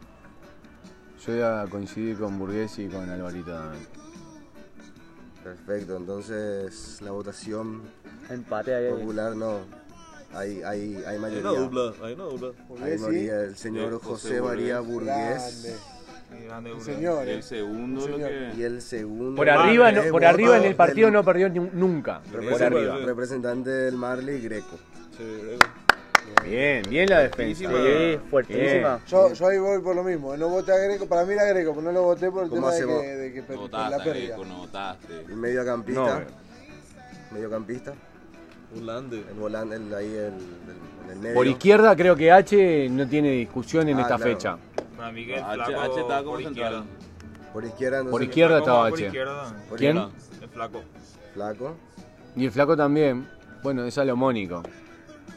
Speaker 1: Yo voy a coincidir con Burgués y con Alvarito también.
Speaker 2: Perfecto. Entonces, la votación
Speaker 8: Empate ahí.
Speaker 2: popular no. Hay, hay, hay
Speaker 9: Hay
Speaker 2: mayoría.
Speaker 9: una dupla, hay una dupla.
Speaker 2: Hay
Speaker 4: Burgués, sí.
Speaker 2: mayoría. El señor
Speaker 7: Sí, José
Speaker 2: José María Burgués.
Speaker 4: Grande.
Speaker 3: Y grande Bure.
Speaker 4: Sí,
Speaker 7: Y el
Speaker 4: Señores.
Speaker 7: segundo
Speaker 4: Sí,
Speaker 7: lo
Speaker 4: señor.
Speaker 2: Y
Speaker 7: que.
Speaker 2: el segundo.
Speaker 1: Por arriba, no-
Speaker 2: Tres
Speaker 1: por arriba en
Speaker 2: votos
Speaker 1: el partido
Speaker 2: Eh, del
Speaker 1: no perdió ni- nunca. Por
Speaker 2: representante-
Speaker 1: arriba.
Speaker 2: Representante del Marley Greco.
Speaker 9: Sí, Greco.
Speaker 1: Bien, bien la defensa.
Speaker 8: Sí, fuertísima.
Speaker 4: Yo, yo ahí voy por lo mismo. No voté a Greco. Para mí era Greco, pero no lo voté por el
Speaker 2: ¿Cómo
Speaker 4: tema de
Speaker 2: hacemos?
Speaker 4: que, de que per- por la
Speaker 7: Notaste,
Speaker 4: pérdida.
Speaker 7: Greco, notaste.
Speaker 2: El
Speaker 1: No,
Speaker 2: mediocampista.
Speaker 1: eh.
Speaker 2: mediocampista.
Speaker 9: Ulande.
Speaker 2: El volante, el, ahí el, el- en el medio.
Speaker 1: Por izquierda creo que H no tiene discusión en
Speaker 2: Eh, Ah,
Speaker 1: esta
Speaker 2: claro.
Speaker 1: fecha.
Speaker 3: Para mí que el
Speaker 7: H,
Speaker 3: flaco
Speaker 7: H estaba como
Speaker 3: por izquierda.
Speaker 7: central.
Speaker 2: Por izquierda, entonces.
Speaker 1: Por izquierda
Speaker 3: El flaco
Speaker 1: estaba
Speaker 3: por
Speaker 1: H.
Speaker 3: izquierda,
Speaker 2: por
Speaker 1: ¿Quién?
Speaker 2: izquierda,
Speaker 3: el flaco.
Speaker 2: Flaco.
Speaker 1: Y el flaco también. Bueno, es salomónico.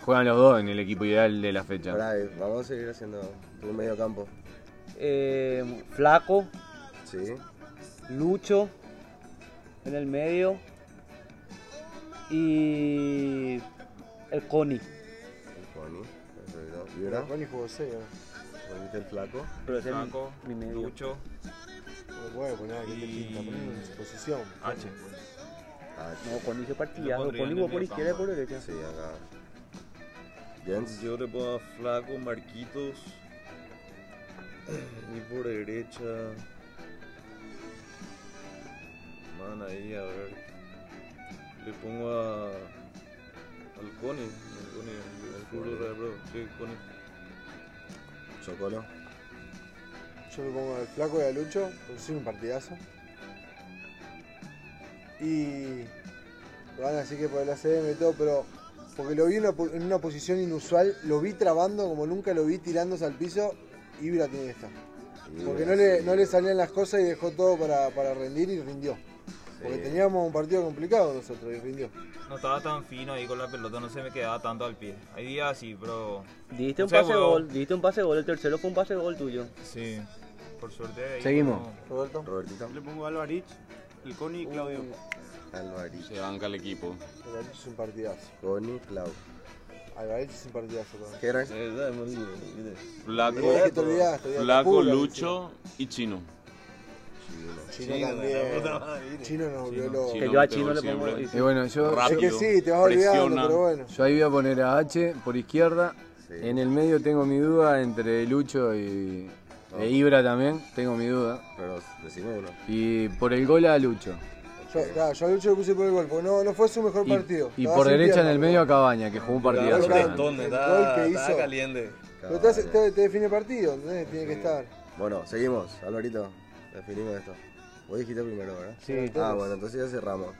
Speaker 1: Juegan los dos en el equipo ideal de la fecha.
Speaker 2: Pará, eh, vamos a seguir haciendo tu medio campo.
Speaker 8: Eh, Flaco,
Speaker 2: Sí.
Speaker 8: Lucho en el medio y el Coni.
Speaker 2: El Connie. Perfecto. Libra.
Speaker 4: Bueno, y jugó seis, ¿no?
Speaker 2: Ponete el flaco.
Speaker 8: Pero ese es mi-
Speaker 3: Flaco,
Speaker 8: mi medio.
Speaker 3: Lucho,
Speaker 4: No puede poner a quien le
Speaker 3: Y-
Speaker 4: pinta, ponerlo en su posición.
Speaker 3: H.
Speaker 2: Ah,
Speaker 8: No, Coni se
Speaker 3: Lo
Speaker 8: partidazo.
Speaker 3: pondría
Speaker 8: Coni
Speaker 3: en el
Speaker 8: jugó por
Speaker 3: medio
Speaker 8: izquierda y
Speaker 3: campo.
Speaker 8: por derecha.
Speaker 2: sí, acá. Jens.
Speaker 9: Pues Yo le pongo a Flaco, Marquitos. Y por derecha. Man, ahí, a ver. Le pongo a. Cone, el Cone, el- el fútbol real, bro. Sí, Cone.
Speaker 2: Chocolo.
Speaker 4: Yo me pongo al flaco y a Lucho, pues sí, un partidazo. Y van así que por la CM y todo, pero porque lo vi en una, po- en una posición inusual, lo vi trabando como nunca lo vi tirándose al piso y Vibra tiene esta. Porque no le, no le salían las cosas y dejó todo para, para rendir y rindió. Porque teníamos un partido complicado nosotros y rindió.
Speaker 3: No estaba tan fino ahí con la pelota, no se me quedaba tanto al pie. Hay días así, pero.
Speaker 8: Diste
Speaker 3: No
Speaker 8: un
Speaker 3: sé,
Speaker 8: pase
Speaker 3: huevón.
Speaker 8: gol, diste un pase gol, el tercero fue un pase gol tuyo.
Speaker 3: Sí. Por suerte. ahí
Speaker 1: Seguimos.
Speaker 3: no-
Speaker 4: Roberto.
Speaker 2: Robertito.
Speaker 10: Le pongo Alvarich, el Coni y Claudio.
Speaker 2: Alvarito.
Speaker 7: Se banca el equipo.
Speaker 4: Alvarez es un partidazo.
Speaker 2: Coni, Clau.
Speaker 4: Alvarez es un partidazo. también.
Speaker 2: ¿Qué era?
Speaker 9: Eh, dale, marido, mire.
Speaker 7: Flaco,
Speaker 4: Mirá que te olvidás, te olvidás.
Speaker 7: Flaco,
Speaker 4: Pula,
Speaker 7: Lucho y Chino.
Speaker 4: Chino (laughs) también. Chino nos volvió loco.
Speaker 8: Que yo a
Speaker 7: te
Speaker 8: Chino
Speaker 7: voy
Speaker 8: le pongo-
Speaker 7: siempre.
Speaker 8: y sí.
Speaker 1: Y Eh, bueno, yo,
Speaker 4: Es
Speaker 7: Rápido,
Speaker 4: que sí, te vas olvidando,
Speaker 7: presiona.
Speaker 4: pero bueno.
Speaker 1: yo ahí voy a poner a H por izquierda. En el medio tengo mi duda entre Lucho y e Ibra también, tengo mi duda.
Speaker 2: Pero decime uno.
Speaker 1: Y por el gol a Lucho.
Speaker 4: Yo, claro, yo a Lucho le puse por el gol, porque no, no fue su mejor
Speaker 1: Y,
Speaker 4: partido.
Speaker 1: y
Speaker 4: Estaba
Speaker 1: por
Speaker 4: sin
Speaker 1: derecha en
Speaker 4: pierna,
Speaker 1: el medio a Cabaña, que jugó un partido.
Speaker 4: Claro,
Speaker 9: Dale,
Speaker 4: claro.
Speaker 1: Bueno,
Speaker 9: Tone,
Speaker 4: El
Speaker 9: da-
Speaker 4: gol que
Speaker 9: da
Speaker 4: hizo.
Speaker 9: caliente.
Speaker 4: Pero te, hace- te- te define partido, ¿entendés? Tiene que estar.
Speaker 2: Bueno, seguimos, Alvarito. Definimos esto. Vos dijiste primero, ¿verdad?
Speaker 4: Sí.
Speaker 2: Ah, bueno, entonces ya cerramos.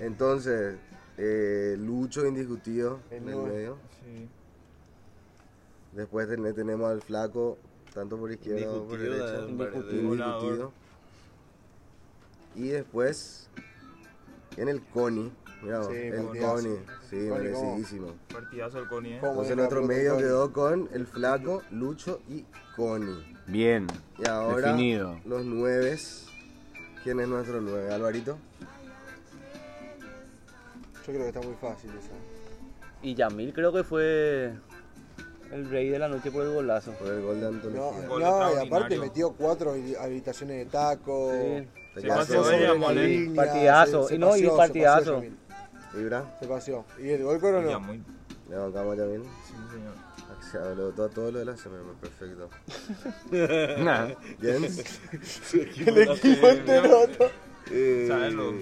Speaker 2: Entonces, eh, Lucho indiscutido
Speaker 4: El
Speaker 2: en el
Speaker 4: nueve.
Speaker 2: medio.
Speaker 3: Sí.
Speaker 2: Después ten- tenemos al flaco, tanto por izquierda como por
Speaker 9: Indiscutido,
Speaker 2: derecha.
Speaker 9: eh,
Speaker 2: Indiscutido.
Speaker 3: Volador.
Speaker 2: Y después, en el Coni. Mirá, vos,
Speaker 4: Sí,
Speaker 2: el
Speaker 4: partidazo.
Speaker 2: Coni. Sí,
Speaker 4: Coni, ¿cómo?
Speaker 2: merecidísimo.
Speaker 3: Partidazo el Coni, eh.
Speaker 4: Como
Speaker 2: Entonces
Speaker 4: en
Speaker 2: nuestro
Speaker 4: la
Speaker 2: medio
Speaker 4: protocolo.
Speaker 2: quedó con el flaco, Lucho y Coni.
Speaker 1: Bien.
Speaker 2: Y ahora
Speaker 1: Definido.
Speaker 2: los nueves. ¿Quién es nuestro nueve? Alvarito.
Speaker 4: Yo creo que está muy fácil esa.
Speaker 8: Y Yamil creo que fue el rey de la noche por el golazo.
Speaker 2: Por el gol de Antonio.
Speaker 4: No,
Speaker 2: Gil.
Speaker 3: gol
Speaker 4: no y
Speaker 3: extraordinario.
Speaker 4: aparte metió cuatro habi- habilitaciones de taco.
Speaker 8: Sí.
Speaker 2: Te
Speaker 3: Se
Speaker 2: quedas
Speaker 3: pasó
Speaker 2: con
Speaker 3: ella,
Speaker 4: sobre la
Speaker 3: mole.
Speaker 4: línea,
Speaker 8: Partidazo, y no, y
Speaker 4: se
Speaker 8: partidazo.
Speaker 4: Yamil,
Speaker 2: Ibra,
Speaker 4: Se paseó. ¿Y el gol coronó?
Speaker 3: Ya, muy.
Speaker 2: le bancamos también.
Speaker 3: Sí, señor.
Speaker 2: Se habló todo, todo lo de la semana, perfecto.
Speaker 1: Nada.
Speaker 2: Jens,
Speaker 4: El equipo entero.
Speaker 3: (laughs)
Speaker 4: ¿no?
Speaker 9: Eh,
Speaker 3: ¿Sabes lo?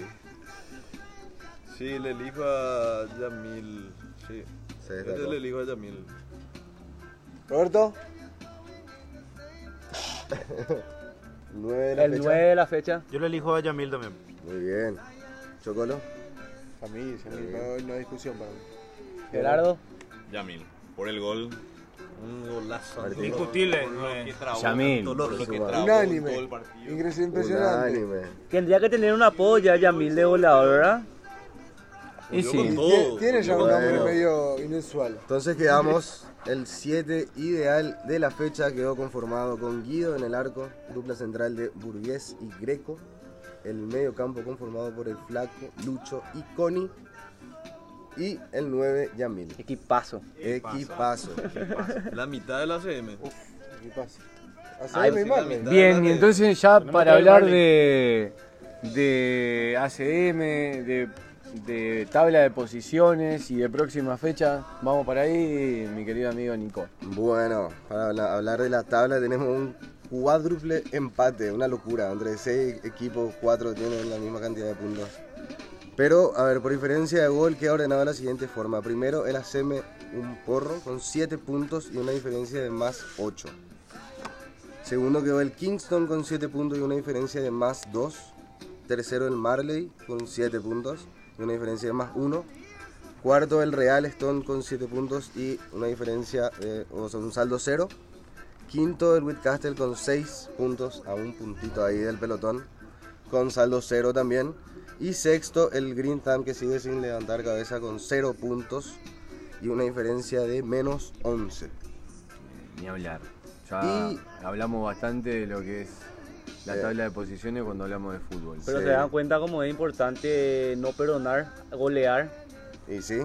Speaker 9: Sí, le elijo a Yamil. Sí.
Speaker 2: se
Speaker 9: Yo
Speaker 2: destacó.
Speaker 9: le elijo a Yamil.
Speaker 4: Roberto,
Speaker 2: Nueve de la
Speaker 8: El
Speaker 2: fecha.
Speaker 8: 9 de la fecha.
Speaker 10: Yo le elijo a Yamil también.
Speaker 2: Muy bien. Chocolo,
Speaker 4: Yamil, Yamil, no, no hay discusión para mí.
Speaker 8: Gerardo.
Speaker 7: Yamil, por el gol.
Speaker 9: Un golazo.
Speaker 2: Martín.
Speaker 3: Indiscutible.
Speaker 7: Que trabó,
Speaker 1: Yamil.
Speaker 7: todo lo que
Speaker 2: Suma.
Speaker 7: trabó en
Speaker 4: Unánime.
Speaker 7: todo el partido.
Speaker 4: Ingreso impresionante.
Speaker 2: unánime.
Speaker 8: Tendría que tener una polla Yamil de volador, ¿verdad?
Speaker 1: Y sí.
Speaker 4: Tie- Tiene ya un
Speaker 2: Bueno.
Speaker 4: nombre medio inusual.
Speaker 2: Entonces quedamos, el 7 ideal de la fecha quedó conformado con Guido en el arco, dupla central de Burgués y Greco, el medio campo conformado por el Flaco, Lucho y Coni, y el 9, Yamil.
Speaker 8: Equipazo.
Speaker 2: Equipazo.
Speaker 9: (laughs) La mitad de la CM.
Speaker 4: ¿Qué pasa?
Speaker 8: Ay,
Speaker 4: Hacer mi
Speaker 9: sí, la
Speaker 4: madre.
Speaker 9: mitad.
Speaker 2: ¿eh?
Speaker 1: Bien, y entonces ya para
Speaker 10: que
Speaker 1: hablar
Speaker 10: darle.
Speaker 1: de, de ACM, de, de tabla de posiciones y de próxima fecha, vamos para ahí, mi querido amigo Nico.
Speaker 2: Bueno, para habla- hablar de la tabla tenemos un cuádruple empate, una locura. Entre seis equipos, cuatro tienen la misma cantidad de puntos. Pero, a ver, por diferencia de gol queda ordenado de la siguiente forma. Primero el ACM un porro con 7 puntos y una diferencia de más 8. Segundo quedó el Kingston con 7 puntos y una diferencia de más 2. Tercero el Marley con 7 puntos y una diferencia de más 1. Cuarto el Real Stone con 7 puntos y una diferencia, eh, o sea, un saldo 0. Quinto el Whitcastle con 6 puntos, a un puntito ahí del pelotón, con saldo 0 también. Y sexto el Green Thumb que sigue sin levantar cabeza con 0 puntos y una diferencia de menos 11.
Speaker 1: Ni hablar. Ya
Speaker 2: Y-
Speaker 1: hablamos bastante de lo que es la
Speaker 2: Sí.
Speaker 1: tabla de posiciones cuando hablamos de fútbol.
Speaker 8: Pero
Speaker 2: Sí.
Speaker 8: se dan cuenta como es importante no perdonar, golear.
Speaker 2: ¿Y sí?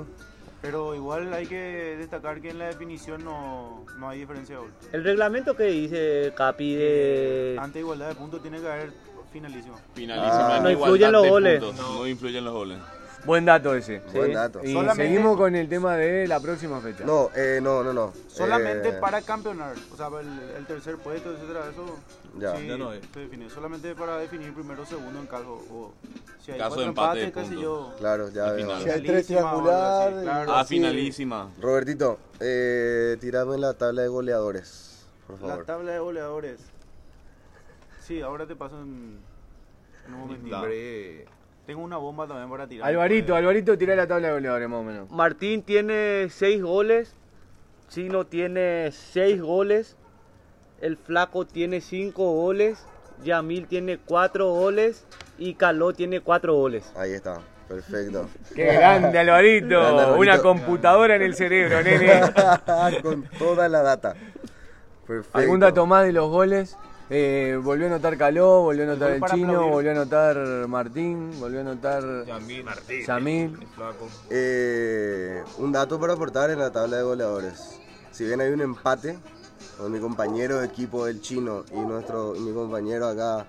Speaker 10: Pero igual hay que destacar que en la definición no, no hay diferencia de gol.
Speaker 8: El reglamento que dice Capi de...
Speaker 10: Ante igualdad de puntos tiene que haber finalísimo.
Speaker 7: Finalísima.
Speaker 2: Ah.
Speaker 7: en
Speaker 2: No
Speaker 7: igualdad
Speaker 8: influyen los
Speaker 7: de
Speaker 8: goles.
Speaker 7: puntos, No. influyen los goles.
Speaker 1: Buen dato ese.
Speaker 2: Buen dato.
Speaker 1: Y
Speaker 2: Solamente-
Speaker 1: seguimos con el tema de la próxima fecha.
Speaker 2: No, eh, no, no, no.
Speaker 6: Solamente
Speaker 2: Eh,
Speaker 6: para campeonar, o sea, el, el tercer puesto, etcétera, eso
Speaker 2: Ya.
Speaker 6: sí,
Speaker 2: Ya
Speaker 7: no es.
Speaker 6: se define. Solamente para definir primero, segundo en caso, o si hay
Speaker 7: Caso
Speaker 6: cuatro
Speaker 7: de empate,
Speaker 6: empates, qué sé
Speaker 7: punto.
Speaker 6: yo.
Speaker 2: Claro, ya veo.
Speaker 7: final.
Speaker 4: Si hay tres
Speaker 6: Finalísima, o algo así,
Speaker 4: triangulares.
Speaker 6: claro.
Speaker 7: Ah,
Speaker 4: sí.
Speaker 7: finalísima.
Speaker 2: Robertito, eh, tirame la tabla de goleadores, por
Speaker 6: La
Speaker 2: favor.
Speaker 6: tabla de goleadores. Sí, ahora te paso en, en un momentito. Tengo una bomba también para tirar.
Speaker 1: Alvarito, Alvarito, tirá la tabla de goleadores más o
Speaker 2: (laughs)
Speaker 1: menos.
Speaker 8: Martín tiene 6 goles. Chino tiene 6 goles. El Flaco tiene 5 goles. Yamil tiene 4 goles. Y Caló tiene 4 goles.
Speaker 2: Ahí está,
Speaker 6: (laughs)
Speaker 2: perfecto. (laughs)
Speaker 1: ¡Qué grande, Alvarito!
Speaker 2: Grande, Alvarito.
Speaker 1: Una computadora en el
Speaker 2: (laughs)
Speaker 1: cerebro, nene.
Speaker 2: Con toda la data. Perfecto.
Speaker 1: ¿Algún dato más de los goles? Eh, volvió a anotar Caló, volvió a anotar
Speaker 6: Gol
Speaker 1: el
Speaker 6: para
Speaker 1: Chino,
Speaker 6: aplaudir.
Speaker 1: volvió a anotar Martín, volvió a anotar
Speaker 3: Yamil, Martín.
Speaker 1: Yamil.
Speaker 3: Flaco.
Speaker 2: Eh, un dato para aportar en la tabla de goleadores. Si bien hay un empate, con mi compañero de equipo del chino y nuestro y mi compañero acá,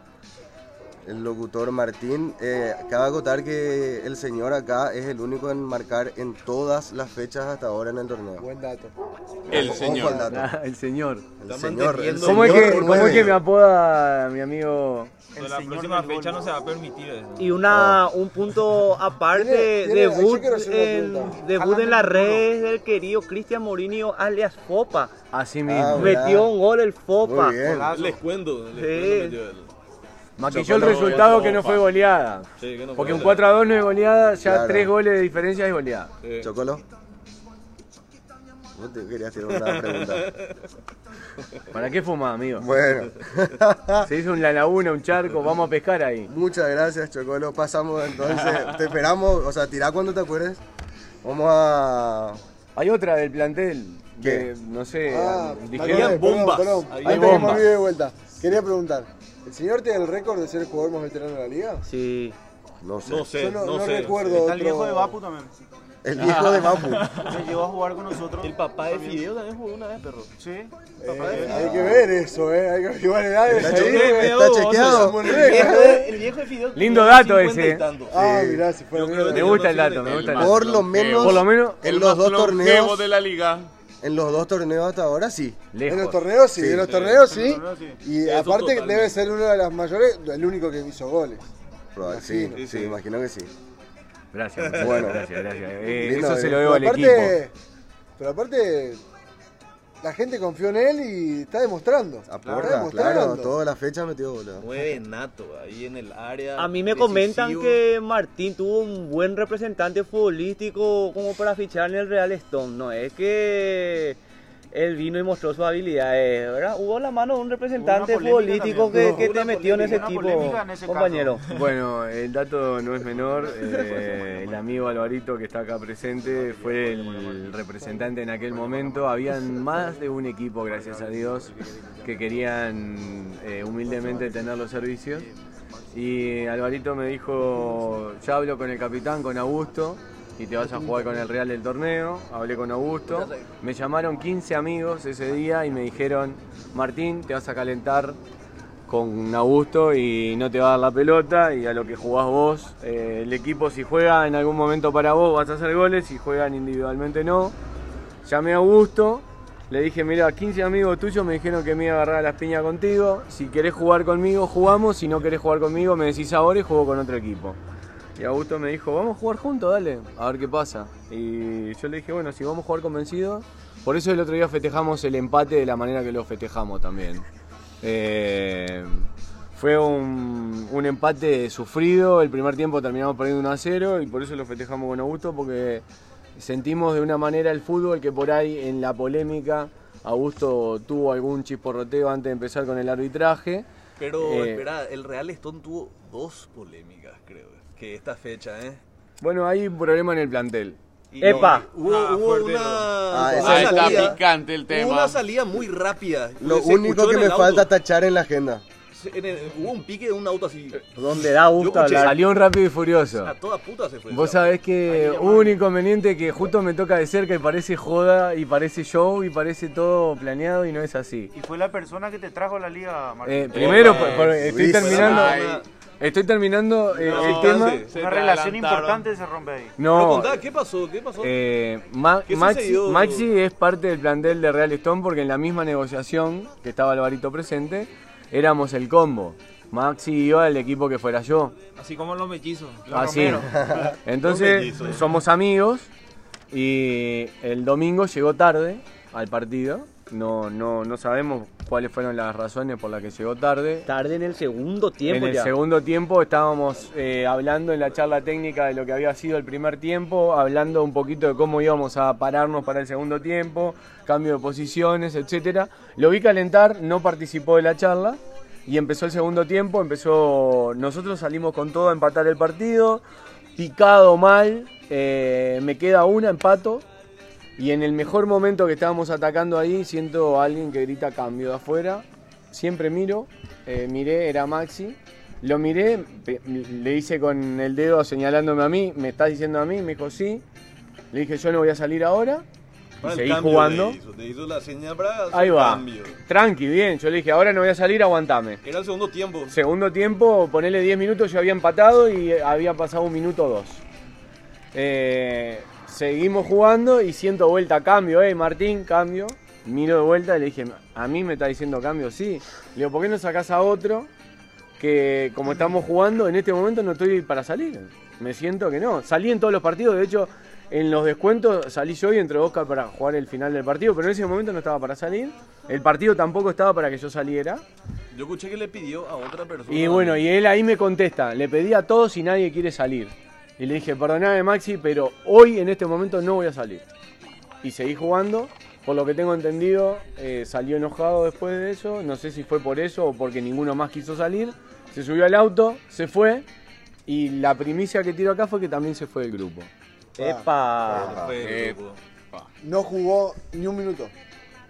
Speaker 2: el locutor Martín, eh, cabe acotar que el señor acá es el único en marcar en todas las fechas hasta ahora en el torneo.
Speaker 4: Buen dato.
Speaker 7: El
Speaker 2: Ojo
Speaker 7: señor.
Speaker 2: al
Speaker 1: (laughs)
Speaker 2: dato.
Speaker 1: el señor.
Speaker 2: El
Speaker 9: Está
Speaker 2: señor, el
Speaker 9: manteniendo-
Speaker 1: ¿Cómo es, que,
Speaker 2: señor
Speaker 1: cómo es que me
Speaker 2: nueve.
Speaker 1: apoda mi amigo?
Speaker 3: De la próxima fecha no se va a permitir eso.
Speaker 8: Y una,
Speaker 7: Oh.
Speaker 8: un punto aparte,
Speaker 4: Tiene- tiene-
Speaker 8: debut,
Speaker 4: yo quiero hacer
Speaker 8: en,
Speaker 4: una
Speaker 8: debut en las redes del querido Cristian Mourinho alias Fopa.
Speaker 1: Así
Speaker 2: Ah,
Speaker 1: mismo.
Speaker 2: bueno. Mirá.
Speaker 8: Metió un gol el Fopa.
Speaker 2: Muy bien.
Speaker 9: Les cuento, les
Speaker 8: Sí.
Speaker 9: cuento. que yo- el-
Speaker 1: Maquilló el
Speaker 9: Chocó,
Speaker 1: resultado
Speaker 9: chocó,
Speaker 1: que no fue
Speaker 9: pa.
Speaker 1: goleada.
Speaker 9: sí, que no
Speaker 1: Porque un
Speaker 9: fue-
Speaker 1: 4 a 2 no es goleada, ya
Speaker 2: Claro.
Speaker 1: 3 goles de diferencia es goleada.
Speaker 9: Eh,
Speaker 2: Chocolo. Vos te querías hacer una (laughs) pregunta.
Speaker 1: ¿Para qué fumás, amigo?
Speaker 2: Bueno.
Speaker 1: Se hizo un la laguna, un charco, vamos a pescar ahí.
Speaker 2: Muchas gracias, Chocolo. Pasamos entonces. Te esperamos. O sea, tirá cuando te acuerdes. Vamos a.
Speaker 1: Hay otra del plantel
Speaker 2: ¿Qué?
Speaker 1: que, no
Speaker 2: Eh,
Speaker 1: sé,
Speaker 4: Ah,
Speaker 1: dijeron...
Speaker 4: perdón, perdón,
Speaker 7: bombas.
Speaker 4: perdón.
Speaker 7: Había
Speaker 4: Antes que me
Speaker 1: bombas.
Speaker 4: olvide de vuelta, quería preguntar. ¿El señor tiene el récord de ser el jugador más veterano de la liga?
Speaker 8: Sí.
Speaker 2: No sé.
Speaker 9: no sé,
Speaker 4: Yo
Speaker 9: no,
Speaker 4: no, no
Speaker 9: sé.
Speaker 4: recuerdo
Speaker 6: Está
Speaker 4: otro... Eh,
Speaker 6: el viejo de Vapu también.
Speaker 2: El viejo de Mapu.
Speaker 6: Se llevó a jugar con nosotros.
Speaker 9: El papá de Fideo también jugó una vez, perro.
Speaker 6: Sí.
Speaker 4: Eh, hay que ver eso, eh. Hay que averiguar edades
Speaker 2: Está,
Speaker 4: ahí.
Speaker 2: che-
Speaker 4: eh.
Speaker 2: está chequeado.
Speaker 4: Monreal, eh.
Speaker 6: El viejo de Fidel.
Speaker 1: Lindo dato ese. eh.
Speaker 4: Ah, mirá, se fue.
Speaker 9: Yo
Speaker 4: a
Speaker 9: creo
Speaker 4: mierda.
Speaker 1: Me
Speaker 9: que-
Speaker 1: gusta el dato, me gusta el dato.
Speaker 2: Por lo menos.
Speaker 1: Por lo menos,
Speaker 2: En los dos torneos.
Speaker 7: de la liga.
Speaker 2: En los dos torneos hasta ahora sí.
Speaker 4: En los
Speaker 1: lejos.
Speaker 4: torneos sí,
Speaker 2: Sí.
Speaker 4: en los torneos sí.
Speaker 6: En los torneos,
Speaker 4: Y
Speaker 9: Eso
Speaker 4: aparte
Speaker 9: totalmente.
Speaker 4: debe ser uno de las mayores, el único que hizo goles.
Speaker 2: Probable- Sí,
Speaker 4: Imagino.
Speaker 2: sí, imagino que sí.
Speaker 1: Gracias, gracias,
Speaker 2: Bueno.
Speaker 1: gracias, gracias. Eh,
Speaker 2: Lindo,
Speaker 1: eso se lo
Speaker 2: eh.
Speaker 1: debo al equipo.
Speaker 4: aparte, pero aparte, la gente confió en él y está demostrando. Está
Speaker 2: Aporta,
Speaker 4: demostrando.
Speaker 2: claro. Toda la fecha metió, boludo.
Speaker 9: Nueve nato ahí en el área.
Speaker 8: A mí me comentan
Speaker 9: decisivo.
Speaker 8: que Martín tuvo un buen representante futbolístico como para fichar en el Real Stone. No es que él vino y mostró sus habilidades, ¿verdad? Hubo la mano de un representante
Speaker 6: Hubo una polémica
Speaker 8: futbolístico
Speaker 6: también.
Speaker 8: que,
Speaker 6: Hubo
Speaker 8: que
Speaker 6: una
Speaker 8: te metió en ese
Speaker 6: polémica, una
Speaker 8: equipo,
Speaker 6: polémica en ese
Speaker 8: compañero.
Speaker 1: (laughs) Bueno, el dato no es menor. eh, el amigo Alvarito que está acá presente fue el representante en aquel momento. Habían más de un equipo, gracias a Dios, que querían eh, humildemente tener los servicios. Y Alvarito me dijo, ya hablo con el capitán, con Augusto, y te vas a jugar con el Real del torneo. Hablé con Augusto. Me llamaron 15 amigos ese día y me dijeron, Martín, te vas a calentar con Augusto y no te va a dar la pelota y a lo que jugás vos, eh, el equipo si juega en algún momento para vos vas a hacer goles, si juegan individualmente no. Llamé a Augusto, le dije, mira, 15 amigos tuyos me dijeron que me iba a agarrar a las piñas contigo, si querés jugar conmigo jugamos, si no querés jugar conmigo me decís ahora y juego con otro equipo. Y Augusto me dijo, vamos a jugar juntos, dale, a ver qué pasa. Y yo le dije, bueno, si vamos a jugar convencidos, por eso el otro día festejamos el empate de la manera que lo festejamos también. Eh, fue un, un empate sufrido, el primer tiempo terminamos perdiendo 1 a 0 y por eso lo festejamos con Augusto porque sentimos de una manera el fútbol que por ahí en la polémica Augusto tuvo algún chisporroteo antes de empezar con el arbitraje.
Speaker 9: Pero,
Speaker 1: Eh.
Speaker 9: espera, el Real Stone tuvo dos polémicas, creo. Que esta fecha, ¿eh?
Speaker 1: Bueno, hay un problema en el plantel.
Speaker 9: Y
Speaker 8: Epa.
Speaker 9: no, hubo
Speaker 3: Ah,
Speaker 9: hubo
Speaker 3: fuerte,
Speaker 9: una,
Speaker 2: Ah,
Speaker 9: una
Speaker 2: esa
Speaker 7: está
Speaker 9: salida-
Speaker 7: picante el
Speaker 9: hubo
Speaker 7: tema.
Speaker 9: Una salida muy rápida.
Speaker 2: Lo
Speaker 9: Se
Speaker 2: único
Speaker 9: escuchó
Speaker 2: que
Speaker 9: en
Speaker 2: me
Speaker 9: el auto.
Speaker 2: falta tachar en la agenda.
Speaker 9: Se- en el- hubo un pique de un auto así.
Speaker 8: Donde da gusto
Speaker 9: Yo escuché-
Speaker 8: hablar.
Speaker 1: Salió un rápido y furioso.
Speaker 9: A toda puta se fue.
Speaker 1: Vos sabés que hubo un inconveniente que justo me toca de cerca y parece joda y parece show y parece todo planeado y no es así.
Speaker 6: Y fue la persona que te trajo a la liga, Martín.
Speaker 1: Eh, primero,
Speaker 7: Eh,
Speaker 1: por- por- estoy
Speaker 2: Luis.
Speaker 1: terminando. eh,
Speaker 7: Ay.
Speaker 1: Estoy terminando eh,
Speaker 10: No,
Speaker 1: el tema.
Speaker 10: se- Una relación importante se rompe ahí.
Speaker 1: No.
Speaker 5: Pero contá, ¿qué pasó? ¿Qué pasó?
Speaker 1: Eh, Ma-
Speaker 5: ¿Qué
Speaker 1: Maxi,
Speaker 5: sucedió?
Speaker 1: Maxi es parte del plantel de Real Stone porque en la misma negociación que estaba Alvarito presente, éramos el combo. Maxi iba al equipo que fuera yo.
Speaker 3: Así como los mellizos. Los
Speaker 1: Así. (laughs)
Speaker 3: romeros.
Speaker 1: Entonces, somos amigos y el domingo llegó tarde al partido. No, no, no sabemos cuáles fueron las razones por las que llegó tarde.
Speaker 8: Tarde en el segundo tiempo
Speaker 1: En el
Speaker 8: ya.
Speaker 1: segundo tiempo estábamos eh, hablando en la charla técnica de lo que había sido el primer tiempo, hablando un poquito de cómo íbamos a pararnos para el segundo tiempo, cambio de posiciones, etcétera. Lo vi calentar, no participó de la charla y empezó el segundo tiempo, empezó nosotros salimos con todo a empatar el partido, picado mal, eh, me queda una empato. Y en el mejor momento que estábamos atacando ahí, siento a alguien que grita cambio de afuera. Siempre miro, eh, miré, era Maxi. Lo miré, pe- le hice con el dedo señalándome a mí, me estás diciendo a mí, me dijo sí. Le dije yo no voy a salir ahora. Y
Speaker 9: Para el
Speaker 1: seguí
Speaker 9: cambio
Speaker 1: jugando.
Speaker 9: Te hizo, te hizo la señal para hacer
Speaker 1: Ahí va.
Speaker 9: cambio.
Speaker 1: Tranqui, bien. Yo le dije ahora no voy a salir, aguantame.
Speaker 9: Era el segundo tiempo.
Speaker 1: Segundo tiempo, ponele 10 minutos, yo había empatado y había pasado un minuto o dos. Eh, seguimos jugando y siento vuelta cambio, eh, Martín, cambio. Miro de vuelta y le dije, a mí me está diciendo cambio, sí. Le digo, ¿por qué no sacás a otro que como estamos jugando, en este momento no estoy para salir? Me siento que no. Salí en todos los partidos, de hecho, en los descuentos salí yo y entró Oscar para jugar el final del partido, pero en ese momento no estaba para salir. El partido tampoco estaba para que yo saliera.
Speaker 9: Yo escuché que le pidió a otra persona.
Speaker 1: Y bueno, y él ahí me contesta, le pedí a todos y nadie quiere salir. Y le dije, perdoname Maxi, pero hoy en este momento no voy a salir. Y seguí jugando, por lo que tengo entendido, eh, salió enojado después de eso, no sé si fue por eso o porque ninguno más quiso salir. Se subió al auto, se fue, y la primicia que tiro acá fue que también se fue del grupo.
Speaker 8: Epa.
Speaker 4: No jugó ni un minuto.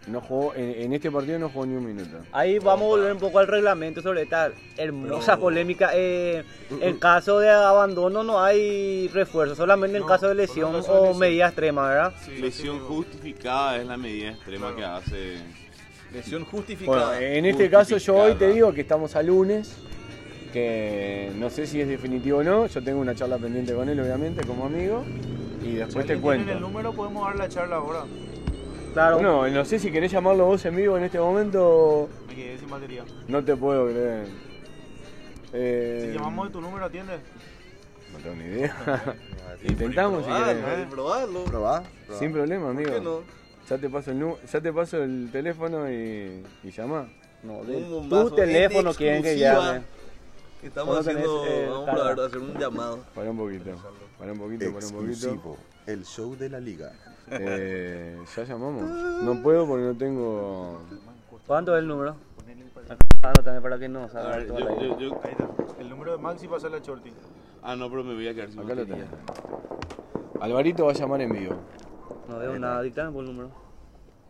Speaker 1: No jugó, en, en este partido no jugó ni un minuto.
Speaker 8: Ahí vamos a volver un poco al reglamento sobre esta hermosa polémica. Eh,
Speaker 6: Mm,
Speaker 8: en caso de abandono no hay refuerzo, solamente en caso de lesión
Speaker 10: en caso de
Speaker 8: o
Speaker 10: lesión.
Speaker 8: medida extrema, ¿verdad?
Speaker 7: Lesión justificada es la medida extrema que hace.
Speaker 9: Lesión justificada.
Speaker 1: Bueno, en este caso yo hoy te digo que estamos a lunes, que no sé si es definitivo o no, yo tengo una charla pendiente con él obviamente como amigo y después te
Speaker 10: tienen el
Speaker 1: cuento.
Speaker 10: número, podemos dar la charla ahora.
Speaker 8: Claro.
Speaker 1: Bueno, no sé si querés llamarlo vos en vivo en este momento,
Speaker 10: Me quedé sin batería.
Speaker 1: no te puedo creer. Eh,
Speaker 10: Si llamamos de tu número, ¿atiendes?
Speaker 1: No tengo ni idea. Intentamos si
Speaker 9: Probalo,
Speaker 1: querés.
Speaker 9: probalo.
Speaker 2: ¿Probá?
Speaker 1: Sin problema, amigo.
Speaker 9: qué no?
Speaker 1: Ya te paso el nu- ya te paso el teléfono y, y llamá.
Speaker 8: No, de-
Speaker 9: Un bombazo
Speaker 8: tu
Speaker 9: en
Speaker 8: teléfono quieren que
Speaker 9: exclusiva.
Speaker 8: llame.
Speaker 9: Estamos
Speaker 8: Vos no tenés,
Speaker 9: haciendo.
Speaker 8: eh,
Speaker 9: vamos
Speaker 8: tarda.
Speaker 9: a probar, hacer un llamado.
Speaker 1: Pará un poquito. Pará un poquito, pará un poquito.
Speaker 2: Exclusivo. El show de la liga.
Speaker 1: Eh, ya llamamos. No puedo porque no tengo.
Speaker 8: ¿Cuánto es el número? Ah, no, también para que no
Speaker 7: A
Speaker 8: salga
Speaker 7: ver,
Speaker 8: toda
Speaker 7: yo-
Speaker 8: la idea.
Speaker 7: yo- yo-
Speaker 10: Ahí está. El número de Maxi pasa la shorty.
Speaker 7: Ah, no, pero me voy a quedar sin
Speaker 1: Acá lo
Speaker 7: batería.
Speaker 1: tenés. Alvarito va a llamar en vivo.
Speaker 8: No veo nada, dictame por el número.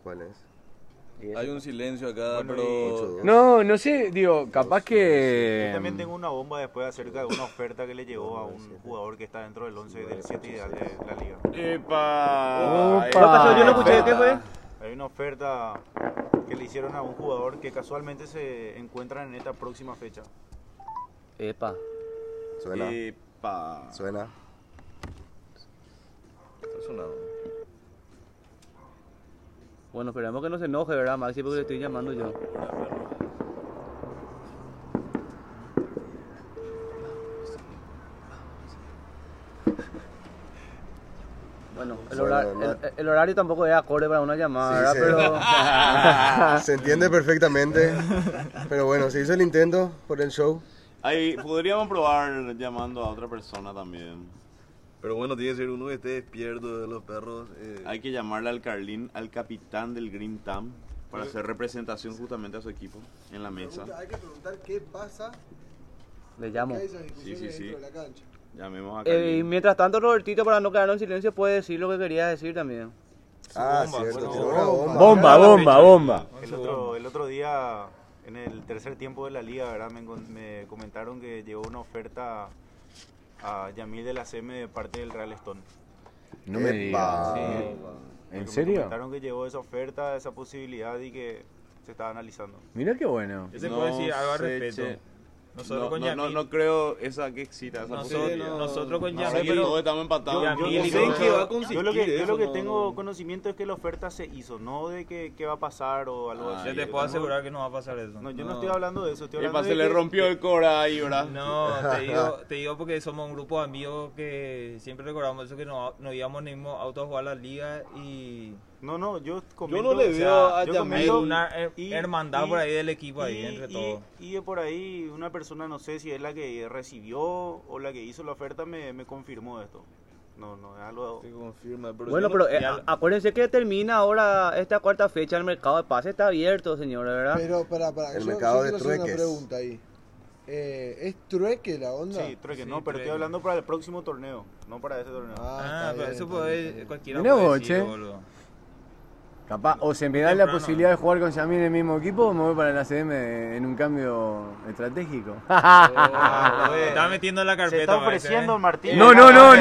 Speaker 2: ¿Cuál es?
Speaker 9: Hay un silencio acá, pero.
Speaker 1: No, no sé, digo, capaz
Speaker 7: Em,
Speaker 10: Yo también
Speaker 1: que.
Speaker 10: tengo una bomba después acerca de una oferta que le llegó a un jugador que está dentro del 11 del 7 ideal de la liga.
Speaker 7: ¡Epa!
Speaker 9: Ah,
Speaker 1: Opa. ¿Qué pasó? Yo no escuché,
Speaker 8: ¿qué fue?
Speaker 10: Hay una oferta que le hicieron a un jugador que casualmente se encuentran en esta próxima fecha.
Speaker 8: Epa.
Speaker 2: Suena.
Speaker 7: ¡Epa!
Speaker 2: Suena.
Speaker 9: Está sonado.
Speaker 8: Bueno, esperemos que no se enoje, ¿verdad, Maxi? Porque le estoy llamando yo. Bueno, el,
Speaker 2: Suena
Speaker 8: hora-
Speaker 2: normal.
Speaker 8: el- el horario tampoco es acorde para una llamada,
Speaker 2: Sí,
Speaker 8: ¿verdad?
Speaker 2: Se entiende perfectamente. Pero bueno, se hizo el intento por el show.
Speaker 7: Ahí podríamos probar llamando a otra persona también.
Speaker 9: Pero bueno, tiene que ser uno que esté despierto de los perros. eh,
Speaker 7: Hay que llamarle al Carlín, al capitán del Green Tam, para hacer representación justamente a su equipo en la mesa.
Speaker 4: Hay que preguntar qué pasa
Speaker 8: Pero le llamo.
Speaker 4: que hay esas
Speaker 7: Sí, sí,
Speaker 4: discusiones
Speaker 7: sí.
Speaker 4: dentro de la cancha.
Speaker 7: Llamemos a
Speaker 8: Eh, y
Speaker 7: Carlín.
Speaker 8: mientras tanto, Robertito, para no quedarnos en silencio, puede decir lo que quería decir también.
Speaker 2: Ah, cierto. tiró una bomba.
Speaker 1: Bomba, bomba, bomba.
Speaker 10: El otro, el otro día, en el tercer tiempo de la liga, ¿verdad? Me, encon- me comentaron que llegó una oferta a Yamil de la CM de parte del Real Stone.
Speaker 1: No me digas.
Speaker 2: Epa.
Speaker 10: Porque
Speaker 1: Ah, ¿En
Speaker 10: me
Speaker 1: serio?
Speaker 10: comentaron que llegó esa oferta, esa posibilidad y que se estaba analizando.
Speaker 1: Mirá qué bueno.
Speaker 3: Ese puede decir algo al
Speaker 7: se
Speaker 3: respeto.
Speaker 7: eche-
Speaker 3: Nosotros
Speaker 9: no,
Speaker 3: con
Speaker 9: no,
Speaker 3: Yamil.
Speaker 9: no, no creo esa que excita. Esa
Speaker 3: Nosotros-
Speaker 9: posibilidad.
Speaker 3: nosotros con
Speaker 9: No sé,
Speaker 3: Yamil-
Speaker 9: pero todos estamos empatados.
Speaker 3: Yo- yo
Speaker 9: Yamil
Speaker 3: no
Speaker 9: y
Speaker 3: sé
Speaker 9: Rocha.
Speaker 3: qué va a
Speaker 6: Yo lo que, yo lo que tengo conocimiento es que la oferta se hizo, no de que, qué va a pasar o algo
Speaker 9: Ah,
Speaker 6: así.
Speaker 3: Yo te puedo asegurar que no va a pasar eso.
Speaker 6: No, yo no, estoy hablando de eso, estoy
Speaker 9: Epa,
Speaker 6: hablando
Speaker 9: se
Speaker 6: de
Speaker 9: le
Speaker 6: que-
Speaker 9: rompió el cora ahí, ¿verdad?
Speaker 3: No, te digo, te digo porque somos un grupo de amigos que siempre recordamos eso que nos, nos íbamos en el mismo auto a jugar a la liga y
Speaker 6: No, no, yo
Speaker 11: Yo
Speaker 6: comento,
Speaker 11: no le
Speaker 6: o sea,
Speaker 11: veo a
Speaker 6: yo
Speaker 3: hay
Speaker 6: comento-
Speaker 11: Yamil.
Speaker 3: una her-
Speaker 6: y-
Speaker 3: hermandad
Speaker 6: y-
Speaker 3: por ahí del equipo ahí entre
Speaker 6: y-
Speaker 3: todos.
Speaker 6: Y de por ahí una persona, no sé si es la que recibió o la que hizo la oferta, me, me confirmó esto. No, no, es algo...
Speaker 11: Se confirma, pero
Speaker 8: Bueno,
Speaker 11: yo no-
Speaker 8: pero eh, a- acuérdense que termina ahora esta cuarta fecha, el mercado de pases está abierto, señora, ¿verdad?
Speaker 4: Pero para, para,
Speaker 2: El
Speaker 4: yo,
Speaker 2: mercado
Speaker 4: yo
Speaker 2: de
Speaker 4: quiero hacer una
Speaker 2: trueques.
Speaker 4: pregunta ahí. Eh, ¿Es trueque la onda?
Speaker 6: Sí, trueque,
Speaker 3: Sí,
Speaker 6: no, pero estoy
Speaker 3: trueque.
Speaker 6: hablando para el próximo torneo, no para ese torneo.
Speaker 3: Ah,
Speaker 4: está
Speaker 3: pero
Speaker 4: bien,
Speaker 3: eso
Speaker 4: está
Speaker 3: puede
Speaker 4: bien, está bien.
Speaker 3: cualquiera
Speaker 12: Mirá
Speaker 3: puede
Speaker 12: vos,
Speaker 3: decir,
Speaker 12: che.
Speaker 3: (laughs) boludo.
Speaker 1: Capaz, o se me da la
Speaker 3: Temprano.
Speaker 1: posibilidad de jugar con Yamil en el mismo equipo o me voy para la CM en un cambio estratégico.
Speaker 3: Oh,
Speaker 6: bueno.
Speaker 3: está metiendo en la carpeta.
Speaker 6: Se está
Speaker 3: parece,
Speaker 6: ofreciendo
Speaker 3: ¿eh?
Speaker 6: Martín.
Speaker 1: No, no, no,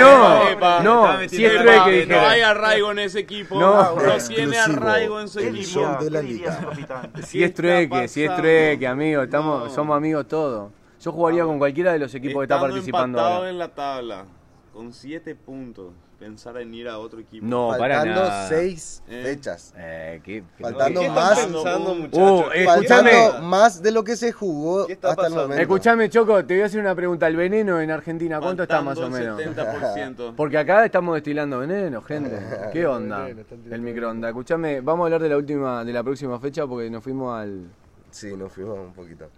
Speaker 9: Epa.
Speaker 1: no. No,
Speaker 3: Epa.
Speaker 1: si es
Speaker 3: Epa.
Speaker 1: trueque,
Speaker 3: Epa.
Speaker 1: dijera.
Speaker 9: No hay arraigo en ese equipo.
Speaker 1: No.
Speaker 9: No, tiene
Speaker 2: Exclusivo.
Speaker 9: arraigo en su
Speaker 6: ¿Qué
Speaker 2: El
Speaker 9: equipo.
Speaker 6: diría,
Speaker 2: show de la
Speaker 6: qué diría
Speaker 2: liga.
Speaker 6: su
Speaker 1: (laughs)
Speaker 6: capitán?
Speaker 1: Si es
Speaker 9: está
Speaker 1: trueque, si es
Speaker 9: pasando?
Speaker 1: trueque, amigo. Estamos,
Speaker 9: No.
Speaker 1: Somos amigos todos. Yo jugaría con cualquiera de los equipos que está
Speaker 9: Estando
Speaker 1: participando
Speaker 9: empatado
Speaker 1: ahora.
Speaker 9: en la tabla, con 7 puntos, pensar en ir a otro equipo.
Speaker 1: No, para
Speaker 2: Faltando
Speaker 1: nada.
Speaker 2: seis
Speaker 9: Eh.
Speaker 2: fechas.
Speaker 1: Eh, qué- qué-
Speaker 2: Faltando
Speaker 9: ¿Qué están
Speaker 2: más.
Speaker 9: pensando,
Speaker 1: Uh,
Speaker 9: muchachos?
Speaker 1: eh,
Speaker 2: Faltando
Speaker 1: escúchame.
Speaker 2: más de lo que se jugó
Speaker 13: ¿Qué
Speaker 2: hasta
Speaker 13: está
Speaker 2: el
Speaker 13: pasando?
Speaker 2: momento.
Speaker 1: Escuchame, Choco, te voy a hacer una pregunta. ¿El veneno en Argentina cuánto está más o menos?
Speaker 9: Faltando el
Speaker 1: (laughs)
Speaker 9: 70%.
Speaker 1: Porque acá estamos destilando veneno,
Speaker 2: (laughs)
Speaker 1: gente. ¿Qué onda?
Speaker 4: Veneno, están tirando
Speaker 1: El microondas. Escuchame, vamos a hablar de la última, de la próxima fecha porque nos fuimos al.
Speaker 2: Sí, nos fuimos un poquito.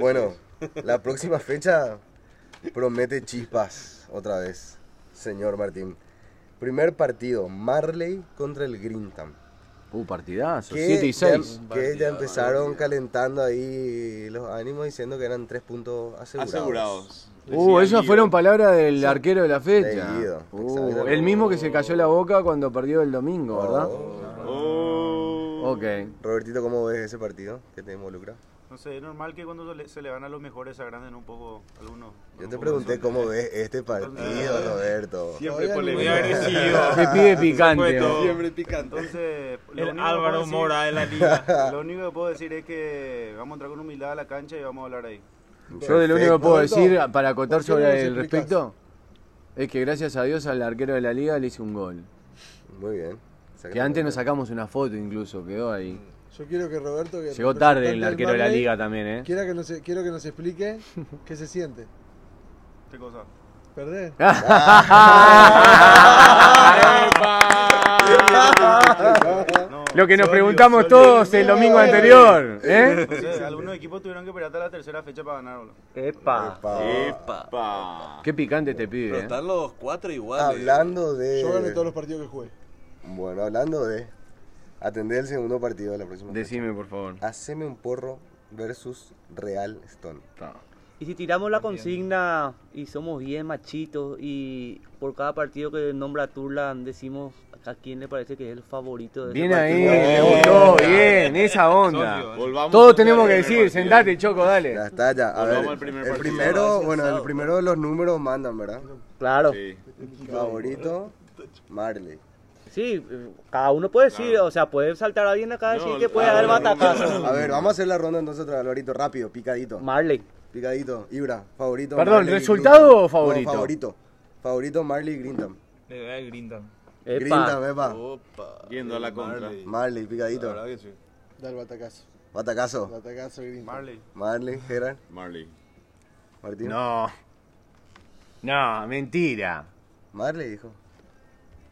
Speaker 2: Bueno, la próxima fecha promete chispas otra vez, señor Martín. Primer partido, Marley contra el Grintam.
Speaker 1: Uh, partidazo.
Speaker 2: Que
Speaker 1: 7 y
Speaker 2: ya-
Speaker 1: 6.
Speaker 2: Que ya empezaron calentando ahí los ánimos diciendo que eran tres puntos asegurados.
Speaker 9: Asegurados.
Speaker 1: Uh,
Speaker 9: Decía
Speaker 1: esas
Speaker 9: Guido.
Speaker 1: fueron palabras del arquero de la fecha.
Speaker 2: De Guido,
Speaker 1: Uh,
Speaker 2: exacto.
Speaker 1: el mismo que se cayó la boca cuando perdió el domingo, ¿verdad?
Speaker 2: Oh.
Speaker 9: Oh.
Speaker 1: Ok.
Speaker 2: Robertito, ¿cómo ves ese partido que te involucra?
Speaker 6: No sé, es normal que cuando se le, se le van a los mejores se agranden un poco algunos.
Speaker 2: Yo
Speaker 6: un
Speaker 2: te
Speaker 6: poco
Speaker 2: pregunté
Speaker 6: eso.
Speaker 2: cómo ves este
Speaker 9: Ah.
Speaker 2: partido, Roberto.
Speaker 9: Siempre
Speaker 3: Muy (laughs)
Speaker 9: polémico.
Speaker 3: agresivo.
Speaker 1: Se pide picante.
Speaker 9: Supuesto.
Speaker 13: Siempre picante.
Speaker 6: Entonces,
Speaker 3: El
Speaker 6: lo único que puedo
Speaker 3: Álvaro
Speaker 6: decir-
Speaker 3: Mora de la liga.
Speaker 6: (laughs) Lo único que puedo decir es que vamos a entrar con humildad a la cancha y vamos a hablar ahí.
Speaker 1: Yo de lo único que puedo
Speaker 4: Perfecto.
Speaker 1: decir para acotar
Speaker 4: ¿Por qué no nos
Speaker 1: sobre el
Speaker 4: explicás?
Speaker 1: respecto es que gracias a Dios al arquero de la liga le hice un gol.
Speaker 2: Muy bien.
Speaker 1: Que antes nos sacamos una foto incluso, quedó ahí.
Speaker 4: Yo quiero que Roberto... Que
Speaker 1: Llegó tarde el
Speaker 4: representante
Speaker 1: arquero de la
Speaker 4: Marley,
Speaker 1: liga también, ¿eh?
Speaker 4: Quiera que nos, quiero que nos explique qué se siente.
Speaker 6: ¿Qué cosa?
Speaker 4: ¿Perder?
Speaker 9: Ah.
Speaker 6: No,
Speaker 1: (laughs) Lo que nos preguntamos todos el domingo anterior, ¿eh?
Speaker 6: no sé, algunos equipos tuvieron que esperar hasta la tercera fecha para ganar, boludo.
Speaker 8: Epa.
Speaker 9: Epa.
Speaker 1: Qué picante te
Speaker 13: Pero
Speaker 1: pide, ¿eh?
Speaker 13: están los cuatro iguales.
Speaker 2: Hablando
Speaker 4: Yo gané todos
Speaker 2: de.
Speaker 4: los partidos que jugué.
Speaker 2: Bueno, hablando de. Atender el segundo partido de la próxima. fecha.
Speaker 1: Decime, por favor.
Speaker 2: Haceme un porro versus Real Stone.
Speaker 8: Y si tiramos la consigna y somos bien machitos y por cada partido que nombra Turlan decimos a quién le parece que es el favorito de ese
Speaker 1: Bien ahí,
Speaker 8: partido.
Speaker 1: me gustó, bien, esa onda.
Speaker 9: Volvamos
Speaker 1: Todos
Speaker 9: al
Speaker 1: tenemos que
Speaker 9: primer
Speaker 1: decir,
Speaker 9: partido.
Speaker 1: sentate, Choco,
Speaker 2: Ya
Speaker 1: dale.
Speaker 2: está, ya. A
Speaker 9: Volvamos
Speaker 2: ver,
Speaker 9: al primer
Speaker 2: el
Speaker 9: partido.
Speaker 2: primero, bueno, el primero de los números mandan, ¿verdad?
Speaker 8: Claro. Sí.
Speaker 9: Sí.
Speaker 2: Favorito, Marley.
Speaker 8: eh, cada uno puede decir, o sea, puede saltar a alguien acá y
Speaker 9: No,
Speaker 8: decir que
Speaker 9: no,
Speaker 8: puede
Speaker 9: no,
Speaker 8: haber
Speaker 9: no, no,
Speaker 8: batacazo.
Speaker 2: A ver, vamos a hacer la ronda entonces otra vez, Lorito, rápido, picadito.
Speaker 8: Marley.
Speaker 2: Picadito, Ibra, favorito.
Speaker 1: Perdón,
Speaker 2: Marley
Speaker 1: ¿resultado
Speaker 2: Grintam.
Speaker 1: o favorito?
Speaker 2: No, favorito. Favorito Marley Grintam.
Speaker 3: Le voy a Grinta.
Speaker 2: Grintam,
Speaker 8: Epa.
Speaker 2: epa.
Speaker 9: Oh.
Speaker 13: Opa.
Speaker 9: Yendo a la contra.
Speaker 13: Marley.
Speaker 2: Marley,
Speaker 13: La
Speaker 2: picadito.
Speaker 13: verdad que sí.
Speaker 4: Dar batacazo.
Speaker 2: Batacazo.
Speaker 4: Batacazo y grito.
Speaker 6: Marley.
Speaker 2: Marley, Gerard,
Speaker 9: Marley.
Speaker 2: Martín.
Speaker 1: No. No, mentira.
Speaker 2: Marley, dijo.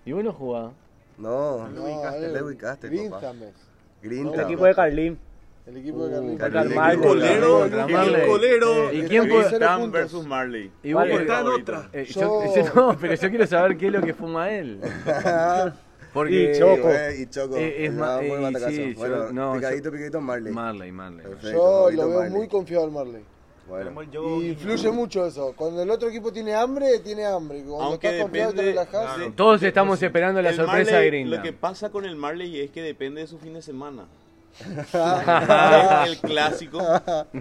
Speaker 1: Y bueno jugás.
Speaker 2: No, eh,
Speaker 4: No,
Speaker 2: no
Speaker 4: dale,
Speaker 2: le ubicaste, papá.
Speaker 4: Grintam es.
Speaker 8: El
Speaker 2: Grintam.
Speaker 8: equipo de Carlín.
Speaker 4: El equipo de Carlín.
Speaker 2: Uh, Carlín.
Speaker 4: El
Speaker 2: Marley.
Speaker 4: equipo de Carlín.
Speaker 1: Colero, Contra Marley.
Speaker 9: el colero.
Speaker 1: ¿Y quién
Speaker 4: puede-
Speaker 9: Stan
Speaker 4: puntos.
Speaker 9: versus Marley.
Speaker 1: Y
Speaker 8: Vale.
Speaker 1: vos-
Speaker 13: Está en otra.
Speaker 1: Eh, yo,
Speaker 4: Yo-
Speaker 1: yo no, (laughs) pero yo quiero saber qué es lo que fuma él.
Speaker 2: (laughs)
Speaker 1: Porque
Speaker 2: Y, eh, y Choco.
Speaker 1: Eh, es
Speaker 2: el
Speaker 1: ma-
Speaker 2: buen
Speaker 1: eh,
Speaker 2: batacazo.
Speaker 1: sí, yo-
Speaker 2: bueno,
Speaker 1: no,
Speaker 2: picadito,
Speaker 1: yo-
Speaker 2: picadito, Marley.
Speaker 1: Marley, Marley.
Speaker 2: Perfecto,
Speaker 4: Yo
Speaker 2: favorito
Speaker 4: lo veo
Speaker 2: Marley.
Speaker 4: muy confiado al Marley.
Speaker 6: Tenemos
Speaker 2: Bueno,
Speaker 6: el
Speaker 4: Y
Speaker 6: Yogo Niño.
Speaker 4: influye mucho eso. Cuando el otro equipo tiene hambre, tiene hambre. Cuando
Speaker 9: Aunque
Speaker 4: estás confiado, te
Speaker 9: depende.
Speaker 4: relajás.
Speaker 9: de-
Speaker 1: Todos estamos esperando la
Speaker 9: el
Speaker 1: sorpresa
Speaker 9: Marley,
Speaker 1: de Grinda.
Speaker 9: Lo que pasa con el Marley es que depende de su fin de
Speaker 6: (laughs)
Speaker 9: semana. Es el clásico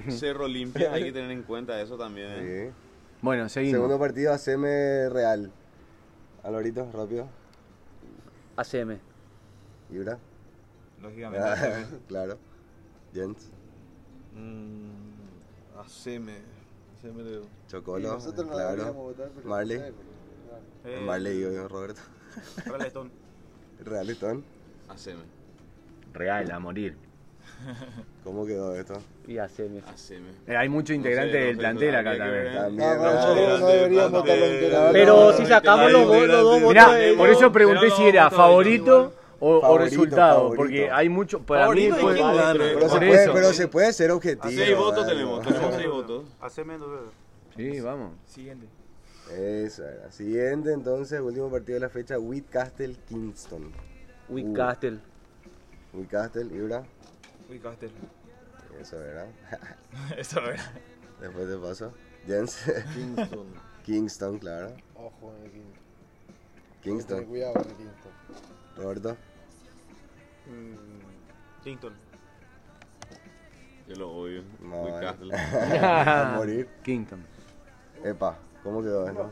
Speaker 9: Cerro Limpia, hay que tener en cuenta eso también. ¿eh?
Speaker 2: sí.
Speaker 1: Bueno, seguimos.
Speaker 2: Segundo partido, haceme Real. Alorito, rápido.
Speaker 8: Haceme.
Speaker 2: Ibra.
Speaker 3: (laughs)
Speaker 2: (laughs)
Speaker 3: Lógicamente.
Speaker 2: claro. Jens.
Speaker 13: Mm, haceme.
Speaker 5: CM le dio.
Speaker 4: Y
Speaker 2: Chocolo,
Speaker 4: nosotros no
Speaker 2: claro.
Speaker 4: deberíamos votar, pero-
Speaker 2: Marley.
Speaker 4: Eh,
Speaker 10: Eh,
Speaker 2: Marley, yo, yo, Roberto. (laughs)
Speaker 10: Raletón.
Speaker 2: Realetón.
Speaker 7: Haceme.
Speaker 1: Real, a morir.
Speaker 2: ¿Cómo quedó
Speaker 7: Eh.
Speaker 2: esto?
Speaker 8: Y haceme.
Speaker 7: Haceme.
Speaker 1: Eh, hay mucho integrante
Speaker 7: No sé,
Speaker 1: del
Speaker 7: no sé,
Speaker 1: plantel acá
Speaker 7: habría que ver,
Speaker 1: también.
Speaker 7: ¿eh?
Speaker 2: También,
Speaker 4: No,
Speaker 2: Ah, ¿no?
Speaker 4: no, no, no deberíamos votarlo entero, ¿verdad?
Speaker 8: Pero si sacamos los votos, los dos
Speaker 1: Mirá,
Speaker 8: votos de
Speaker 1: por
Speaker 8: ellos,
Speaker 1: eso pregunté
Speaker 3: pero
Speaker 1: si era
Speaker 3: voto de
Speaker 1: favorito o, o
Speaker 2: Favorito,
Speaker 1: resultado,
Speaker 2: favorito.
Speaker 1: porque hay mucho. Para mí
Speaker 7: Favorito y
Speaker 1: fue.
Speaker 7: quién gana.
Speaker 2: Pero, se
Speaker 1: Por
Speaker 2: puede,
Speaker 1: eso.
Speaker 2: pero se puede ser objetivo.
Speaker 7: Seis votos
Speaker 2: ¿verdad?
Speaker 7: tenemos, tenemos seis votos.
Speaker 10: Haceme duda.
Speaker 1: Sí, vamos.
Speaker 3: Siguiente.
Speaker 2: Eso era. Siguiente, entonces, último partido de la fecha: Whitcastle Kingston.
Speaker 9: Uh.
Speaker 8: Whitcastle.
Speaker 2: Whitcastle, Ibra.
Speaker 3: Uy, Castel.
Speaker 2: Eso era.
Speaker 3: (laughs) Eso era.
Speaker 2: (laughs) Después te paso. Jens. (laughs)
Speaker 4: Kingston.
Speaker 2: Kingston, claro.
Speaker 4: Ojo en el Kingston. Ten
Speaker 2: Kingston.
Speaker 4: Cuidado con el Kingston.
Speaker 2: Roberto.
Speaker 10: Kingston.
Speaker 7: Yo lo odio.
Speaker 2: No,
Speaker 7: Muy
Speaker 2: eh.
Speaker 7: Castle.
Speaker 2: (laughs) A morir.
Speaker 1: Kingston.
Speaker 2: Epa, ¿cómo quedó esto?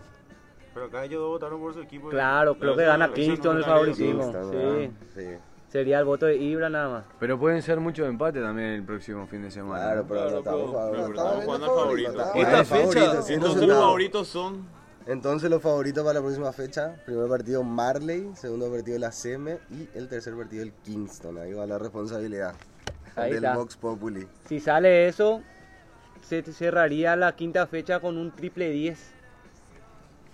Speaker 10: Pero acá ellos dos votaron por su equipo.
Speaker 8: Claro,
Speaker 10: Pero
Speaker 8: creo que
Speaker 10: eso
Speaker 8: gana
Speaker 10: no- eso no
Speaker 8: Kingston el
Speaker 10: gana ellos.
Speaker 8: favoritismo.
Speaker 2: ¿verdad?
Speaker 8: Sí.
Speaker 2: sí.
Speaker 8: Sería el voto de Ibra nada más.
Speaker 1: Pero pueden ser muchos empates también el próximo fin de semana.
Speaker 2: Claro, pero no
Speaker 7: Claro,
Speaker 2: estamos
Speaker 7: pero- pero
Speaker 2: jugando.
Speaker 7: estamos jugando al favorito.
Speaker 2: estamos
Speaker 7: Esta
Speaker 2: jugando al
Speaker 7: fecha,
Speaker 2: favorito, sí,
Speaker 7: entonces los
Speaker 2: resultado.
Speaker 7: favoritos son
Speaker 2: Entonces los favoritos para la próxima fecha, primer partido Marley, segundo partido la SEME y el tercer partido el Kingston. Ahí va la responsabilidad
Speaker 8: Ahí
Speaker 2: del
Speaker 8: está.
Speaker 2: Vox Populi.
Speaker 8: Si sale eso, se cerraría la quinta fecha con un triple 10.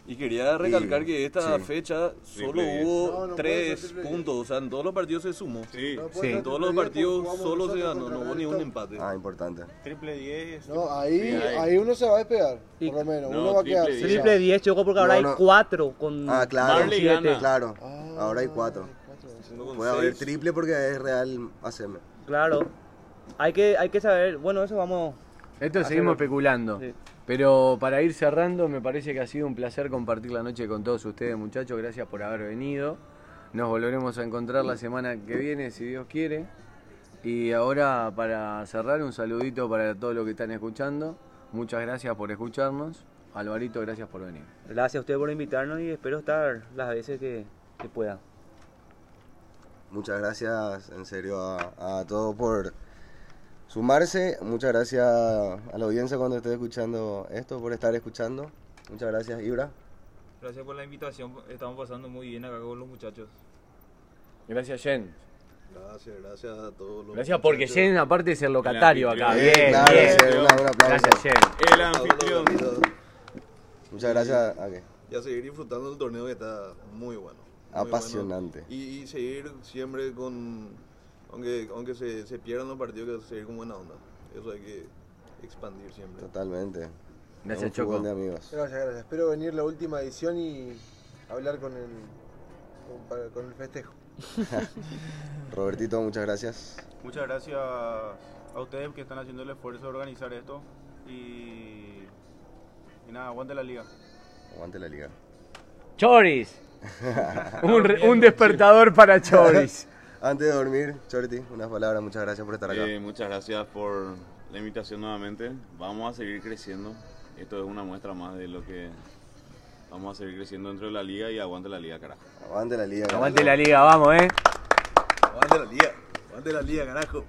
Speaker 9: Y quería recalcar que esta
Speaker 2: Sí.
Speaker 9: fecha solo
Speaker 7: Triple diez.
Speaker 9: hubo
Speaker 4: No, no puede
Speaker 9: tres
Speaker 4: ser triple diez.
Speaker 9: puntos, o sea, en todos los partidos se sumó.
Speaker 7: sí,
Speaker 4: No,
Speaker 1: Sí.
Speaker 4: puede ser
Speaker 9: En todos los
Speaker 4: triple diez,
Speaker 9: partidos
Speaker 4: jugamos
Speaker 9: solo se
Speaker 4: nosotros
Speaker 9: ganó,
Speaker 4: contra
Speaker 9: no hubo ni un
Speaker 4: Everton.
Speaker 9: empate.
Speaker 2: Ah, importante.
Speaker 10: Triple 10.
Speaker 4: No, ahí,
Speaker 7: Sí, ahí.
Speaker 4: ahí. uno se va a despegar,
Speaker 8: Y-
Speaker 4: por lo menos.
Speaker 7: No,
Speaker 4: uno va a
Speaker 7: triple
Speaker 4: quedar.
Speaker 7: diez.
Speaker 8: Triple 10, Choco, porque ahora
Speaker 2: No, no.
Speaker 8: hay 4 con...
Speaker 2: Ah, claro.
Speaker 7: Marley
Speaker 2: siete.
Speaker 7: gana.
Speaker 2: Claro.
Speaker 4: Ah,
Speaker 2: Ahora hay cuatro.
Speaker 4: cuatro.
Speaker 9: Uno con
Speaker 2: Puede haber
Speaker 9: seis.
Speaker 2: triple porque es real ACM.
Speaker 8: Claro. Hay que, hay que saber, bueno, eso vamos...
Speaker 1: Esto
Speaker 8: Hacer
Speaker 1: seguimos
Speaker 8: lo-
Speaker 1: especulando.
Speaker 8: Sí.
Speaker 1: Pero para ir cerrando, me parece que ha sido un placer compartir la noche con todos ustedes, muchachos. Gracias por haber venido. Nos volveremos a encontrar la semana que viene, si Dios quiere. Y ahora, para cerrar, un saludito para todos los que están escuchando. Muchas gracias por escucharnos. Alvarito, gracias por venir.
Speaker 8: Gracias a ustedes por invitarnos y espero estar las veces que, que pueda.
Speaker 2: Muchas gracias en serio a, a todos por sumarse. Muchas gracias a la audiencia cuando esté escuchando esto, por estar escuchando. Muchas gracias, Ibra.
Speaker 3: Gracias por la invitación. Estamos pasando muy bien acá con los muchachos.
Speaker 1: Gracias, Jen.
Speaker 9: Gracias, gracias a todos los
Speaker 1: Gracias porque
Speaker 9: muchachos.
Speaker 1: Jen, aparte, es el locatario acá.
Speaker 7: Eh,
Speaker 1: Bien,
Speaker 2: claro,
Speaker 1: bien.
Speaker 2: sí, un aplauso.
Speaker 1: Gracias, Jen.
Speaker 7: el
Speaker 9: A todos
Speaker 7: anfitrión.
Speaker 9: los amigos.
Speaker 2: Muchas gracias. ah, ¿a qué?
Speaker 9: Y a seguir disfrutando del torneo que está muy bueno. muy
Speaker 2: Apasionante.
Speaker 9: bueno. Y, y seguir siempre con, aunque, aunque se, se pierdan los partidos, que seguir con buena onda. Eso hay que expandir siempre.
Speaker 2: Totalmente.
Speaker 1: Gracias,
Speaker 2: Un fútbol
Speaker 1: Choco.
Speaker 2: de amigos.
Speaker 4: Gracias, gracias. Espero venir la última edición y hablar con el, con, para- con el festejo.
Speaker 2: Robertito, muchas gracias.
Speaker 10: Muchas gracias a ustedes que están haciendo el esfuerzo de organizar esto. Y, y nada, aguante la liga.
Speaker 2: Aguante la liga.
Speaker 10: (laughs)
Speaker 1: Choris. un, re- un despertador para Choris.
Speaker 2: Antes de dormir, Chorti, unas palabras. Muchas gracias por estar acá.
Speaker 7: Eh, muchas gracias por la invitación nuevamente. Vamos a seguir creciendo. Esto es una muestra más de lo que vamos a seguir creciendo dentro de la liga y aguante la liga, carajo.
Speaker 2: Aguante la liga.
Speaker 1: Aguante la liga, vamos, eh.
Speaker 9: Aguante la liga, aguante la liga, carajo.